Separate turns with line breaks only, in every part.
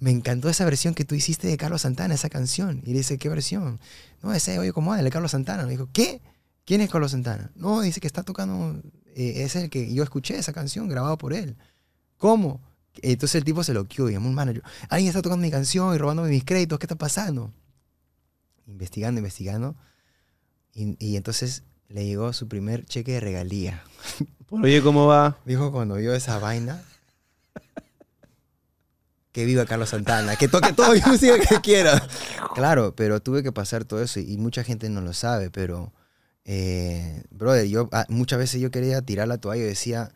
me encantó esa versión que tú hiciste de Carlos Santana, esa canción. Y le dice, ¿qué versión? No, ese, oye, ¿cómo de Carlos Santana? Me dijo, ¿qué? ¿Quién es Carlos Santana? No, dice que está tocando, eh, es el que yo escuché esa canción grabada por él. ¿Cómo? Entonces el tipo se lo quedó, digamos, un manager. Alguien está tocando mi canción y robándome mis créditos, ¿qué está pasando? Investigando, investigando. Y, y entonces le llegó su primer cheque de regalía.
Oye, ¿cómo va?
Dijo cuando vio esa vaina. Que viva Carlos Santana, que toque todo música que quiera. Claro, pero tuve que pasar todo eso y, y mucha gente no lo sabe, pero, eh, brother, yo ah, muchas veces yo quería tirar la toalla y decía,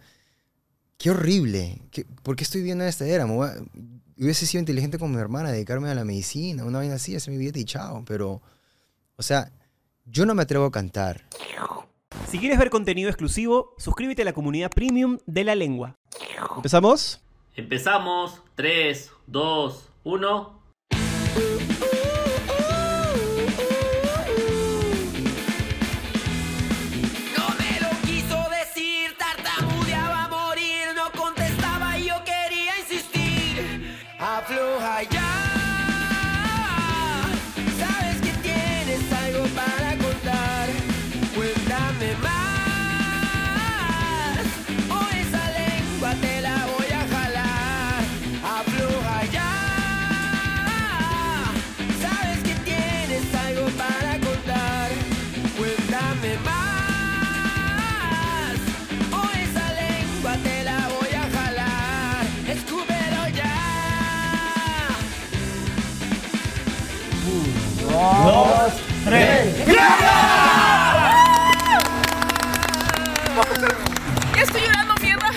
qué horrible, ¿qué- ¿por qué estoy viendo esta era? Me voy a- hubiese sido inteligente con mi hermana, dedicarme a la medicina, una vaina así, hacer mi billete y chao, pero, o sea, yo no me atrevo a cantar.
Si quieres ver contenido exclusivo, suscríbete a la comunidad premium de la lengua.
¿Empezamos?
Empezamos. 3, 2, 1.
No me lo quiso decir, tartamudeaba a morir, no contestaba y yo quería insistir. Afloja ya, sabes que tienes algo para contar. Cuéntame más, o esa lengua te la voy a jalar. Afloja ya, sabes que tienes algo para contar. Cuéntame más, o esa lengua te la voy a jalar. Escúbelo ya.
Ya estoy llorando, mierda.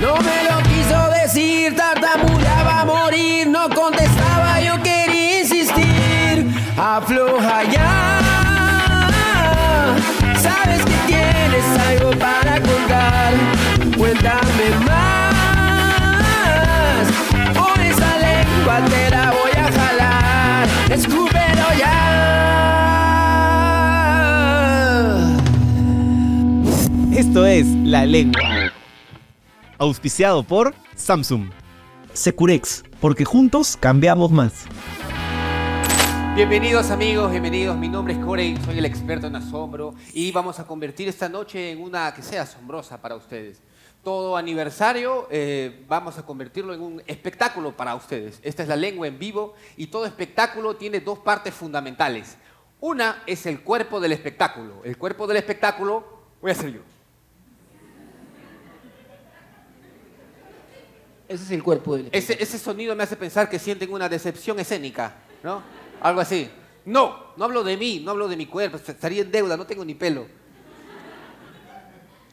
No me lo quiso decir, tartamudeaba a morir, no contestaba, yo quería insistir. Afloja ya, sabes que tienes algo para contar. Cuéntame más, por esa lengua te la voy a jalar. Escúpelo ya.
Esto es La Lengua. Auspiciado por Samsung.
Securex, porque juntos cambiamos más.
Bienvenidos amigos, bienvenidos. Mi nombre es Corey, soy el experto en asombro y vamos a convertir esta noche en una que sea asombrosa para ustedes. Todo aniversario eh, vamos a convertirlo en un espectáculo para ustedes. Esta es la lengua en vivo y todo espectáculo tiene dos partes fundamentales. Una es el cuerpo del espectáculo. El cuerpo del espectáculo voy a hacer yo.
Ese es el cuerpo del
Ese, ese sonido me hace pensar que sienten una decepción escénica, ¿no? Algo así. No, no hablo de mí, no hablo de mi cuerpo, est- estaría en deuda, no tengo ni pelo.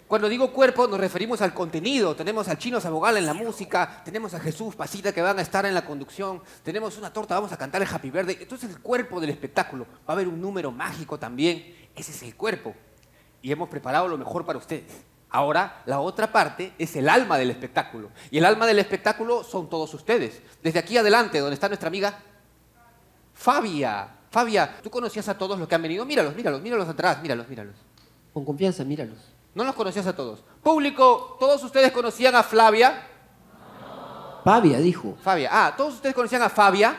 Cuando digo cuerpo nos referimos al contenido, tenemos al chino Sabogal en la música, tenemos a Jesús Pasita que van a estar en la conducción, tenemos una torta, vamos a cantar el Happy Verde, entonces el cuerpo del espectáculo, va a haber un número mágico también, ese es el cuerpo y hemos preparado lo mejor para ustedes. Ahora, la otra parte es el alma del espectáculo. Y el alma del espectáculo son todos ustedes. Desde aquí adelante, donde está nuestra amiga Fabia. Fabia, tú conocías a todos los que han venido. Míralos, míralos, míralos atrás, míralos, míralos.
Con confianza, míralos.
No los conocías a todos. Público, ¿todos ustedes conocían a Flavia?
Pavia dijo.
Fabia. Ah, ¿todos ustedes conocían a Fabia?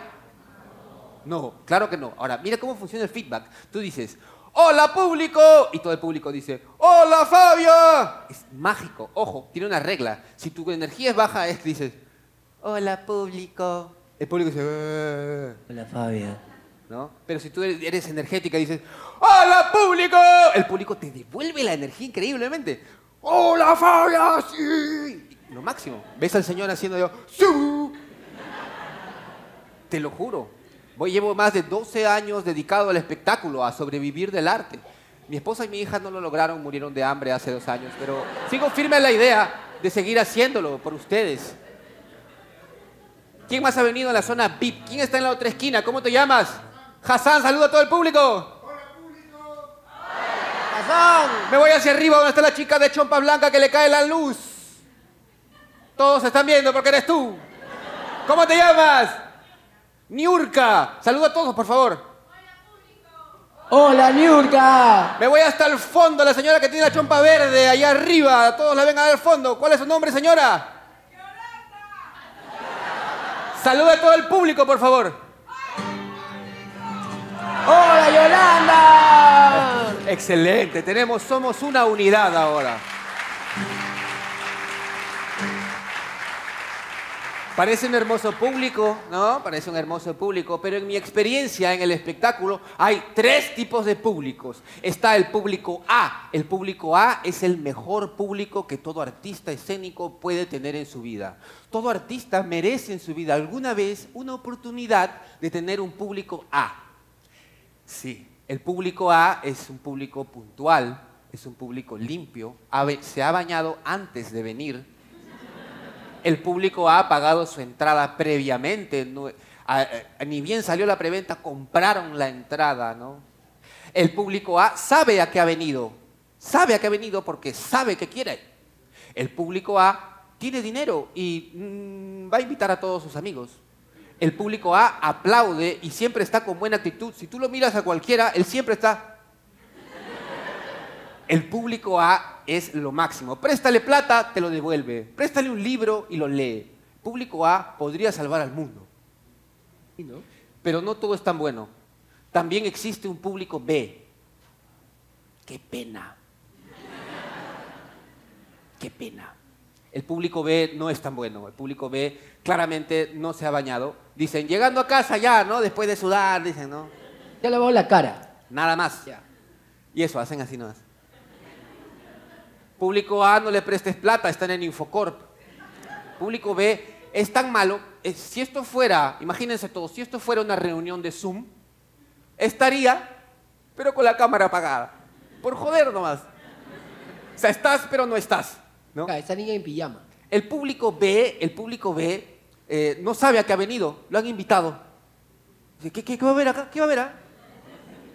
No, claro que no. Ahora, mira cómo funciona el feedback. Tú dices, ¡Hola público! Y todo el público dice, ¡Hola Fabia! Es mágico. Ojo, tiene una regla. Si tu energía es baja, es que dices, ¡Hola público! El público dice, "Eh".
Hola, Fabia.
¿no? Pero si tú eres, eres energética y dices, ¡Hola público! El público te devuelve la energía increíblemente. ¡Hola Fabia! ¡Sí! Lo máximo. Ves al señor haciendo yo, ¡Sí! Te lo juro. Voy, llevo más de 12 años dedicado al espectáculo, a sobrevivir del arte. Mi esposa y mi hija no lo lograron, murieron de hambre hace dos años, pero sigo firme en la idea de seguir haciéndolo por ustedes. ¿Quién más ha venido a la zona VIP? ¿Quién está en la otra esquina? ¿Cómo te llamas? Hassan, saluda a todo el público. Hola, público. Hassan, me voy hacia arriba donde está la chica de chompa blanca que le cae la luz. Todos están viendo porque eres tú. ¿Cómo te llamas? Niurka. Saluda a todos, por favor. Hola, público.
¡Hola, Niurka!
Me voy hasta el fondo, la señora que tiene la chompa verde allá arriba. Todos la ven al fondo. ¿Cuál es su nombre, señora? Saluda a todo el público, por favor.
¡Hola, Yolanda!
Excelente, tenemos, somos una unidad ahora. Parece un hermoso público, ¿no? Parece un hermoso público, pero en mi experiencia en el espectáculo hay tres tipos de públicos. Está el público A. El público A es el mejor público que todo artista escénico puede tener en su vida. Todo artista merece en su vida alguna vez una oportunidad de tener un público A. Sí, el público A es un público puntual, es un público limpio, ha ba- se ha bañado antes de venir. El público A ha pagado su entrada previamente, no- a- a- ni bien salió la preventa, compraron la entrada, ¿no? El público A sabe a qué ha venido, sabe a qué ha venido porque sabe que quiere. El público A tiene dinero y mm, va a invitar a todos sus amigos. El público A aplaude y siempre está con buena actitud. Si tú lo miras a cualquiera, él siempre está. El público A es lo máximo. Préstale plata, te lo devuelve. Préstale un libro y lo lee. Público A podría salvar al mundo. Pero no todo es tan bueno. También existe un público B. Qué pena. Qué pena. El público B no es tan bueno. El público B claramente no se ha bañado. Dicen, llegando a casa ya, ¿no? Después de sudar, dicen, ¿no?
Te ha lavado la cara.
Nada más. Y eso, hacen así nomás. Público A, no le prestes plata, están en Infocorp. Público B, es tan malo. eh, si esto fuera, imagínense todo, si esto fuera una reunión de Zoom, estaría, pero con la cámara apagada. Por joder nomás. O sea, estás, pero no estás. ¿no?
Acá, esa niña en pijama.
El público B, el público B, eh, no sabe a qué ha venido, lo han invitado. Dice, ¿Qué, qué- qué va a haber acá? ¿Qué va a haber? ah?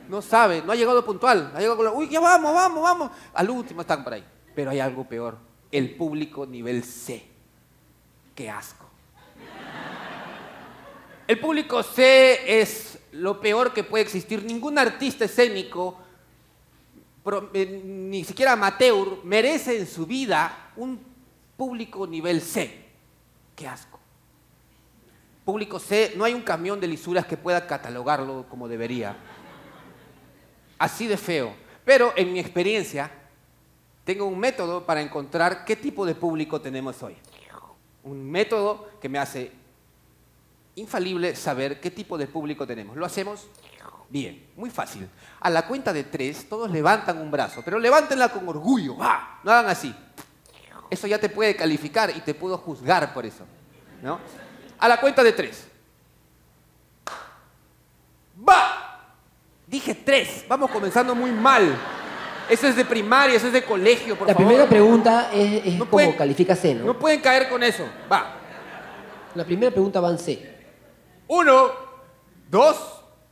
No sabe, no ha llegado puntual. Ha llegado con la, uy, ya vamos, vamos, vamos. Al último están por ahí. Pero hay algo peor. El público nivel C. Qué asco. El público C es lo peor que puede existir. Ningún artista escénico pro- eh, ni siquiera amateur, merece en su vida un público nivel C. Qué asco. Público C, no hay un camión de lisuras que pueda catalogarlo como debería. Así de feo. Pero en mi experiencia, tengo un método para encontrar qué tipo de público tenemos hoy. Un método que me hace infalible saber qué tipo de público tenemos. ¿Lo hacemos? Bien, muy fácil. A la cuenta de tres, todos levantan un brazo, pero levántenla con orgullo. ¡ah! No hagan así. Eso ya te puede calificar y te puedo juzgar por eso. ¿no? A la cuenta de tres. ¡Va! Dije tres. Vamos comenzando muy mal. Eso es de primaria, eso es de colegio, por
la
favor.
primera pregunta es, es
No
cómo
puede-
califica C, ¿no?
No pueden caer con eso. Va.
La primera pregunta va en C.
Uno, dos,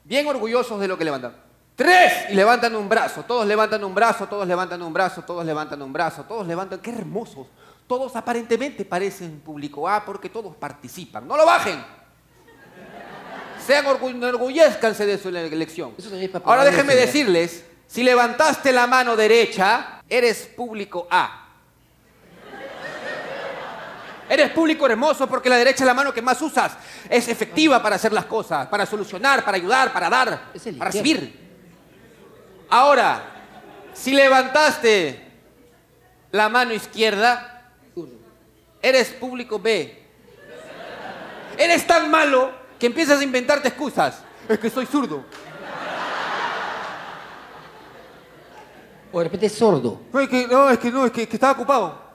bien orgullosos de lo que levantan. Tres, y levantan un brazo, todos levantan un brazo, todos levantan un brazo, todos levantan un brazo, todos levantan, qué hermosos. Todos aparentemente parecen público A porque todos participan. No lo bajen. Sean orgu- orgullezcanse de su ele- elección.
Eso también es para
Ahora
probar
déjenme
el-
decirles, si levantaste la mano derecha, eres público A. Eres público hermoso porque la derecha es la mano que más usas. Es efectiva para hacer las cosas, para solucionar, para ayudar, para dar,
Es el
para
izquierdo.
recibir. Ahora, si levantaste la mano izquierda, eres público B. Eres tan malo que empiezas a inventarte excusas. Es que soy zurdo.
O de repente es sordo.
No, es que no, es que no, es que, que estaba ocupado.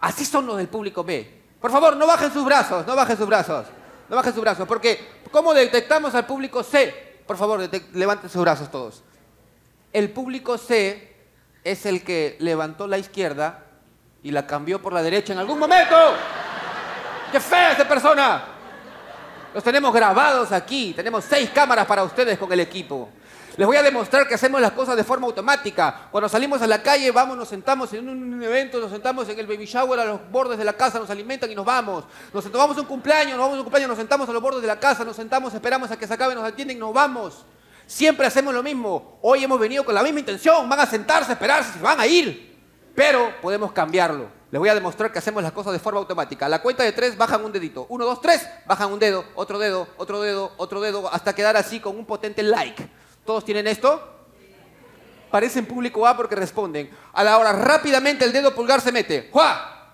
Así son los del público B. Por favor, no bajen sus brazos, no bajen sus brazos. No bajen sus brazos, porque ¿cómo detectamos al público C? Por favor, detec- levanten sus brazos todos. El público C es el que levantó la izquierda y la cambió por la derecha en algún momento. ¡Qué fea esta persona! Los tenemos grabados aquí. Tenemos seis cámaras para ustedes con el equipo. Les voy a demostrar que hacemos las cosas de forma automática. Cuando salimos a la calle, vamos, nos sentamos en un evento, nos sentamos en el baby shower a los bordes de la casa, nos alimentan y nos vamos. Nos sent- vamos a un cumpleaños, nos vamos a un cumpleaños, nos sentamos a los bordes de la casa, nos sentamos, esperamos a que se acabe, nos atienden y nos vamos. Siempre hacemos lo mismo. Hoy hemos venido con la misma intención. Van a sentarse, a esperarse, se van a ir. Pero podemos cambiarlo. Les voy a demostrar que hacemos las cosas de forma automática. A la cuenta de tres bajan un dedito. Uno, dos, tres, bajan un dedo, otro dedo, otro dedo, otro dedo, hasta quedar así con un potente like. ¿Todos tienen esto? Parecen público A porque responden. A la hora rápidamente el dedo pulgar se mete. ¡Jua!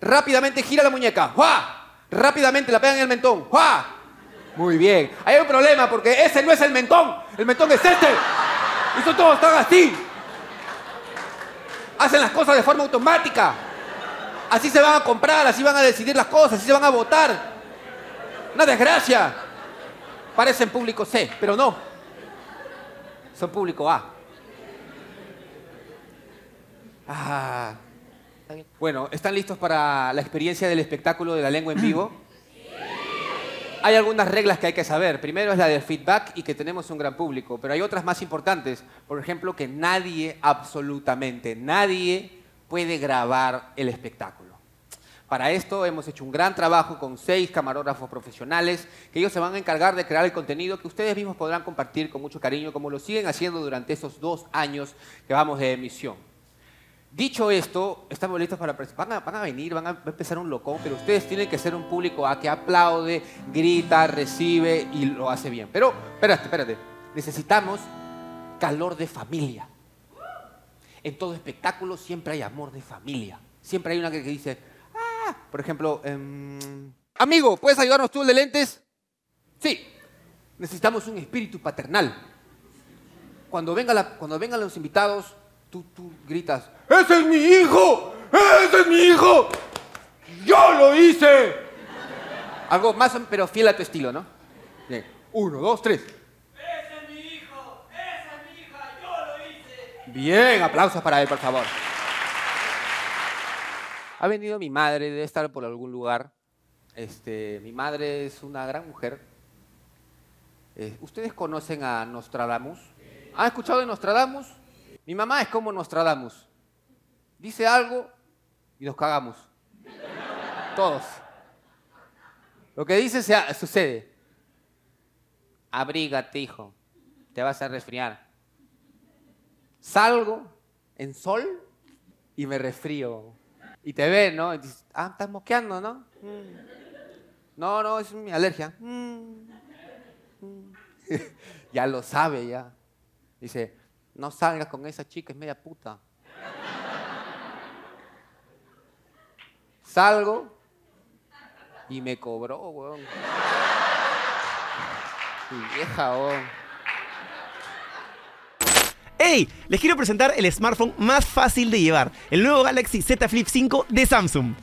Rápidamente gira la muñeca. ¡Jua! Rápidamente la pegan en el mentón. ¡Jua! Muy bien. Ahí Hay un problema porque ese no es el mentón. El mentón es este. Eso todos están así. Hacen las cosas de forma automática. Así se van a comprar, así van a decidir las cosas, así se van a votar. Una desgracia. Parecen público C, pero no. Son público A. Ah. Bueno, ¿están listos para la experiencia del espectáculo de la lengua en vivo? Hay algunas reglas que hay que saber. Primero es la del feedback y que tenemos un gran público, pero hay otras más importantes. Por ejemplo, que nadie, absolutamente nadie, puede grabar el espectáculo. Para esto hemos hecho un gran trabajo con seis camarógrafos profesionales que ellos se van a encargar de crear el contenido que ustedes mismos podrán compartir con mucho cariño, como lo siguen haciendo durante esos dos años que vamos de emisión. Dicho esto, estamos listos para... pres- Van a, van a venir, van a, va a empezar un locón, pero ustedes tienen que ser un público A que aplaude, grita, recibe y lo hace bien. Pero, espérate, espérate. Necesitamos calor de familia. En todo espectáculo siempre hay amor de familia. Siempre hay una que, que dice, ah, por ejemplo, em, amigo, ¿puedes ayudarnos tú el de lentes? Sí. Necesitamos un espíritu paternal cuando, venga la- cuando vengan los invitados, tú, tú gritas, ¡Ese es mi hijo! ¡Ese es mi hijo! ¡Yo lo hice! Algo más, o- pero fiel a tu estilo, ¿no? Bien. Uno, dos, tres. ¡Ese es mi hijo! ¡Esa es mi hija! ¡Yo lo hice! Bien, aplausos para él, por favor. Ha venido mi madre, debe estar por algún lugar. Este, mi madre es una gran mujer. Eh, ¿Ustedes conocen a Nostradamus? ¿Han escuchado de Nostradamus? Mi mamá es como Nostradamus. Dice algo y nos cagamos. Todos. Lo que dice se ha- sucede. Abrígate, hijo. Te vas a resfriar. Salgo en sol y me resfrío. Y te ven, ¿no? Y dices, ah, estás mosqueando, ¿no? Mm. No, no, es mi alergia. Mm. ya lo sabe, ya. Dice, no salgas con esa chica, es media puta. Salgo y me cobró, weón. Mi vieja, oh. weón.
¡Hey! Les quiero presentar el smartphone más fácil de llevar, el nuevo Galaxy Z Flip 5 de Samsung.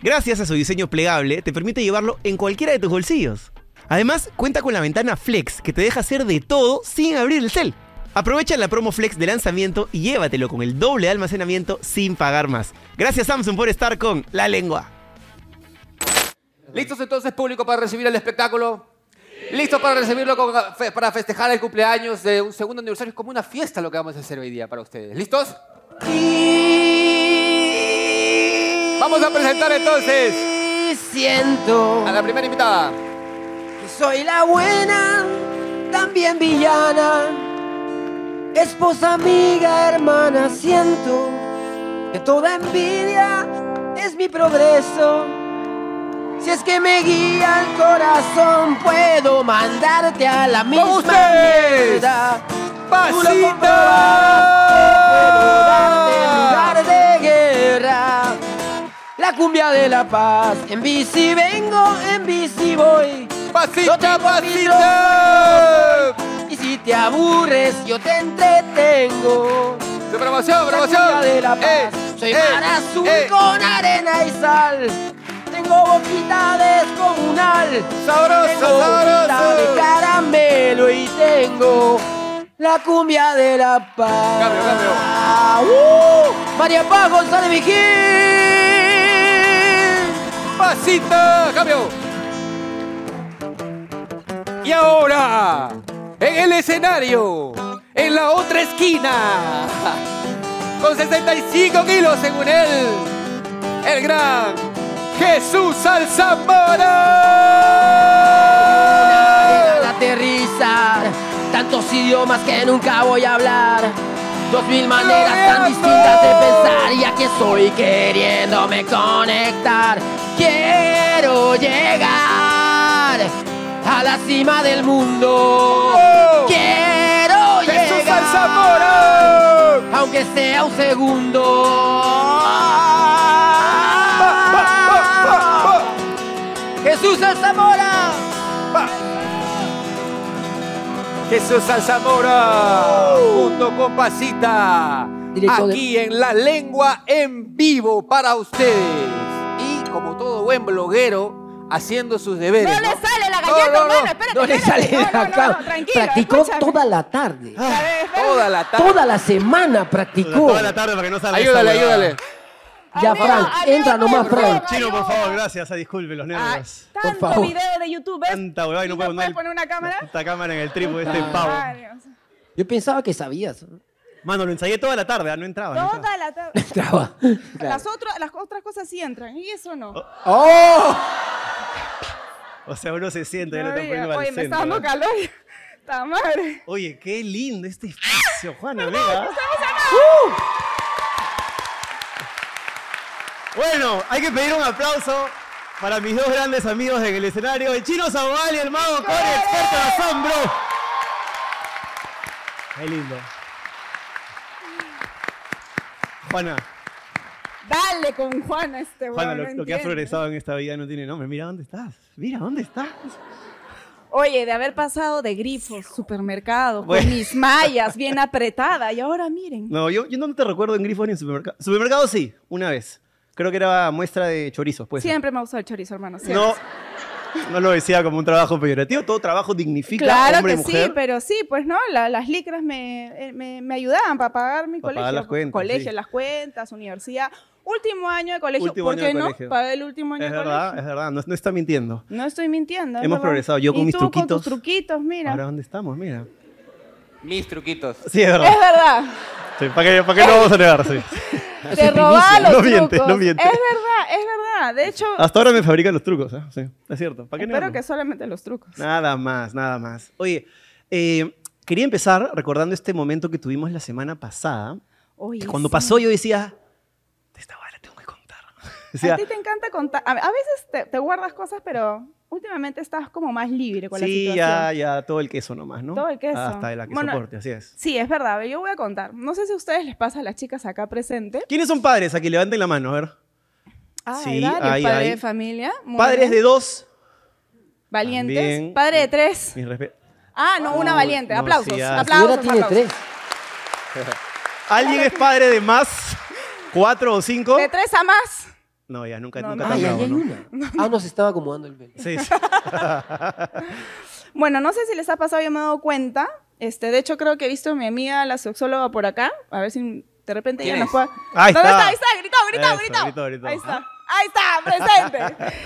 Gracias a su diseño plegable, te permite llevarlo en cualquiera de tus bolsillos. Además, cuenta con la ventana Flex, que te deja hacer de todo sin abrir el cel. Aprovecha la promo Flex de lanzamiento y llévatelo con el doble de almacenamiento sin pagar más. Gracias Samsung por estar con La Lengua.
¿Listos entonces, público, para recibir el espectáculo? ¿Listos para recibirlo, con- fe- para festejar el cumpleaños de un segundo aniversario? Es como una fiesta lo que vamos a hacer hoy día para ustedes. ¿Listos? Vamos a presentar entonces
Y siento
a la primera invitada.
que soy la buena, también villana, esposa, amiga, hermana. Siento que toda envidia es mi progreso. Si es que me guía el corazón, puedo mandarte a la misma
ustedes!
mierda. Tú lo
¡Pasita!
lugar de guerra. La cumbia de la paz. En bici vengo, en bici voy. Yo te
¡Pasita,
convido.
pasita!
Y si te aburres, yo te entretengo.
¡De promoción,
La
promoción!
cumbia de la paz.
Eh,
Soy
eh,
mar azul
eh,
con arena y sal. Tengo boquita descomunal. Tengo
¡Sabroso,
boquita de
sabroso!
caramelo y tengo la cumbia de la paz.
Cambio, cambio.
Uh, María Paz González Vigil.
¡Pasita! ¡Cambio! Y ahora, en el escenario, en la otra esquina, con 65 kilos según él, el gran Jesús Alzamora.
Al aterrizar, tan tantos idiomas que nunca voy a hablar. Dos mil maneras tan distintas de pensar y aquí estoy queriéndome conectar. Quiero llegar a la cima del mundo. Quiero llegar. Aunque sea un segundo. Jesús el Zamora.
Jesús Alzamora, junto con Pasita,
Directo de-
aquí en La Lengua en vivo para ustedes. Y como todo buen bloguero, haciendo sus deberes.
No
¿no?
le sale la
No, no,
galleta,
no,
hermano, espérate.
No
espérate.
le Pues sale de
No, no, no,
acá.
no, tranquilo,
Practicó
escúchame.
toda la tarde.
A ver, espérate.
Toda la tarde.
Toda la semana practicó.
Toda la tarde para que no salga.
Ayúdale,
esa huevada.
ayúdale.
Ya,
Amigo,
Frank,
amigo,
entra nomás,
por
Frank.
favor,
Chino, por
no.
favor, gracias. ah, Disculpe los nervios.
Tanto
favor.
video de YouTube, ¿ves?
Tanta huevada y no puedo
puedes poner Ah. una cámara?
Esta cámara en el trípode de este pavo.
Ay, Dios.
Yo pensaba que sabías.
Mano, lo ensayé toda la tarde, ah, no entraba. no entraba.
Toda la tarde.
Traba.
Las, otras, las otras cosas sí entran, y eso no.
¡Oh!
O sea, uno se siente, ya
No
lo están
digas.
poniendo al
Oye, me está
centro,
dando
ah.
calor. Está madre. Ah,
Oye, qué lindo este espacio, Juana, Uh. mira. Bueno, hay que pedir un aplauso para mis dos grandes amigos en el escenario, el chino Zaval y el mago Core, experto en asombro. Qué lindo. Juana,
Dale con Juana este
Juana,
huevón,
lo,
no
lo que ha
entiende.
progresado en esta vida no tiene nombre. Mira dónde estás. Mira dónde estás.
Oye, de haber pasado de grifos, supermercado,
Bueno.
con mis mallas bien apretada, y ahora miren.
No, yo, yo no te recuerdo en grifos ni en supermercado. Supermercado sí, una vez. Creo que era muestra de chorizos, pues.
Siempre me ha gustado el chorizo, hermano. siempre.
No, no lo decía como un trabajo peyorativo. Todo trabajo dignifica
Claro
hombre
que
y mujer.
sí, pero sí, pues no, la- las licras me, eh, me, me ayudaban para pagar mi
Para
colegio. pues,
pagar las cuentas,
colegio,
sí.
las cuentas, universidad. Último año de colegio,
Último
¿por
año
qué
de
no?
colegio.
Pagué el último año
Es
de
verdad,
colegio.
es verdad. No, no está mintiendo.
No estoy mintiendo. es
Hemos
verdad.
progresado, yo con
Y
mis
tú Con
truquitos.
tus truquitos, mira.
Ahora, ¿dónde estamos? Mira.
Mis truquitos.
Sí, es
Es
verdad.
verdad.
Sí, ¿Para qué, para qué lo vamos a negar? Sí.
Te robaba los
No miente,
trucos.
no miente.
Es verdad, es verdad. De hecho,
Hasta ahora me fabrican los trucos, ¿eh? Sí, es cierto. ¿Para qué
espero
negarlo?
que solamente los trucos.
Nada más, nada más. Oye, eh, quería empezar recordando este momento que tuvimos la semana pasada.
Oye,
que cuando
sí.
pasó yo decía, de esta vara tengo que contar. O sea,
a ti te encanta contar. A, a veces te, te guardas cosas, pero últimamente estás como más libre con la
sí,
situación.
ya, ya, todo el queso nomás, ¿no?
Todo el queso.
Hasta la que
Bueno,
soporte, así es.
Sí, es verdad. Yo voy a contar. No sé si a ustedes les pasa a las chicas acá presentes.
¿Quiénes son padres? Aquí levanten la mano, a ver.
Ah,
Sí,
hay varios
hay,
padres
hay.
de familia. muy
Padres
bien.
de dos.
Valientes.
También.
Padre de tres.
Mi respeto.
Ah, no, una valiente.
no,
aplausos,
sí, ah.
aplausos,
Ahora tiene
aplausos.
tres.
¿Alguien es padre de más? ¿Cuatro o cinco?
De tres a más.
No, ya, nunca,
No,
nunca
no.
tan
Ay,
bravo,
ay, hay
¿no?
una. Ah, nos estaba acomodando el pelo.
Sí, sí.
Bueno, no sé si les ha pasado, yo me he dado cuenta. Este, de hecho, creo que he visto a mi amiga, la sexóloga, por acá. A ver si de repente ella
¿Quién
nos
es?
puede.
Ahí
¿Dónde
está. Eh.
está? Ahí está, gritado, gritado,
Eso,
gritado.
gritó, gritó.
Ahí está. Ahí está, presente.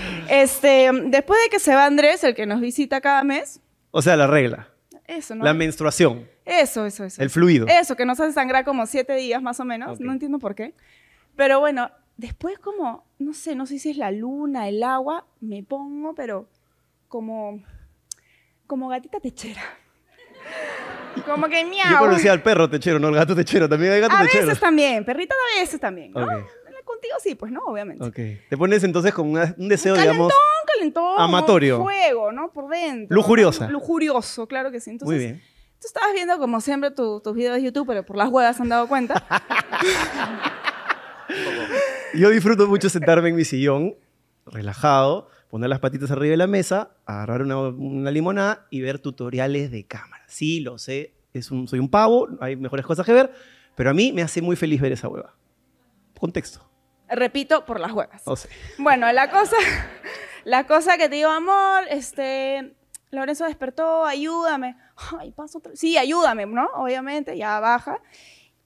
este, después de que se va Andrés, el que nos visita cada mes,
O sea, la regla.
eso, ¿no?
La menstruación.
Eso, eso, eso.
El fluido.
Eso, que nos hace sangrar como siete días más o menos. No entiendo por qué. Pero bueno, después como, no sé, no sé si es la luna, el agua, me pongo, pero como, como gatita techera. Como que miau.
Yo conocía al perro techero, no al gato techero. También hay gato
a
techero.
veces también, perrita a veces también, ¿no?
Ok.
Contigo sí, pues no, obviamente.
Ok. Te pones entonces con una- un deseo,
Calentón,
digamos.
calentón.
amatorio.
¿no? Fuego, ¿no? Por dentro.
Lujuriosa.
Lujurioso, claro que sí. Entonces,
Muy bien.
Tú estabas viendo como siempre tu- tus videos de YouTube, pero por las huevas se han dado cuenta.
Yo disfruto mucho sentarme en mi sillón, relajado, poner las patitas arriba de la mesa, agarrar una, una limonada y ver tutoriales de cámara. Sí, lo sé, es un, soy un pavo, hay mejores cosas que ver, pero a mí me hace muy feliz ver esa hueva. Contexto.
Repito, por las huevas.
O sea,
Bueno, la cosa, la cosa que te digo, amor, este, Lorenzo despertó, ayúdame. Ay, paso otra- Sí, ayúdame, ¿no? Obviamente, ya baja.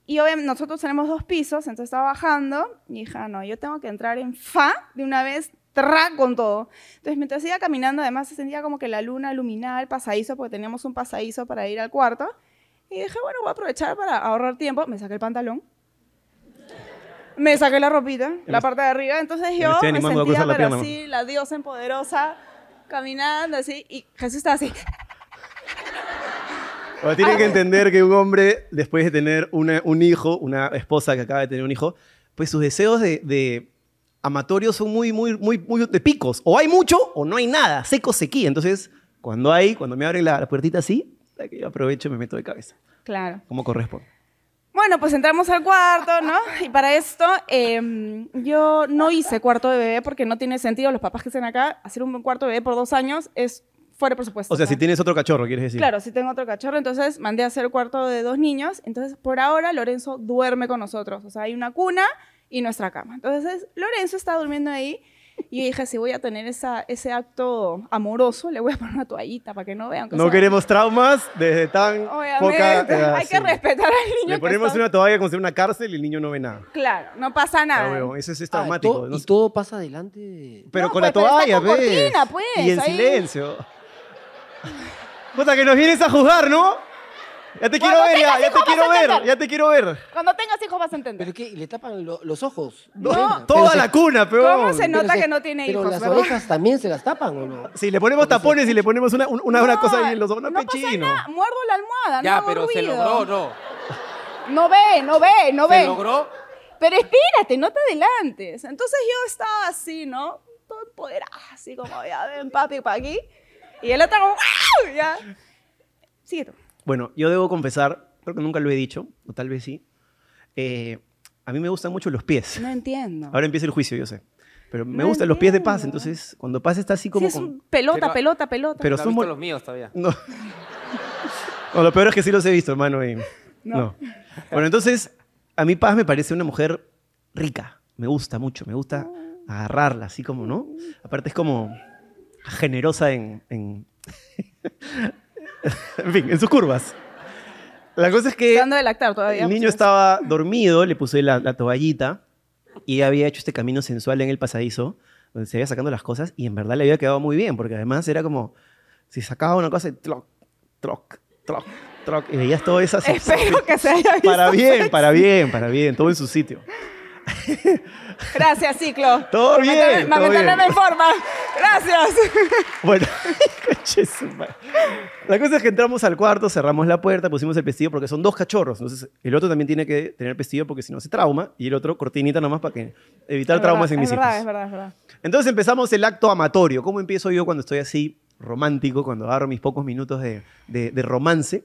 Y obviamente nosotros tenemos dos pisos, entonces estaba bajando. Y dije, ah, no, yo tengo que entrar en fa de una vez, tra, con todo. Entonces, mientras iba caminando, además se sentía como que la luna iluminaba el pasadizo, porque teníamos un pasadizo para ir al cuarto. Y dije, bueno, voy a aprovechar para ahorrar tiempo. Me saqué el pantalón. Me saqué la ropita, la parte de arriba. Entonces yo
estoy
me
animando a
sentía,
cruzar la
pero
pierna,
así, la diosa empoderosa, caminando así. Y Jesús estaba así.
Bueno, tienen que entender que un hombre, después de tener una- un hijo, una esposa que acaba de tener un hijo, pues sus deseos de, de amatorios son muy, muy, muy, muy de picos. O hay mucho o no hay nada, seco, sequía. Entonces, cuando hay, cuando me abren la, la puertita así, la que yo aprovecho y me meto de cabeza,
Claro.
como corresponde.
Bueno, pues entramos al cuarto, ¿no? Y para esto, eh, yo no hice cuarto de bebé porque no tiene sentido. Los papás que estén acá, hacer un cuarto de bebé por dos años es fuera por supuesto.
O sea, si tienes otro cachorro, quieres decir.
Claro, si tengo otro cachorro, entonces mandé a hacer cuarto de dos niños. Entonces, por ahora, Lorenzo duerme con nosotros. O sea, hay una cuna y nuestra cama. Entonces, Lorenzo está durmiendo ahí. Y yo dije, si voy a tener esa, ese acto amoroso, le voy a poner una toallita para que no vean. que
No
sea-
queremos traumas desde tan
Obviamente,
poca edad,
hay
sí.
que respetar al niño.
Le
que
ponemos
está-
una toalla como si fuera una cárcel y el niño no ve nada.
Claro, no pasa
Ah,
nada.
huevón, eso es, es
Ah,
traumático.
todo-
no
y
sé.
todo pasa adelante. de-
Pero
No,
con la
pues, pero
toalla,
está con
¿ves?
cortina, pues,
y en
ahí.
silencio.
Ah.
Puta, que nos vienes a juzgar, ¿no? Ya te quiero
Cuando
ver, ya,
tengas
ya te
hijos
quiero
vas a
ver,
entender.
ya te quiero ver.
Cuando tengas hijos vas a entender.
¿Pero qué? ¿Y le tapan lo- los ojos?
No,
Bueno, pero
toda
se-
la cuna, peón.
¿Cómo se
pero
nota
se-
que no tiene
pero
hijos,
las
¿verdad?
orejas también se las tapan, ¿o no?
Si le ponemos tapones y le ponemos una, un- una, una
No,
cosa ahí en los ojos, no,
no pasa
pechino.
nada, Muerdo la almohada,
Ya,
no
pero se
ruido.
logró, ¿no?
No ve, no ve, no
¿Se
ve.
logró?
Pero espérate, no te adelantes. Entonces yo estaba así, ¿no? Todo empoderada, así como, ya ven, papi, pa' aquí. Y el otro como, ¡ah! Ya. Sigue tú.
Bueno, yo debo confesar, creo que nunca lo he dicho, o tal vez sí. eh, a mí me gustan mucho los pies.
No entiendo.
Ahora empieza el juicio, yo sé. Pero me
No
gustan los pies de paz,
entiendo.
entonces cuando paz está así
Sí,
como
es
con-
un pelota,
Pero-
pelota, pelota.
Pero
no ha
son
visto
bol-
los míos todavía.
No. No, lo peor es que sí los he visto, hermano. y- no.
No.
Bueno, entonces, a mí Paz me parece una mujer rica. Me gusta mucho, me gusta agarrarla, así como, ¿no? Aparte es como generosa en... En, en fin, en sus curvas. La cosa es que
Tratando de lactar todavía. pues,
el niño
muchachos.
estaba dormido, le puse la, la toallita y ella había hecho este camino sensual en el pasadizo, donde se había sacando las cosas y en verdad le había quedado muy bien, porque además era como, si sacaba una cosa, y troc, troc, troc, troc, y veías todo eso. así-
Espero que se haya visto.
Para bien, para bien, para bien, todo en su sitio.
Gracias, Ciclo.
Todo bien,
Mantenerme-
todo bien.
mantenerme en forma. Gracias.
Bueno, conche su madre. la cosa es que entramos al cuarto, cerramos la puerta, pusimos el pestillo porque son dos cachorros. Entonces, el otro también tiene que tener pestillo porque si no se trauma y el otro cortinita nomás para que evitar
Es
traumas
verdad,
en mis
es verdad,
hijos.
es verdad, es verdad.
Entonces empezamos el acto amatorio. ¿Cómo empiezo yo cuando estoy así romántico, cuando agarro mis pocos minutos de, de- de romance?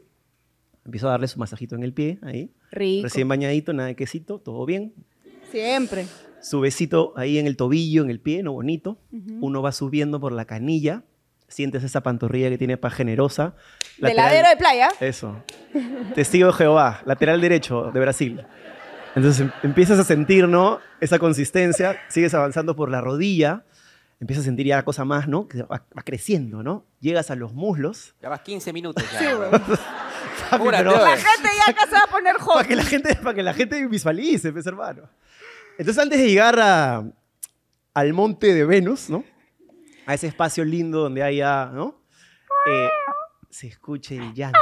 Empiezo a darle su masajito en el pie, ahí.
Rico.
Recién bañadito, nada de quesito, todo bien.
Siempre.
Su besito ahí en el tobillo, en el pie, no bonito. Uno va subiendo por la canilla. Sientes esa pantorrilla que tiene paz generosa.
De ladero de playa.
Eso. Testigo de Jehová, lateral derecho de Brasil. Entonces em- empiezas a sentir, ¿no? Esa consistencia, sigues avanzando por la rodilla, empiezas a sentir ya la cosa más, ¿no? Que va, va creciendo, ¿no? Llegas a los muslos.
Ya vas 15 minutos. Ya.
Sí, güey.
Papi,
Pura
pero-
droga.
La gente ya acá se va a poner
para que
joven.
la gente, para que la gente visualice, pues, hermano. Entonces antes de llegar a- al monte de Venus, ¿no? A ese espacio lindo donde haya, ¿no? Eh, se escuche el llanto,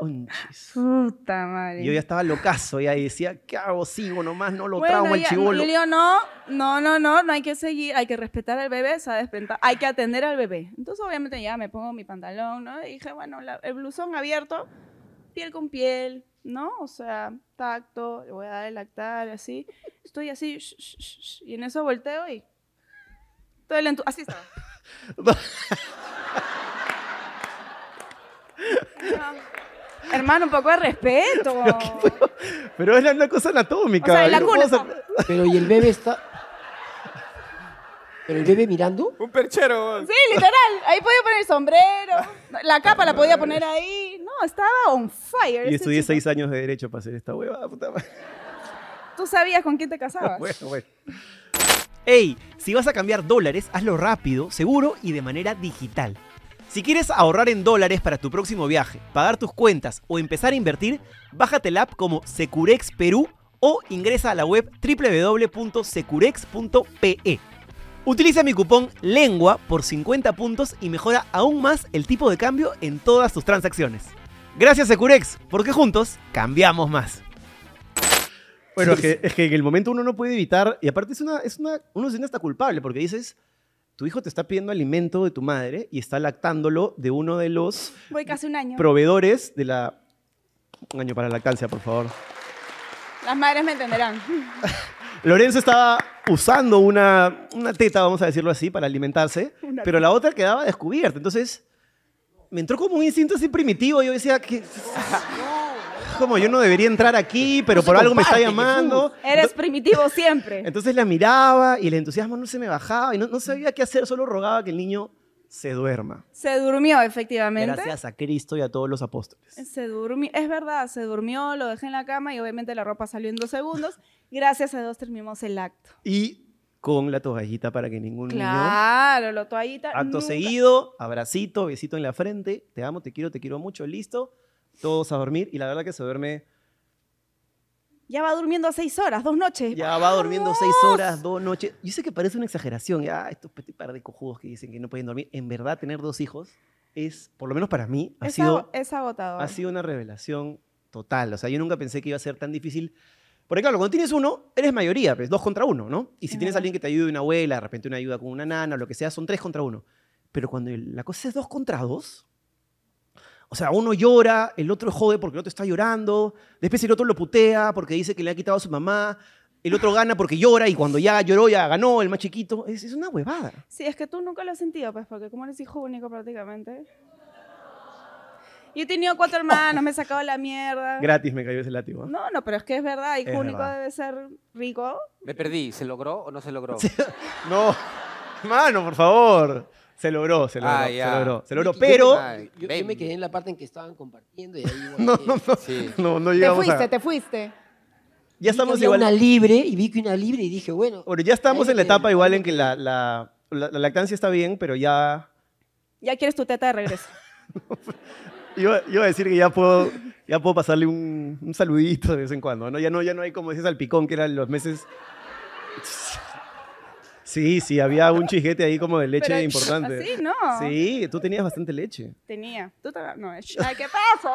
conches.
Puta madre.
Y yo ya estaba locazo, ya y decía, ¿qué hago? Sigo nomás, no lo
Bueno,
trauma el
ya,
chivolo.
Yo le digo, no, no, no, no, no hay que seguir, hay que respetar al bebé, ¿sabes? Penta- Hay que atender al bebé. Entonces, obviamente, ya me pongo mi pantalón, ¿no? Y dije, bueno, la- eh, el blusón abierto, piel con piel, ¿no? O sea, tacto, le voy a dar el lactar, así. Estoy así, sh- sh- sh- sh, y en eso volteo y. Todo el entu- Así estaba. Hermano, un poco de respeto.
Pero era una cosa anatómica.
O sea, en la
yo no
cuna
puedo
estaba.
Pero ¿y el bebé está...? ¿Pero el bebé mirando?
Un perchero.
Sí, literal. Ahí podía poner sombrero. La capa la podía poner ahí. No, estaba on fire.
Y
ese
estudié
chico.
seis años de derecho para hacer esta huevada, puta madre.
Tú sabías con quién te casabas.
Bueno, bueno. Ey, si vas a cambiar dólares, hazlo rápido, seguro y de manera digital. Si quieres ahorrar en dólares para tu próximo viaje, pagar tus cuentas o empezar a invertir, bájate la app como Securex Perú o ingresa a la web www.securex.pe. Utiliza mi cupón LENGUA por 50 puntos y mejora aún más el tipo de cambio en todas tus transacciones. Gracias Securex, porque juntos cambiamos más. Bueno, es que, es que en el momento uno no puede evitar, y aparte es una, es una, uno se siente hasta culpable, porque dices, tu hijo te está pidiendo alimento de tu madre y está lactándolo de uno de los
Voy casi un año.
proveedores de la Un año para la lactancia, por favor.
Las madres me entenderán.
Lorenzo estaba usando una, una teta, vamos a decirlo así, para alimentarse,
Una
pero la otra quedaba descubierta. Entonces, me entró como un instinto así primitivo. Yo decía que. Como yo no debería entrar aquí, pero
No se
por algo me está
comparte,
llamando.
Eres primitivo siempre.
Entonces la miraba y el entusiasmo no se me bajaba y no, no sabía qué hacer, solo rogaba que el niño se duerma.
Se durmió, efectivamente.
Gracias a Cristo y a todos los apóstoles.
Se durmió, es verdad, se durmió, lo dejé en la cama y obviamente la ropa salió en dos segundos. Gracias a Dios terminamos el acto.
Y con la toallita para que ningún niño...
Claro, lo toallita.
Acto
nunca-
seguido, abracito, besito en la frente, te amo, te quiero, te quiero mucho, listo, todos a dormir y la verdad que se duerme,
Ya va durmiendo seis horas, dos noches.
ya va durmiendo seis horas, dos noches. Yo sé que parece una exageración, ya estos petit par de cojudos que dicen que no pueden dormir, en verdad tener dos hijos es, por lo menos para mí, ha
Es,
sido...
ag- es agotador.
ha sido una revelación total. O sea, yo nunca pensé que iba a ser tan difícil. Porque claro, cuando tienes uno, eres mayoría, pues dos contra uno, ¿no? Y si
Es
tienes
verdad.
alguien que te ayude, una abuela, de repente una ayuda con una nana, o lo que sea, son tres contra uno. Pero cuando el- la cosa es dos contra dos, o sea, uno llora, el otro jode porque el otro está llorando, después el otro lo putea porque dice que le ha quitado a su mamá, el otro gana porque llora y cuando ya lloró, ya ganó el más chiquito. Es, es una huevada.
Sí, es que tú nunca lo has sentido, pues, porque como eres hijo único prácticamente. Yo he tenido cuatro hermanos, me he sacado la mierda.
Gratis me cayó ese látigo. ¿eh?
No, no, pero es que es verdad, hijo
Es
único
verdad.
debe ser rico.
Me perdí, ¿se logró o no se logró?
No, mano, por favor. Se logró, se logró,
Ah,
se
ya.
logró, se logró.
Yo- yo-
Pero
Ay,
Yo, yo
ven.
me quedé en la parte en que estaban compartiendo y ahí.
no, no, no,
Sí.
no, no
Te
llegamos
fuiste,
a...
te fuiste.
Ya
Estamos
estamos igual...
una libre y vi que una libre y dije, bueno.
Bueno, ya estamos en la
Ahí-
etapa igual en que la, la- la- la lactancia está bien, pero ya...
Ya quieres tu teta de regreso.
Yo, yo iba a decir que ya puedo, ya puedo pasarle un, un saludito de vez en cuando, ¿no? Ya no, ya no hay como ese salpicón que eran los meses... Sí, sí, había un chisguete ahí como de leche
Pero,
importante.
así no.
Sí, tú tenías bastante leche.
Tenía. Tú te... No, es- ay, ¿qué pasó?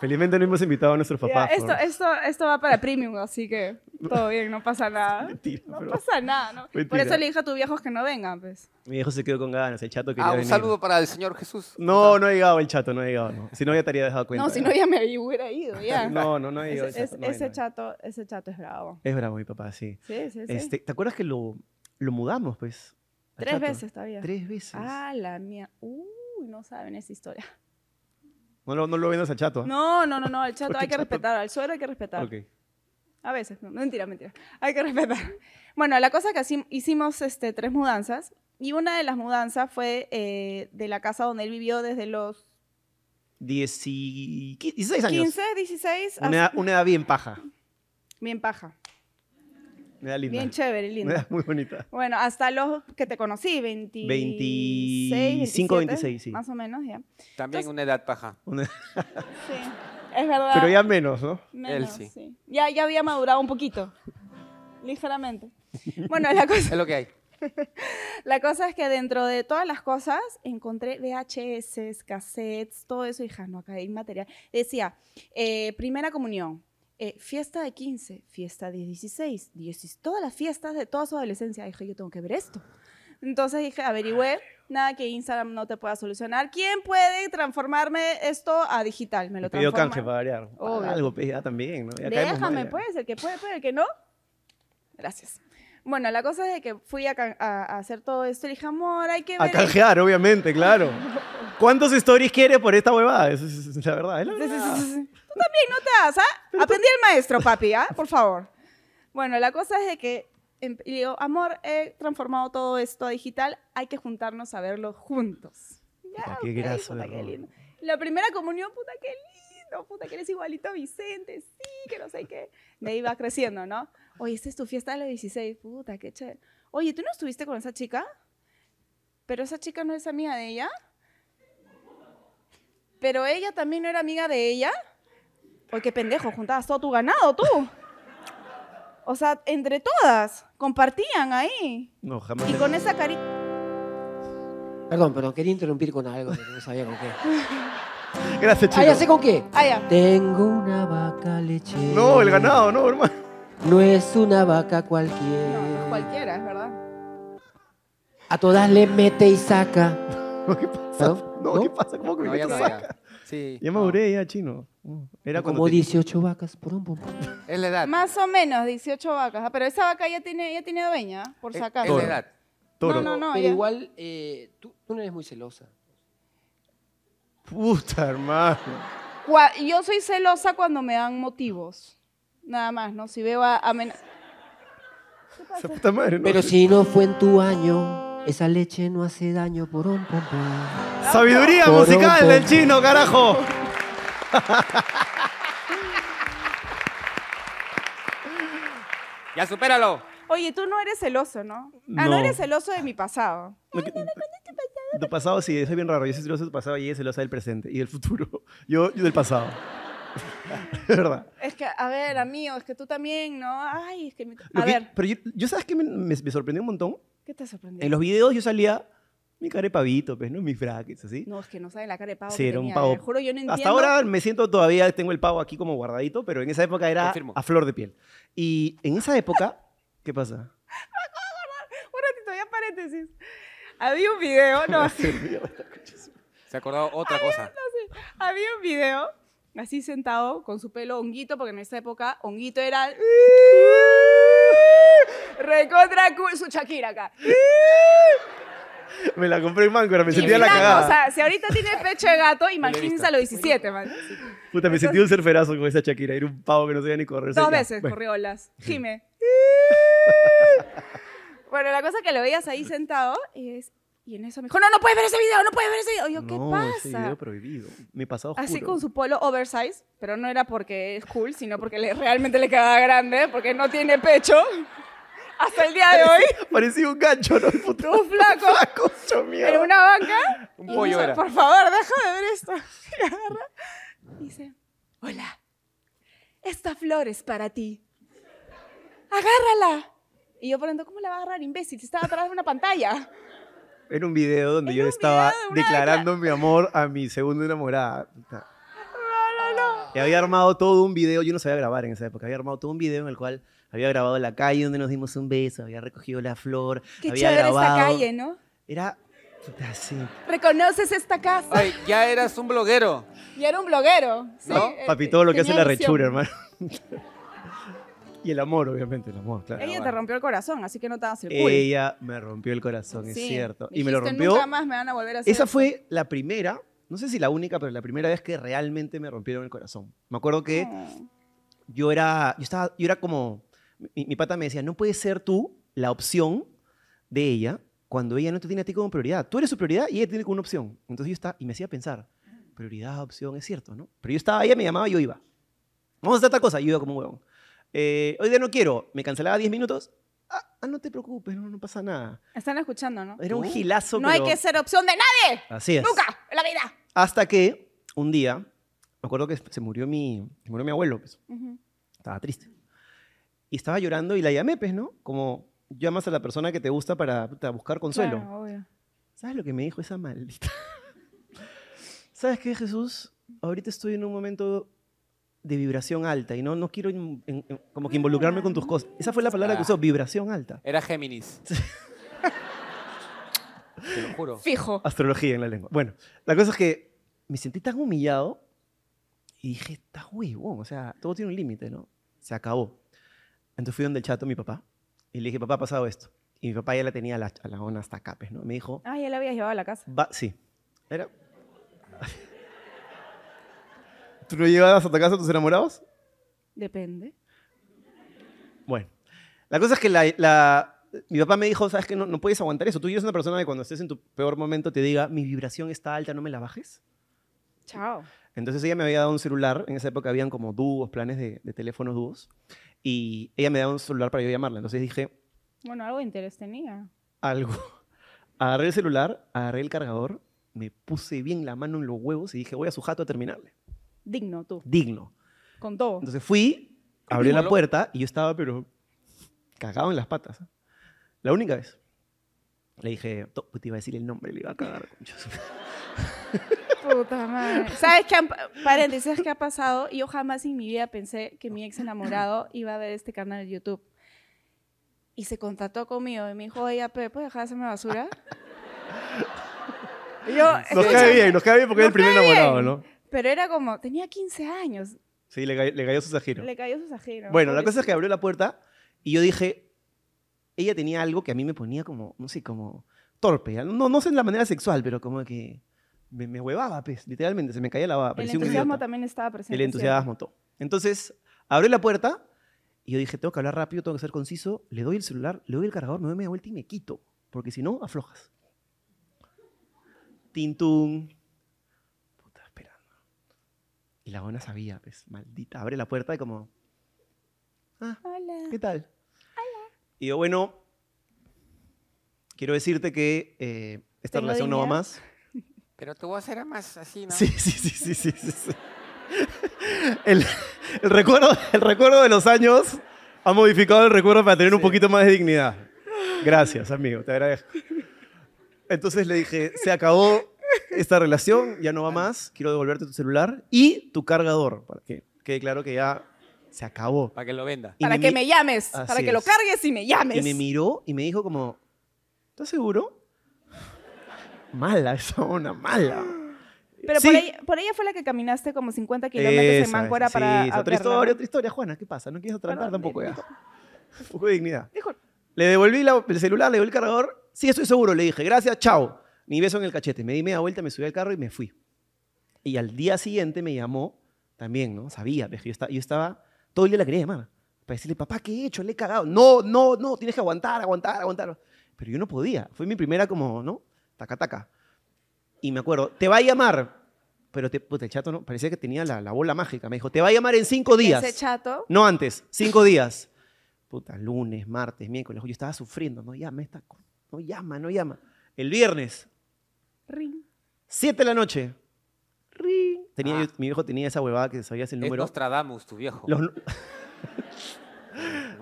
Felizmente no hemos invitado a nuestros
Ya,
papás.
esto,
¿no?
esto, esto va para premium, así que todo bien, no pasa nada.
Mentira,
no
pero-
pasa nada, ¿no? Por
Mentira.
eso le dije a tus viejos que no vengan, pues.
Mi hijo se quedó con ganas, el chato quería
Ah, un
venir.
saludo para el señor Jesús.
No, no ha llegado el chato, no ha llegado. no. Si no, ya te habría dejado cuenta.
No, si no ya me hubiera ido, ya.
No, no, no ha llegado
Ese,
el chato.
es-
no ha
ese
llegado.
chato, ese chato es bravo.
Es bravo mi papá, sí.
Sí, sí, sí.
Este, ¿Te acuerdas que lo, lo mudamos, pues? al
Tres
chato?
veces todavía.
Tres veces.
Ah, la mía. Uy, no saben esa historia.
No, lo- no lo vendas al chato. ¿ah?
No, no, no, no, al chato
Porque
hay que
chato-
respetar, al suelo hay que respetar.
Ok.
A veces, no, mentira, mentira. Hay que respetar. Bueno, la cosa que hacim- hicimos este, tres mudanzas y una de las mudanzas fue eh, de la casa donde él vivió desde los
Dieci- qui- 16 años.
15, 16,
Una, edad- una edad bien paja.
hasta- bien paja,
Una edad linda.
bien chévere,
Una
linda.
edad muy bonita.
Bueno, hasta los que te conocí, 26,
25, 26, sí.
Más o menos, ya.
También una edad paja.
Una-
Sí, es verdad.
Pero ya menos, ¿no?
Menos,
sí.
sí. Ya, ya había madurado un poquito, ligeramente. Bueno, la cosa,
Es lo que hay.
La cosa es que dentro de todas las cosas encontré VHS, cassettes, todo eso. y Hija, no, acá hay material. Decía, eh, primera comunión, eh, fiesta de 15, fiesta de 16, 16, todas las fiestas de toda su adolescencia. Dije, yo tengo que ver esto. Entonces dije, averigüé, nada que Instagram no te pueda solucionar. ¿Quién puede transformarme esto a digital? Me
Me
lo
pidió
transforma.
canje para variar.
Obvio.
Algo, pues, ya también, ¿no? Ya caemos mal,
Déjame,
ya.
pues, el que puede, puede, el que no. Gracias. Bueno, la cosa es de que fui a, can- a- a hacer todo esto y dije, amor, hay que
A
ver. esto".
canjear, obviamente, claro. ¿Cuántos stories quiere por esta huevada? Esa es, es la verdad, es la
Sí, sí, sí,
verdad.
sí, sí. Tú también no te das, ¿ah? Aprendí el maestro, papi, ¿ah? Por favor. Bueno, la cosa es de que em- y le digo, amor, he transformado todo esto a digital, hay que juntarnos a verlo juntos. Ya,
Puta, qué
ok,
graso
puta,
de
qué
Roma.
lindo. La primera comunión, puta, qué lindo, puta, que eres igualito a Vicente, sí, que no sé qué. Me iba creciendo, ¿no? Oye, esta es tu fiesta de los 16, puta, qué chévere. Oye, ¿tú no estuviste con esa chica? Pero esa chica no es amiga de ella. Pero ella también no era amiga de ella. Oye, qué pendejo, juntabas todo tu ganado, tú. O sea, entre todas, compartían ahí.
No, jamás.
Y con esa carita.
Perdón, perdón, quería interrumpir con algo, pero no sabía con qué.
Gracias,
Ah, ya sé
chicos.
con qué.
Ah, ya.
Tengo una vaca lechera.
No, el ganado, no, hermano.
No es una vaca cualquiera.
No, no es cualquiera, es verdad.
A todas le mete y saca.
¿Qué pasa?
¿Perdón?
No,
¿No?
¿qué pasa? ¿Cómo que
No,
me
ya
te
no,
saca?
Sí.
Ya maduré, ya chino. Era cuando.
Como
te-
18 vacas por un pum. pum.
Es la edad.
Más o menos 18 vacas, ah, pero esa vaca ya tiene, ya tiene dueña, por
Es-
si
Es
acaso.
la edad.
Toro.
No, no, no.
Pero
ya.
igual, eh, tú, tú no eres muy celosa.
Puta, hermano.
Cua- Yo soy celosa cuando me dan motivos. Nada más, ¿no? Si veo a... amen-
Esa puta madre, ¿no?
Pero si no fue en tu año, esa leche no hace daño por un pum. pum.
Sabiduría
Toro,
musical
toro.
del chino, carajo.
Ya supéralo.
Oye, tú no eres celoso, ¿no? Ah, no,
No.
eres celoso de mi pasado.
No, que- Tu pasado sí, soy bien raro. Yo soy celoso de tu pasado y ella es celosa del presente y del futuro. Yo, yo del pasado. De verdad.
Es que, a ver, amigo, es que tú también, ¿no? Ay, es que... mi-
Lo
A
que-
ver,
Pero yo, yo sabes que me, me- me sorprendió un montón.
¿qué te
En
sorprendió?
los videos yo salía mi cara de pavito, pues, ¿no? Mis brackets, así.
No, es que no saben la cara de pavo.
Sí,
que
era un
tenía,
pavo.
eh, Juro, yo no entiendo.
Hasta ahora me siento todavía, tengo el pavo aquí como guardadito, pero en esa época era
Confirmo.
a flor de piel. Y en esa época, ¿qué pasa?
Un ratito, ya paréntesis. Había un video, Oh, no,
Se acordó otra cosa.
había un video así sentado con su pelo honguito, porque en esa época honguito era... Recontra cool, su Shakira acá.
me la compré en manco, me sentía la
Imagínate, O
cagada.
sea, si ahorita tiene pecho de gato, imagínense a los 17, man.
Puta, me sentí un surferazo con esa Shakira, era un pavo que no sabía ni correr.
Dos
Sí, ya,
veces
bueno.
corrió olas. Jime. bueno, la cosa es que lo veías ahí sentado y, es- y en eso me dijo, no, no puedes ver ese video, no puedes ver ese video. Y yo, ¿qué
no, ese
pasa?
video prohibido. Mi pasado oscuro.
Así con su polo oversize, pero no era porque es cool, sino porque le- realmente le quedaba grande, porque no tiene pecho. Hasta el día de hoy,
Parecía un gancho, ¿no? El puto
Todo flaco.
flaco, yo
en
mierda.
una banca.
Un
y
pollo
dice,
era.
Por favor, deja de ver esto. Y agarra y dice, hola, esta flor es para ti. Agárrala. Y yo por dentro, ¿cómo la va a agarrar, imbécil? Si estaba atrás de una pantalla.
Era un video donde
Era
yo
un
estaba
video de una
declarando mi amor a mi segunda enamorada. Puta.
No, no, no.
Y había armado todo un video, yo no sabía grabar en esa época, había armado todo un video en el cual había grabado la calle donde nos dimos un beso, había recogido la flor,
Qué
había
chévere
grabado.
esta calle, ¿no?
Era puta, sí.
¿Reconoces esta casa?
Ay, ya eras un bloguero.
Y era un bloguero. sí,
No,
eh,
Papi, todo lo que hace
tenía
la
visión.
rechura, hermano. y el amor, obviamente, el amor, claro.
Ella te rompió el corazón, así que no te vas a hacer cool.
Ella me rompió el corazón, es
Sí,
cierto. Y me lo
dijiste,
rompió.
Nunca más me van a volver a hacer.
Esa fue la primera, no sé si la única, pero la primera vez que realmente me rompieron el corazón. Me acuerdo que
No.
yo era, yo estaba, yo era como, mi, mi pata me decía, no puedes ser tú la opción de ella cuando ella no te tiene a ti como prioridad. Tú eres su prioridad y ella te tiene como una opción. Entonces yo estaba, y me hacía pensar, prioridad, opción, es cierto, ¿no? Pero yo estaba, ella me llamaba y yo iba. Vamos a hacer tal cosa, yo iba como un huevón. Eh, hoy día no quiero, me cancelaba 10 minutos. Ah, ah, no te preocupes, no, no pasa nada.
Están escuchando, ¿no?
Era un gilazo,
No hay
pero...
que ser opción de nadie.
Así es.
Nunca en la vida.
Hasta que un día, me acuerdo que se murió mi, se murió mi abuelo, pues.
Ujú.
Estaba triste. Y estaba llorando y la llamé, pues, ¿no? Como llamas a la persona que te gusta para puta, buscar consuelo.
Claro, Ah, obvio.
¿Sabes lo que me dijo esa maldita? ¿Sabes qué, Jesús? Ahorita estoy en un momento de vibración alta y no, no quiero in- en- en- como que involucrarme con tus cosas. Esa fue la palabra que
Ah.
usó, vibración alta.
Era Géminis. Te lo juro.
Fijo.
Astrología en la lengua. Bueno, la cosa es que me sentí tan humillado y dije, está huevón, o sea, todo tiene un límite, ¿no? Se acabó. Entonces fui donde el chato, mi papá, y le dije, papá, ha pasado esto. Y mi papá ya la tenía a la, a la ona hasta acá, pues, ¿no? Me dijo,
Ah, ya la habías llevado a la casa.
va, sí. Era... ¿Tú no llevabas a tu casa a tus enamorados?
Depende.
Bueno, la cosa es que la, la- mi papá me dijo, sabes que no, no puedes aguantar eso. Tú eres una persona que cuando estés en tu peor momento te diga, mi vibración está alta, no me la bajes.
Chao.
Entonces ella me había dado un celular, en esa época habían como dúos, planes de, de teléfonos dúos, y ella me daba un celular para yo llamarla. Entonces dije,
Bueno, algo de interés tenía.
algo. Agarré el celular, agarré el cargador, me puse bien la mano en los huevos y dije, voy a su jato a terminarle.
Digno tú.
Digno.
Con todo.
Entonces fui, abrí la
Molo.
puerta y yo estaba, pero cagado en las patas. La única vez. Le dije, "To- pues, te iba a decir el nombre, le iba a cagar. concha su-
Puta madre. ¿Sabes qué? han pa- Paréntesis, ¿qué ha pasado? Yo jamás en mi vida pensé que mi ex enamorado iba a ver este canal de YouTube. Y se contactó conmigo y me dijo, oye, Pepe, ¿puedes dejar de hacerme basura? Y yo,
Nos
escúchame,
cae bien, nos cae bien porque es el
nos
primer
cae
enamorado,
bien.
¿no?
Pero era como, tenía 15 años,
Sí, le, cayó- le cayó su sajero.
le cayó su sajero.
Bueno, la
pobrecito.
cosa es que abrió la puerta y yo dije, ella tenía algo que a mí me ponía como, no sé, como torpe. No, no sé en la manera sexual, pero como que me, me huevaba, pues, literalmente, se me caía la baba.
El
parecía un
entusiasmo
idiota.
también estaba presente.
El entusiasmo, todo. Entonces, abrió la puerta y yo dije, tengo que hablar rápido, tengo que ser conciso, le doy el celular, le doy el cargador, me doy media vuelta y me quito, porque si no, aflojas. Tintún. Puta, esperando. Y la buena sabía, pues, maldita, abre la puerta y como, ah,
Hola.
¿Qué tal? Y yo, bueno, quiero decirte que eh, esta
Tengo
relación no va
dinero.
más.
Pero tu voz era más así, ¿no?
Sí, sí, sí, sí, sí. sí, sí. El, el recuerdo, el recuerdo de los años ha modificado el recuerdo para tener un poquito más de dignidad. Gracias, amigo, te agradezco. Entonces le dije, se acabó esta relación, ya no va más, quiero devolverte tu celular y tu cargador, para que quede claro que ya se acabó.
Para que lo venda.
Y
Para que
mi-
me llames,
Así
para que lo
es.
cargues y me llames.
y me miró y me dijo como, ¿estás seguro? Mala esa una, mala.
Pero
Sí.
por, ella, por ella fue la que caminaste como 50 kilómetros en
Esa,
Máncora
sí,
para...
esa, otra
verla, ¿no?
historia, otra historia, Juana, ¿qué pasa? No quieres atracar
Perdón,
tampoco ya.
dijo-
Un poco de dignidad.
dijo-
Le devolví la- el celular, le devolví el cargador. Sí, estoy seguro, le dije. Gracias, chao. Mi beso en el cachete. Me di media vuelta, me subí al carro y me fui. Y al día siguiente me llamó también, ¿no? Sabía, pues, yo, esta- yo estaba... Todo el día la quería llamar. Para decirle, papá, ¿qué he hecho? Le he cagado. No, no, no, tienes que aguantar, aguantar, aguantar. Pero yo no podía. Fue mi primera como, ¿no? Taca, taca. Y me acuerdo, te va a llamar. Pero te, puta, el chato no, parecía que tenía la, la bola mágica. Me dijo, te va a llamar en cinco días.
Ese chato.
No antes, cinco días. Puta, lunes, martes, miércoles. Yo estaba sufriendo. No llama esta. co- No llama, no llama. El viernes,
Ring.
7 de la noche. Ring. Tenía, yo- mi viejo tenía esa huevada que sabías el
Ah. Es
número.
Nostradamus, tu viejo.
Los nu-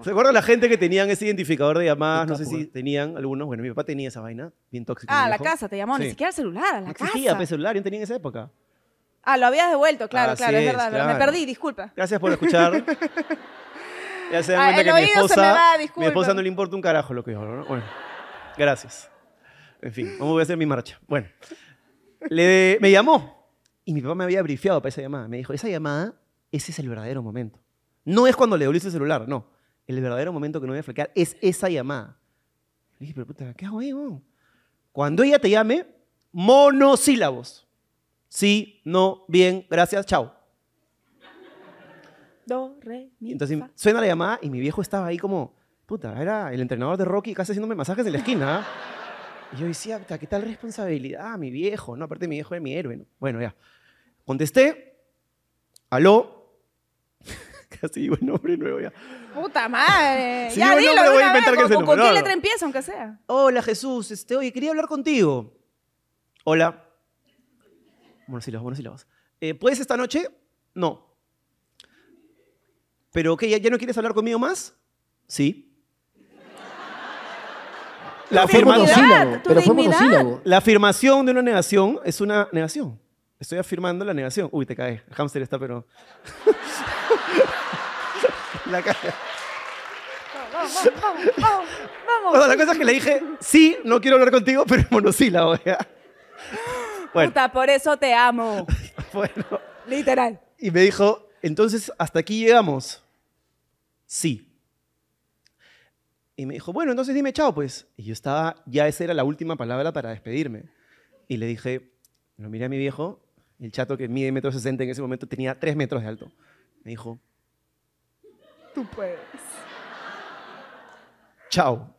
¿Se acuerdan la gente que tenían ese identificador de llamadas? No sé si tenían algunos. Bueno, mi papá tenía esa vaina, bien tóxica.
Ah,
mi
a la
viejo.
casa te llamó,
Sí.
ni siquiera al celular, a la
No
casa.
existía pues, celular, yo tenía en esa época.
Ah, lo habías devuelto, claro,
Así
claro, es
es,
verdad. me-
claro.
Me perdí, disculpa.
Gracias por escuchar. ya se dan
Ah,
cuenta
el
que mi
oído se me
esposa,
va,
mi
disculpa.
esposa no le importa un carajo lo que yo hablo, ¿no? Bueno, gracias. En fin, ¿cómo voy a hacer mi marcha? Bueno, le- me llamó y mi papá me había brifeado para esa llamada. Me dijo, esa llamada, ese es el verdadero momento. No es cuando le devolviste el celular, no. El verdadero momento que no voy a flequear es esa llamada. Le dije, pero puta, ¿qué hago ahí, huevón? Cuando ella te llame, monosílabos. Sí, no, bien, gracias, chao.
Do, re, mi,
Y Entonces
fa.
suena la llamada y mi viejo estaba ahí como, puta, era el entrenador de Rocky casi haciéndome masajes en la esquina. ¿ah?". Y yo decía, puta, ¿qué tal responsabilidad? Mi viejo, no, aparte mi viejo era mi héroe. ¿no? Bueno, ya. Contesté, aló. casi digo el nombre nuevo ya.
Puta madre.
Si
ya
digo el
dilo,
nombre,
de
voy a
una vez,
inventar que
¿con-
es el
¿Con,
número,
qué
no, no.
letra empieza, aunque sea?
Hola Jesús, este, oye, quería hablar contigo. Hola. Monosílabos, monosílabos. Eh, ¿Puedes esta noche? No. ¿Pero qué? ¿Ya, ya no quieres hablar conmigo más? Sí. La,
fue
afirma-
monosílabo. dignidad, tu
pero fue
dignidad.
monosílabo.
la afirmación de una negación es una negación. Estoy afirmando la negación. Uy, te cae. El hámster está, pero. la cae.
Vamos, vamos, vamos,
O sea,
vamos.
la cosa es que le dije, sí, no quiero hablar contigo, pero es monosílabo, ya. Bueno,
Puta, por eso te amo.
bueno.
Literal.
Y me dijo, entonces, ¿hasta aquí llegamos? Sí. Y me dijo, bueno, entonces dime chao, pues. Y yo estaba, ya esa era la última palabra para despedirme. Y le dije, lo miré a mi viejo, el chato que mide metro sesenta en ese momento tenía tres metros de alto. Me dijo,
Tú puedes.
chao.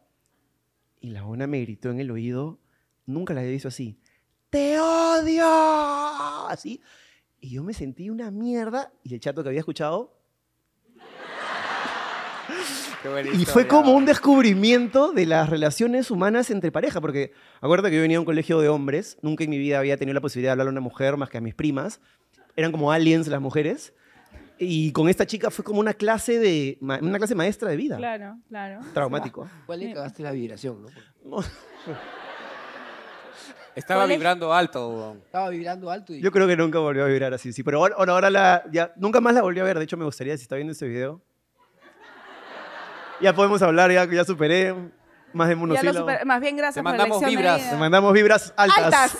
Y la ona me gritó en el oído, nunca la había visto así, te odio, así. Y yo me sentí una mierda y el chato que había escuchado
Qué buena
Y
historia.
fue como un descubrimiento de las relaciones humanas entre pareja, porque acuérdate que yo venía a un colegio de hombres, nunca en mi vida había tenido la posibilidad de hablar a una mujer más que a mis primas, eran como aliens las mujeres, y con esta chica fue como una clase, de, ma- una clase maestra de vida.
Claro, claro.
Traumático. ¿ah?
¿Cuál le cagaste la vibración? ¿no?
No,
Estaba
¿Cuál es?
vibrando alto, huevón.
Estaba vibrando alto y
Yo creo que nunca volvió a vibrar así, sí, pero ahora, ahora- ahora la, ya, nunca más la volví a ver, de hecho me gustaría, si está viendo este video, ya podemos hablar, ya, ya superé más de
Ya lo
monosílabo.
super- más bien gracias
Te
por la
mandamos
lección de
vibras.
vida.
Te mandamos vibras altas.
Altas.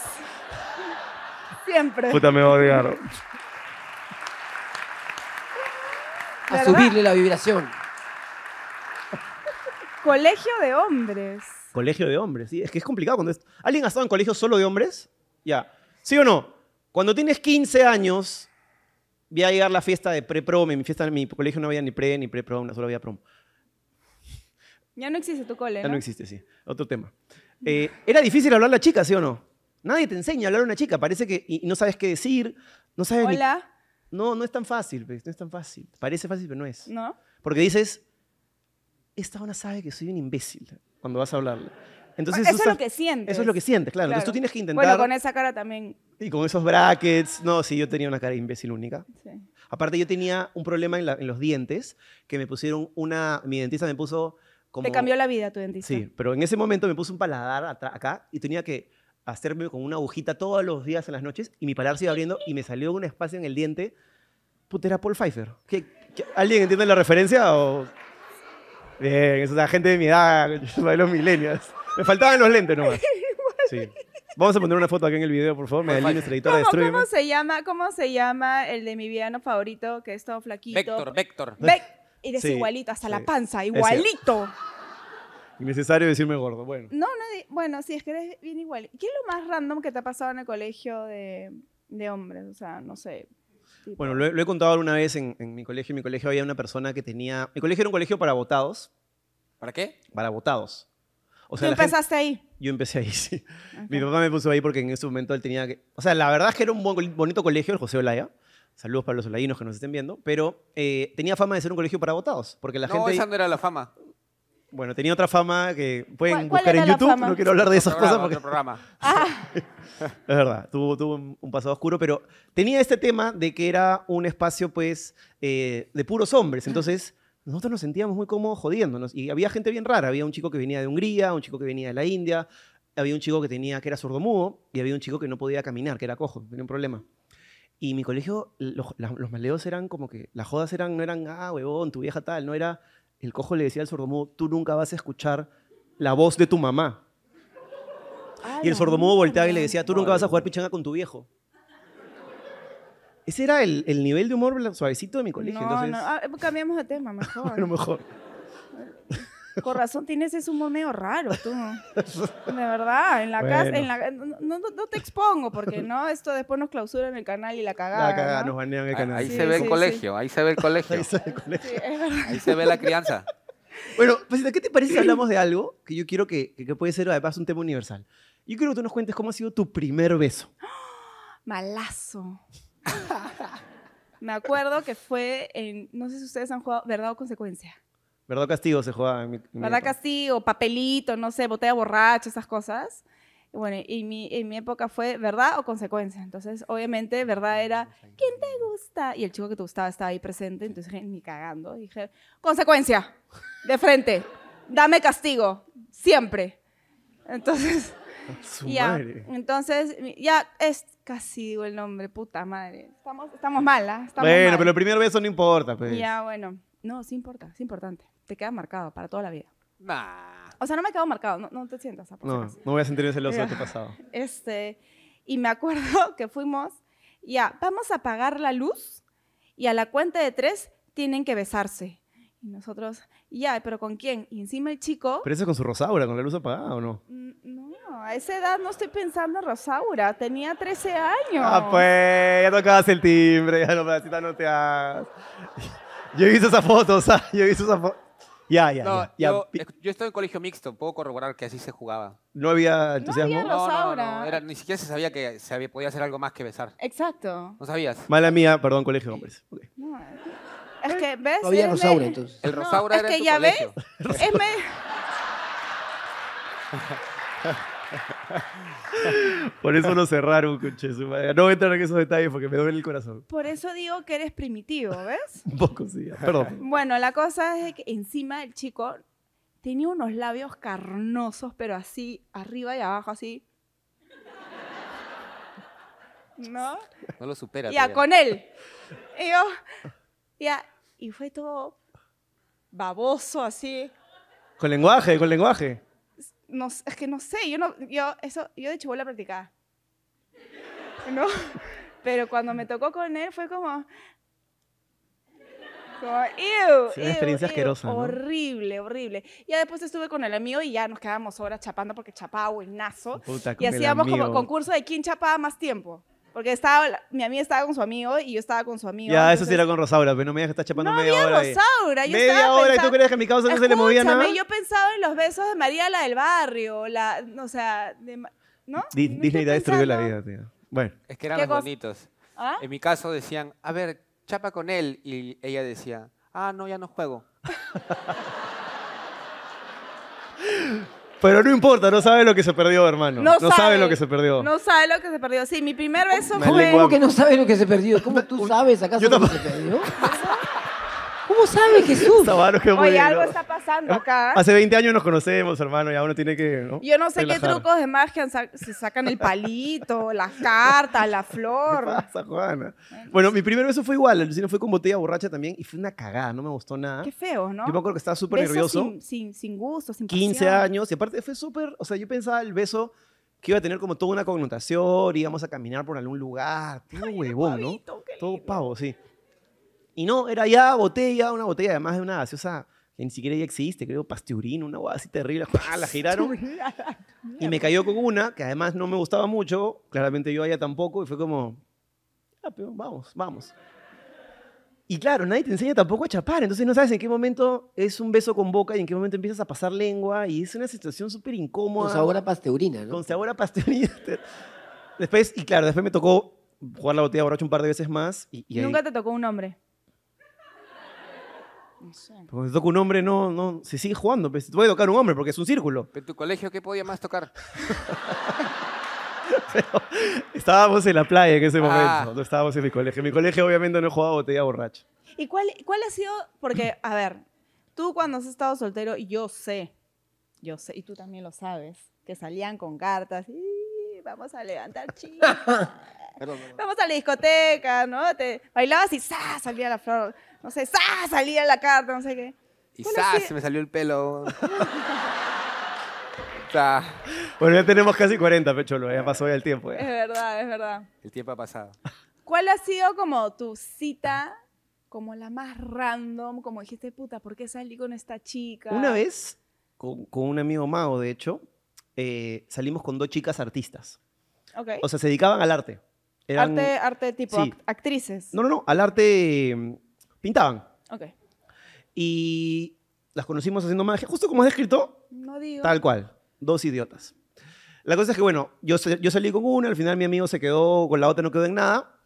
Siempre.
Puta, me va a odiar.
A
¿Verdad?
subirle la vibración.
Colegio de hombres.
Colegio de hombres, sí. Es que es complicado cuando es... ¿Alguien ha estado en colegios solo de hombres? Ya. ¿Sí o no? Cuando tienes 15 años, voy a llegar la fiesta de pre-prom. En mi fiesta, en mi colegio no había ni pre ni pre-prom, solo había prom.
Ya no existe tu cole,
Ya
¿no?
no existe, sí. Otro tema. Eh, era difícil hablar a la chica, ¿sí o no? Nadie te enseña a hablar a una chica. Parece que... Y y no sabes qué decir. No sabes ni-
Hola,
No, no es tan fácil, pues, no es tan fácil. Parece fácil, pero no es.
¿no?
Porque dices, esta ona sabe que soy un imbécil cuando vas a hablarle. Entonces,
eso es
usas-
lo que sientes.
Eso es lo que sientes, claro. Entonces
Claro.
tú tienes que intentar.
Bueno, con esa cara también.
Y con esos brackets. No, sí, yo tenía una cara de imbécil única.
sí.
Aparte, yo tenía un problema en, la- en los dientes que me pusieron una. Mi dentista me puso como.
Te cambió la vida tu dentista.
Sí, pero en ese momento me puso un paladar atra- acá y tenía que hacerme con una agujita todos los días en las noches y mi paladar se iba abriendo y me salió un espacio en el diente. Puta, era Paul Pfeiffer. ¿Qué- qué- alguien entiende la referencia? O... Bien, eso es la gente de mi edad, de los millennials. Me faltaban los lentes nomás. Sí. Vamos a poner una foto acá en el video, por favor. Me Medellín, nuestra editora,
¿Cómo,
destruye.
cómo se llama, ¿Cómo se llama el de mi villano favorito, que es todo flaquito?
Vector, Vector.
Ve- y es
Sí,
igualito, hasta
sí.
la panza,
Es
igualito.
Innecesario decirme gordo. Bueno.
No, no, di- bueno, sí, es que eres bien igual. ¿Qué es lo más random que te ha pasado en el colegio de, de hombres? O sea, no sé. tipo-
Bueno, lo he, lo he contado alguna vez en, en mi colegio. En mi colegio había una persona que tenía. Mi colegio era un colegio para votados.
¿Para qué?
Para votados. O
Tú
la gente-
empezaste ahí.
Yo empecé ahí, sí. Mi papá me puso ahí porque en ese momento él tenía que... O sea, la verdad es que era un buen cole- bonito colegio, el José Olaya. Saludos para los olayinos que nos estén viendo. Pero eh, tenía fama de ser un colegio para votados. Porque la
no,
gente...
esa no era la fama.
Bueno, tenía otra fama que
¿Cuál-
pueden
cuál
buscar en
era la
YouTube.
fama?
No quiero hablar de esas
Otro
cosas
programa,
porque...
otro programa.
Es verdad, tuvo, tuvo un, un pasado oscuro, pero tenía este tema de que era un espacio, pues, eh, de puros hombres. Entonces, nosotros nos sentíamos muy cómodos jodiéndonos. Y había gente bien rara. Había un chico que venía de Hungría, un chico que venía de la India, había un chico que tenía que era sordomudo y había un chico que no podía caminar, que era cojo, tenía un problema. Y mi colegio, los, la- los maleos eran como que, las jodas eran, no eran, ah, huevón, tu vieja tal, no era, el cojo le decía al sordomudo, tú nunca vas a escuchar la voz de tu mamá. Y el sordomudo volteaba y le decía, tú nunca vas a jugar pichanga con tu viejo. Ese era el, el nivel de humor bla- suavecito de mi colegio.
No,
entonces,
no, ah, cambiamos de tema,
a
mejor.
lo mejor.
Con razón tienes ese humor medio raro, tú. De verdad, en la casa, en la- no, no- no te expongo porque no, esto después nos clausuran el canal y la cagada.
La cagada,
¿no?
nos banean el canal.
Ahí
Sí,
se ve
sí,
el colegio, ahí se ve el colegio.
Ahí está el colegio.
Sí, es verdad.
Ahí se ve la crianza.
Bueno, Pasita, ¿qué te parece si hablamos de algo que yo quiero que, que- que puede ser además un tema universal? Yo quiero que tú nos cuentes cómo ha sido tu primer beso.
Malazo. Me acuerdo que fue en, no sé si ustedes han jugado, ¿verdad o consecuencia?
¿Verdad o castigo se jugaba en mi, en mi
¿Verdad
época?
castigo, papelito, no sé, botella borracha, esas cosas? Y Bueno, y mi, en mi época fue verdad o consecuencia. Entonces, obviamente, verdad era, ¿quién te gusta? Y el chico que te gustaba estaba ahí presente, entonces dije, ni cagando. Dije, consecuencia, de frente, dame castigo, siempre. Entonces,
Su
ya,
madre.
entonces, mi- ya es casi digo el nombre, puta madre. Estamos, estamos mal, ¿ah? Estamos
Bueno,
mal.
pero el primer beso no importa, pues.
Ya, bueno. No, sí importa, es importante. Te queda marcado para toda la vida.
Nah.
O sea, no me quedó marcado, no, no te sientas, ah, por si
No,
acaso.
no voy a sentir ese celoso de
Ya.
tu pasado.
Este, y me acuerdo que fuimos, ya, vamos a apagar la luz y a la cuenta de tres tienen que besarse. Y nosotros, ya, pero ¿con quién? Y encima el chico...
¿Pero eso es con su rosaura, con la luz apagada o no?
Mm, No, a esa edad no estoy pensando en Rosaura, tenía 13 años.
Ah, pues, ya tocabas el timbre, ya no, Pasita, no te hagas. Yo he visto esa foto, o sea, yo he visto esa foto. Ya, ya,
No,
ya. ya.
yo, eh,
Pi-
yo estoy en colegio mixto, puedo corroborar que así se jugaba.
No había entusiasmo.
había-
No, no, no,
Rosaura.
no, era- ni siquiera se sabía que se había, podía hacer algo más que besar.
Exacto.
¿No sabías?
Mala mía, perdón, colegio de hombres. Ok.
No, es- Es que, ¿ves?
No había
Eres
Rosaura
me-
entonces.
El
No,
Rosaura
es
era
que
en tu
ya ves.
colegio.
Es me-
Por eso lo cerraron, coche. su madre. No voy a entrar en esos detalles porque me duele el corazón.
Por eso digo que eres primitivo, ¿ves?
Un poco, sí. ya. Perdón.
Bueno, la cosa es de que encima el chico tenía unos labios carnosos, pero así, arriba y abajo, así. ¿No?
No lo supera.
Ya,
todavía.
con él. Y yo, ya, y fue todo baboso, así.
Con lenguaje, con lenguaje.
No, s- es que no sé, yo no, yo, eso, yo de chibola practicaba. ¿no? Pero cuando me tocó con él fue como... Como, "Ew,
Sí, una
ew,
experiencia
ew".
asquerosa, ¿no?
Horrible, horrible. Ya después estuve con el amigo y ya nos quedábamos horas chapando porque chapaba buenazo.
Puta,
Y
con el
hacíamos como
amigo.
concurso de quién chapaba más tiempo. Porque estaba, la- mi amiga estaba con su amigo y yo estaba con su amigo.
Ya, eso sí
entonces-
era con Rosaura, pero no me digas que estás chapando
No
media
había
hora. ahí.
Rosaura, yo
media
estaba
hora y tú
pensando-
crees que a mi causa no se le movía nada.
Escúchame, yo pensaba en los besos de María, la del barrio, la, o sea, de ma- ¿no?
Di-
Me
Disney te
quedé
ha destruido la
pensando,
vida, tío. Bueno,
Es que eran
¿Qué
los
cosa?
bonitos.
¿Ah?
En mi caso decían, a ver, chapa con él. Y ella decía, ah, no, ya no juego.
pero no importa, no sabe lo que se perdió, hermano. No, sabe. lo que se perdió.
No sabe lo que se perdió. Sí, mi primer beso
Una
fue.
lengua-
¿Cómo que no sabe lo que se perdió? ¿Cómo tú sabes acaso
yo
lo que se perdió? ¿Cómo sabe Jesús?
Sabaro, Ah, qué
Oye,
bueno. Ah,
algo está pasando acá.
Hace 20 años nos conocemos, hermano, ya uno tiene que. ¿no?
Yo no sé qué
Relajar.
trucos de magia han sa- se sacan el palito, las cartas, la
¿Qué
flor.
pasa, Juana? Bueno, mi primer beso fue igual, Lucina fue con botella borracha también y fue una cagada, no me gustó nada.
Qué feo, ¿no?
Yo me acuerdo que estaba súper
Besos
nervioso.
Sin, sin, sin gusto, sin
15
pasión.
años, y aparte fue súper, o sea, yo pensaba el beso que iba a tener como toda una connotación, íbamos a caminar por algún lugar, todo huevón, ¿no?
Pavito, qué
Todo
lindo.
pavo, sí. Y no, era ya botella, una botella además de una gaseosa que ni siquiera ya existe, creo, pasteurino, una hueá así terrible, ¡pah! la giraron y me cayó con una que además no me gustaba mucho, claramente yo a ella tampoco, y fue como, "Ya, Ah, pero vamos, vamos. Y claro, nadie te enseña tampoco a chapar, entonces no sabes en qué momento es un beso con boca y en qué momento empiezas a pasar lengua y es una situación súper incómoda.
Con sabor a pasteurina, ¿no?
Con sabor a pasteurina. Después, y claro, después me tocó jugar la botella borracha un par de veces más y, y ahí-
Nunca te tocó un hombre. No sé.
Cuando te pues, toca un hombre, no, no, se sigue jugando. Pues, te puede tocar un hombre porque es un círculo.
¿En tu colegio qué podía más tocar?
Estábamos en la playa en ese
Ah.
momento. No estábamos en mi colegio. En mi colegio, obviamente, no he jugado botella borracha.
¿Y cuál, cuál ha sido? Porque, a ver, tú cuando has estado soltero, yo sé, yo sé, y tú también lo sabes, que salían con cartas, "Y, vamos a levantar chicas,
Perdón, perdón.
vamos a la discoteca, ¿no? Te bailabas y ¡sa! salía la flor, no sé, ¡sa! salía la carta, no sé qué.
Y
¿Cuál
¡zas!
ha sido?
se me salió el pelo. Ta,
Bueno, ya tenemos casi 40, Pecholo. Ya pasó ya el tiempo.
Es
ya.
verdad, es verdad.
el tiempo ha pasado.
¿Cuál ha sido como tu cita, como la más random, como dijiste, puta, ¿por qué salí con esta chica?
Una vez, con, con un amigo mago, de hecho, eh, salimos con dos chicas artistas.
Ok.
O sea, se dedicaban al arte. Eran-
arte, arte tipo
sí.
act- actrices.
No, no, no, al arte eh, pintaban.
Ok.
Y las conocimos haciendo magia, justo como has descrito,
No digo.
Tal cual, dos idiotas. La cosa es que, bueno, yo, sa- yo salí con una, al final mi amigo se quedó con la otra, no quedó en nada,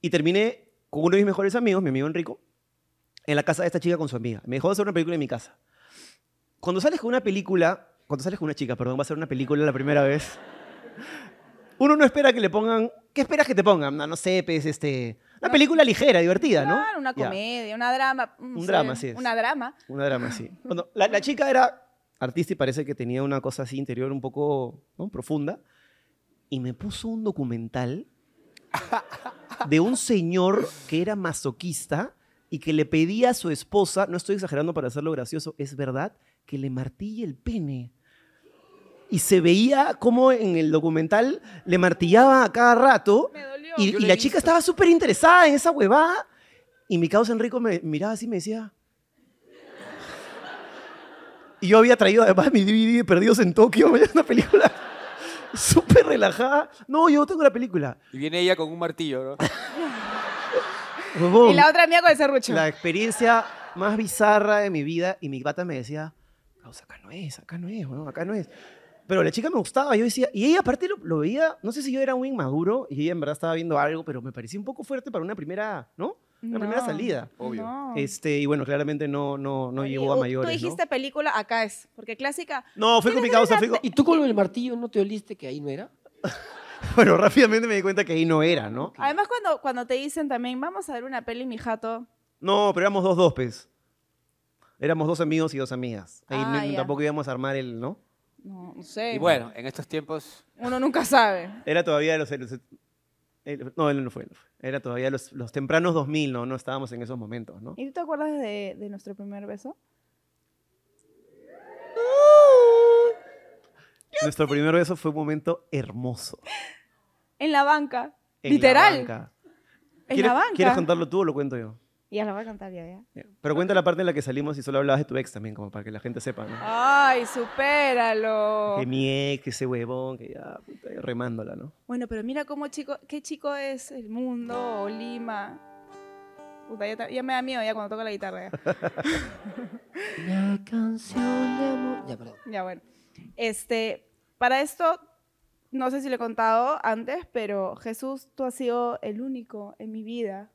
y terminé con uno de mis mejores amigos, mi amigo Enrico, en la casa de esta chica con su amiga. Me dejó hacer una película en mi casa. Cuando sales con una película, cuando sales con una chica, perdón, va a ser una película la primera vez, uno no espera que le pongan, ¿qué esperas que te pongan? No, no sé, pues, este, una película ligera, divertida, ¿no?
Claro, una
Ya.
comedia, una drama. no
Un
sé,
drama, así es.
Una drama.
Una drama, sí. Bueno, la, la chica era artista y parece que tenía una cosa así interior un poco ¿no? profunda. Y me puso un documental de un señor que era masoquista y que le pedía a su esposa, no estoy exagerando para hacerlo gracioso, es verdad, que le martille el pene. Y se veía como en el documental le martillaba a cada rato.
Me dolió.
Y,
Yo
y
lo he
la chica
visto.
estaba súper interesada en esa huevada. Y mi causa Enrico me miraba así y me decía. Y yo había traído además mi DVD de Perdidos en Tokio, una película súper relajada. No, yo tengo la película.
Y viene ella con un martillo, ¿no?
Huevón,
Y la otra mía con el serrucho.
la experiencia más bizarra de mi vida. Y mi pata me decía, causa, acá no es, acá no es, huevón, acá no es. Pero la chica me gustaba, yo decía, y ella aparte lo, lo veía, no sé si yo era muy inmaduro y ella en verdad estaba viendo algo, pero me parecía un poco fuerte para una primera, ¿no? Una primera
No,
salida.
Obvio.
no.
Este, y bueno, claramente no, no, no
Y
llegó a
u-
mayores.
Tú
¿no?
dijiste película, acá es. Porque clásica.
No, fue con mi causa. fue con-
¿Y tú con el martillo no te oliste que ahí no era?
Bueno, rápidamente me di cuenta que ahí no era, ¿no?
Además, cuando, cuando te dicen también, vamos a ver una peli, mi jato.
No, pero éramos dos dopes. Éramos dos amigos y dos amigas. Ahí
Ah,
no-
ya. Eh.
tampoco íbamos a armar el, ¿no?
No, no sé.
Y bueno, en estos tiempos,
Uno nunca sabe.
Era todavía de los... de los- el- no, él no fue, él no fue. Era todavía los, los tempranos 2000, ¿no? No estábamos en esos momentos, ¿no?
¿Y tú te acuerdas de, de nuestro primer beso?
Nuestro primer beso fue un momento hermoso.
En la banca.
en
Literal.
la banca.
En
¿Quieres-
la banca.
¿Quieres contarlo tú o lo cuento yo?
Ya lo voy a contar ya, ya.
Pero cuenta la parte en la que salimos y solo hablabas de tu ex también, como para que la gente sepa, ¿no?
Ay, supéralo.
Que mi ex, que ese huevón, que ya, puta, remándola, ¿no?
Bueno, pero mira cómo chico, qué chico es el mundo o Lima. Puta, ya, ta- ya me da miedo ya cuando toca la guitarra. Ya,
Una canción de amor. Ya, perdón.
Ya, bueno. Este, para esto, no sé si lo he contado antes, pero Jesús, tú has sido el único en mi vida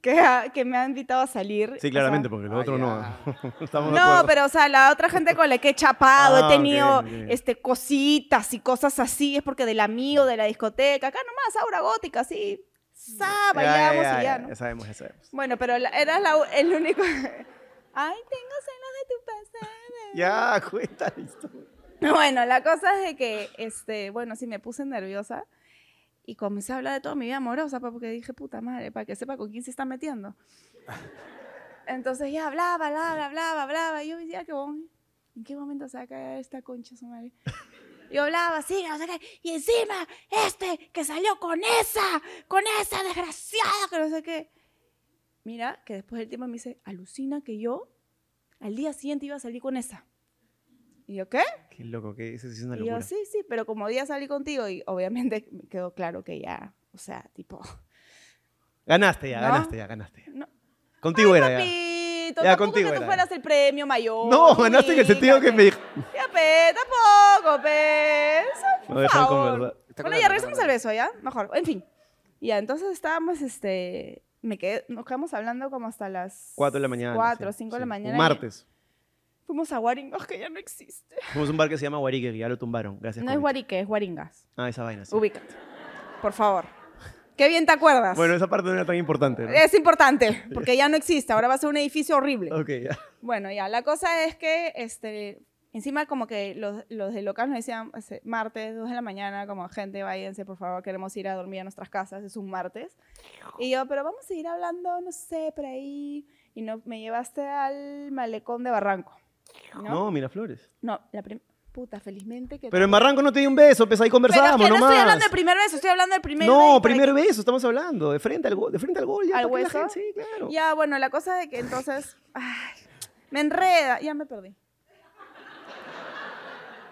que, ha- que me ha invitado a salir. O
Sí,
sea,
claramente, porque los otros no. Estamos de
No,
acuerdo.
pero o sea, la otra gente con la que he chapado,
Ah,
he tenido
ok, ok.
este cositas y cosas así, es porque del amigo de la discoteca, acá nomás, aura gótica, así, sa, bailamos Ah, y ya, ¿no?
Mm. Ya sabemos, ya sabemos.
Bueno, pero la- eras la u- el único. Ay, tengo celos de tu pasado.
Ya, cuenta la historia.
Bueno, la cosa es de que, este, bueno, sí me puse nerviosa y comencé a hablar de toda mi vida amorosa, pa, porque dije, puta madre, para que sepa con quién se está metiendo. Entonces ya hablaba, hablaba, hablaba, hablaba. Y yo decía, que bon, ¿en qué momento se va a caer esta concha su madre? Yo hablaba así, no sé qué, y encima este que salió con esa, con esa desgraciada, que no sé qué. Mira, que después del tiempo me dice, alucina que yo al día siguiente iba a salir con esa. Y yo, ¿qué?
Qué loco, que eso sí es una
Y yo,
locura.
sí, sí, pero como día salí contigo y obviamente me quedó claro que ya, o sea, tipo,
Ganaste ya,
¿No?
ganaste ya, ganaste. ya.
No.
Contigo era ya.
papito,
Ya,
tampoco
contigo
que tú
era.
fueras el premio mayor.
No, ganaste en el sentido que me dijo.
Ya, pe, tampoco, pe.
No
Por
dejan
favor.
conversar.
Está
Bueno,
claro,
ya
está
regresamos al
claro.
beso, ¿ya? Mejor, en fin. Ya, entonces estábamos, este, me quedé, nos quedamos hablando como hasta las...
4 de la mañana.
4,
sí,
5 de la
sí.
mañana.
Un
y
martes.
Fuimos a Guaringas, que ya no existe.
Fuimos a un bar que se llama Guarique, que ya lo tumbaron. Gracias.
No es
COVID.
Guarique, es Guaringas.
Ah, esa vaina. sí.
Ubícate. Por favor. Qué bien te acuerdas.
Bueno, esa parte no era tan importante. ¿no?
Es importante, Eh, porque ya no existe, ahora va a ser un edificio horrible.
Ok, ya.
Bueno, ya, la cosa es que, este, encima como que los, los del local nos decían, este, martes, 2 de la mañana, como, gente, váyanse, por favor, queremos ir a dormir a nuestras casas, es un martes. Y yo, pero vamos a seguir hablando, no sé, por ahí. Y no, me llevaste al malecón de Barranco. No, no,
No, mira flores.
la prim- Puta, felizmente que...
Pero en Barranco no te di un beso, pues ahí
Pero es
conversamos
que no
nomás.
estoy hablando del primer beso, estoy hablando del primer
no,
date, por ahí
primer beso, estamos hablando. De frente al gol, de frente al gol, ya.
¿Al
¿para qué la
hueso?
gente? Sí, claro.
Ya, bueno, la cosa de que entonces. ay, me enreda. Ya me perdí.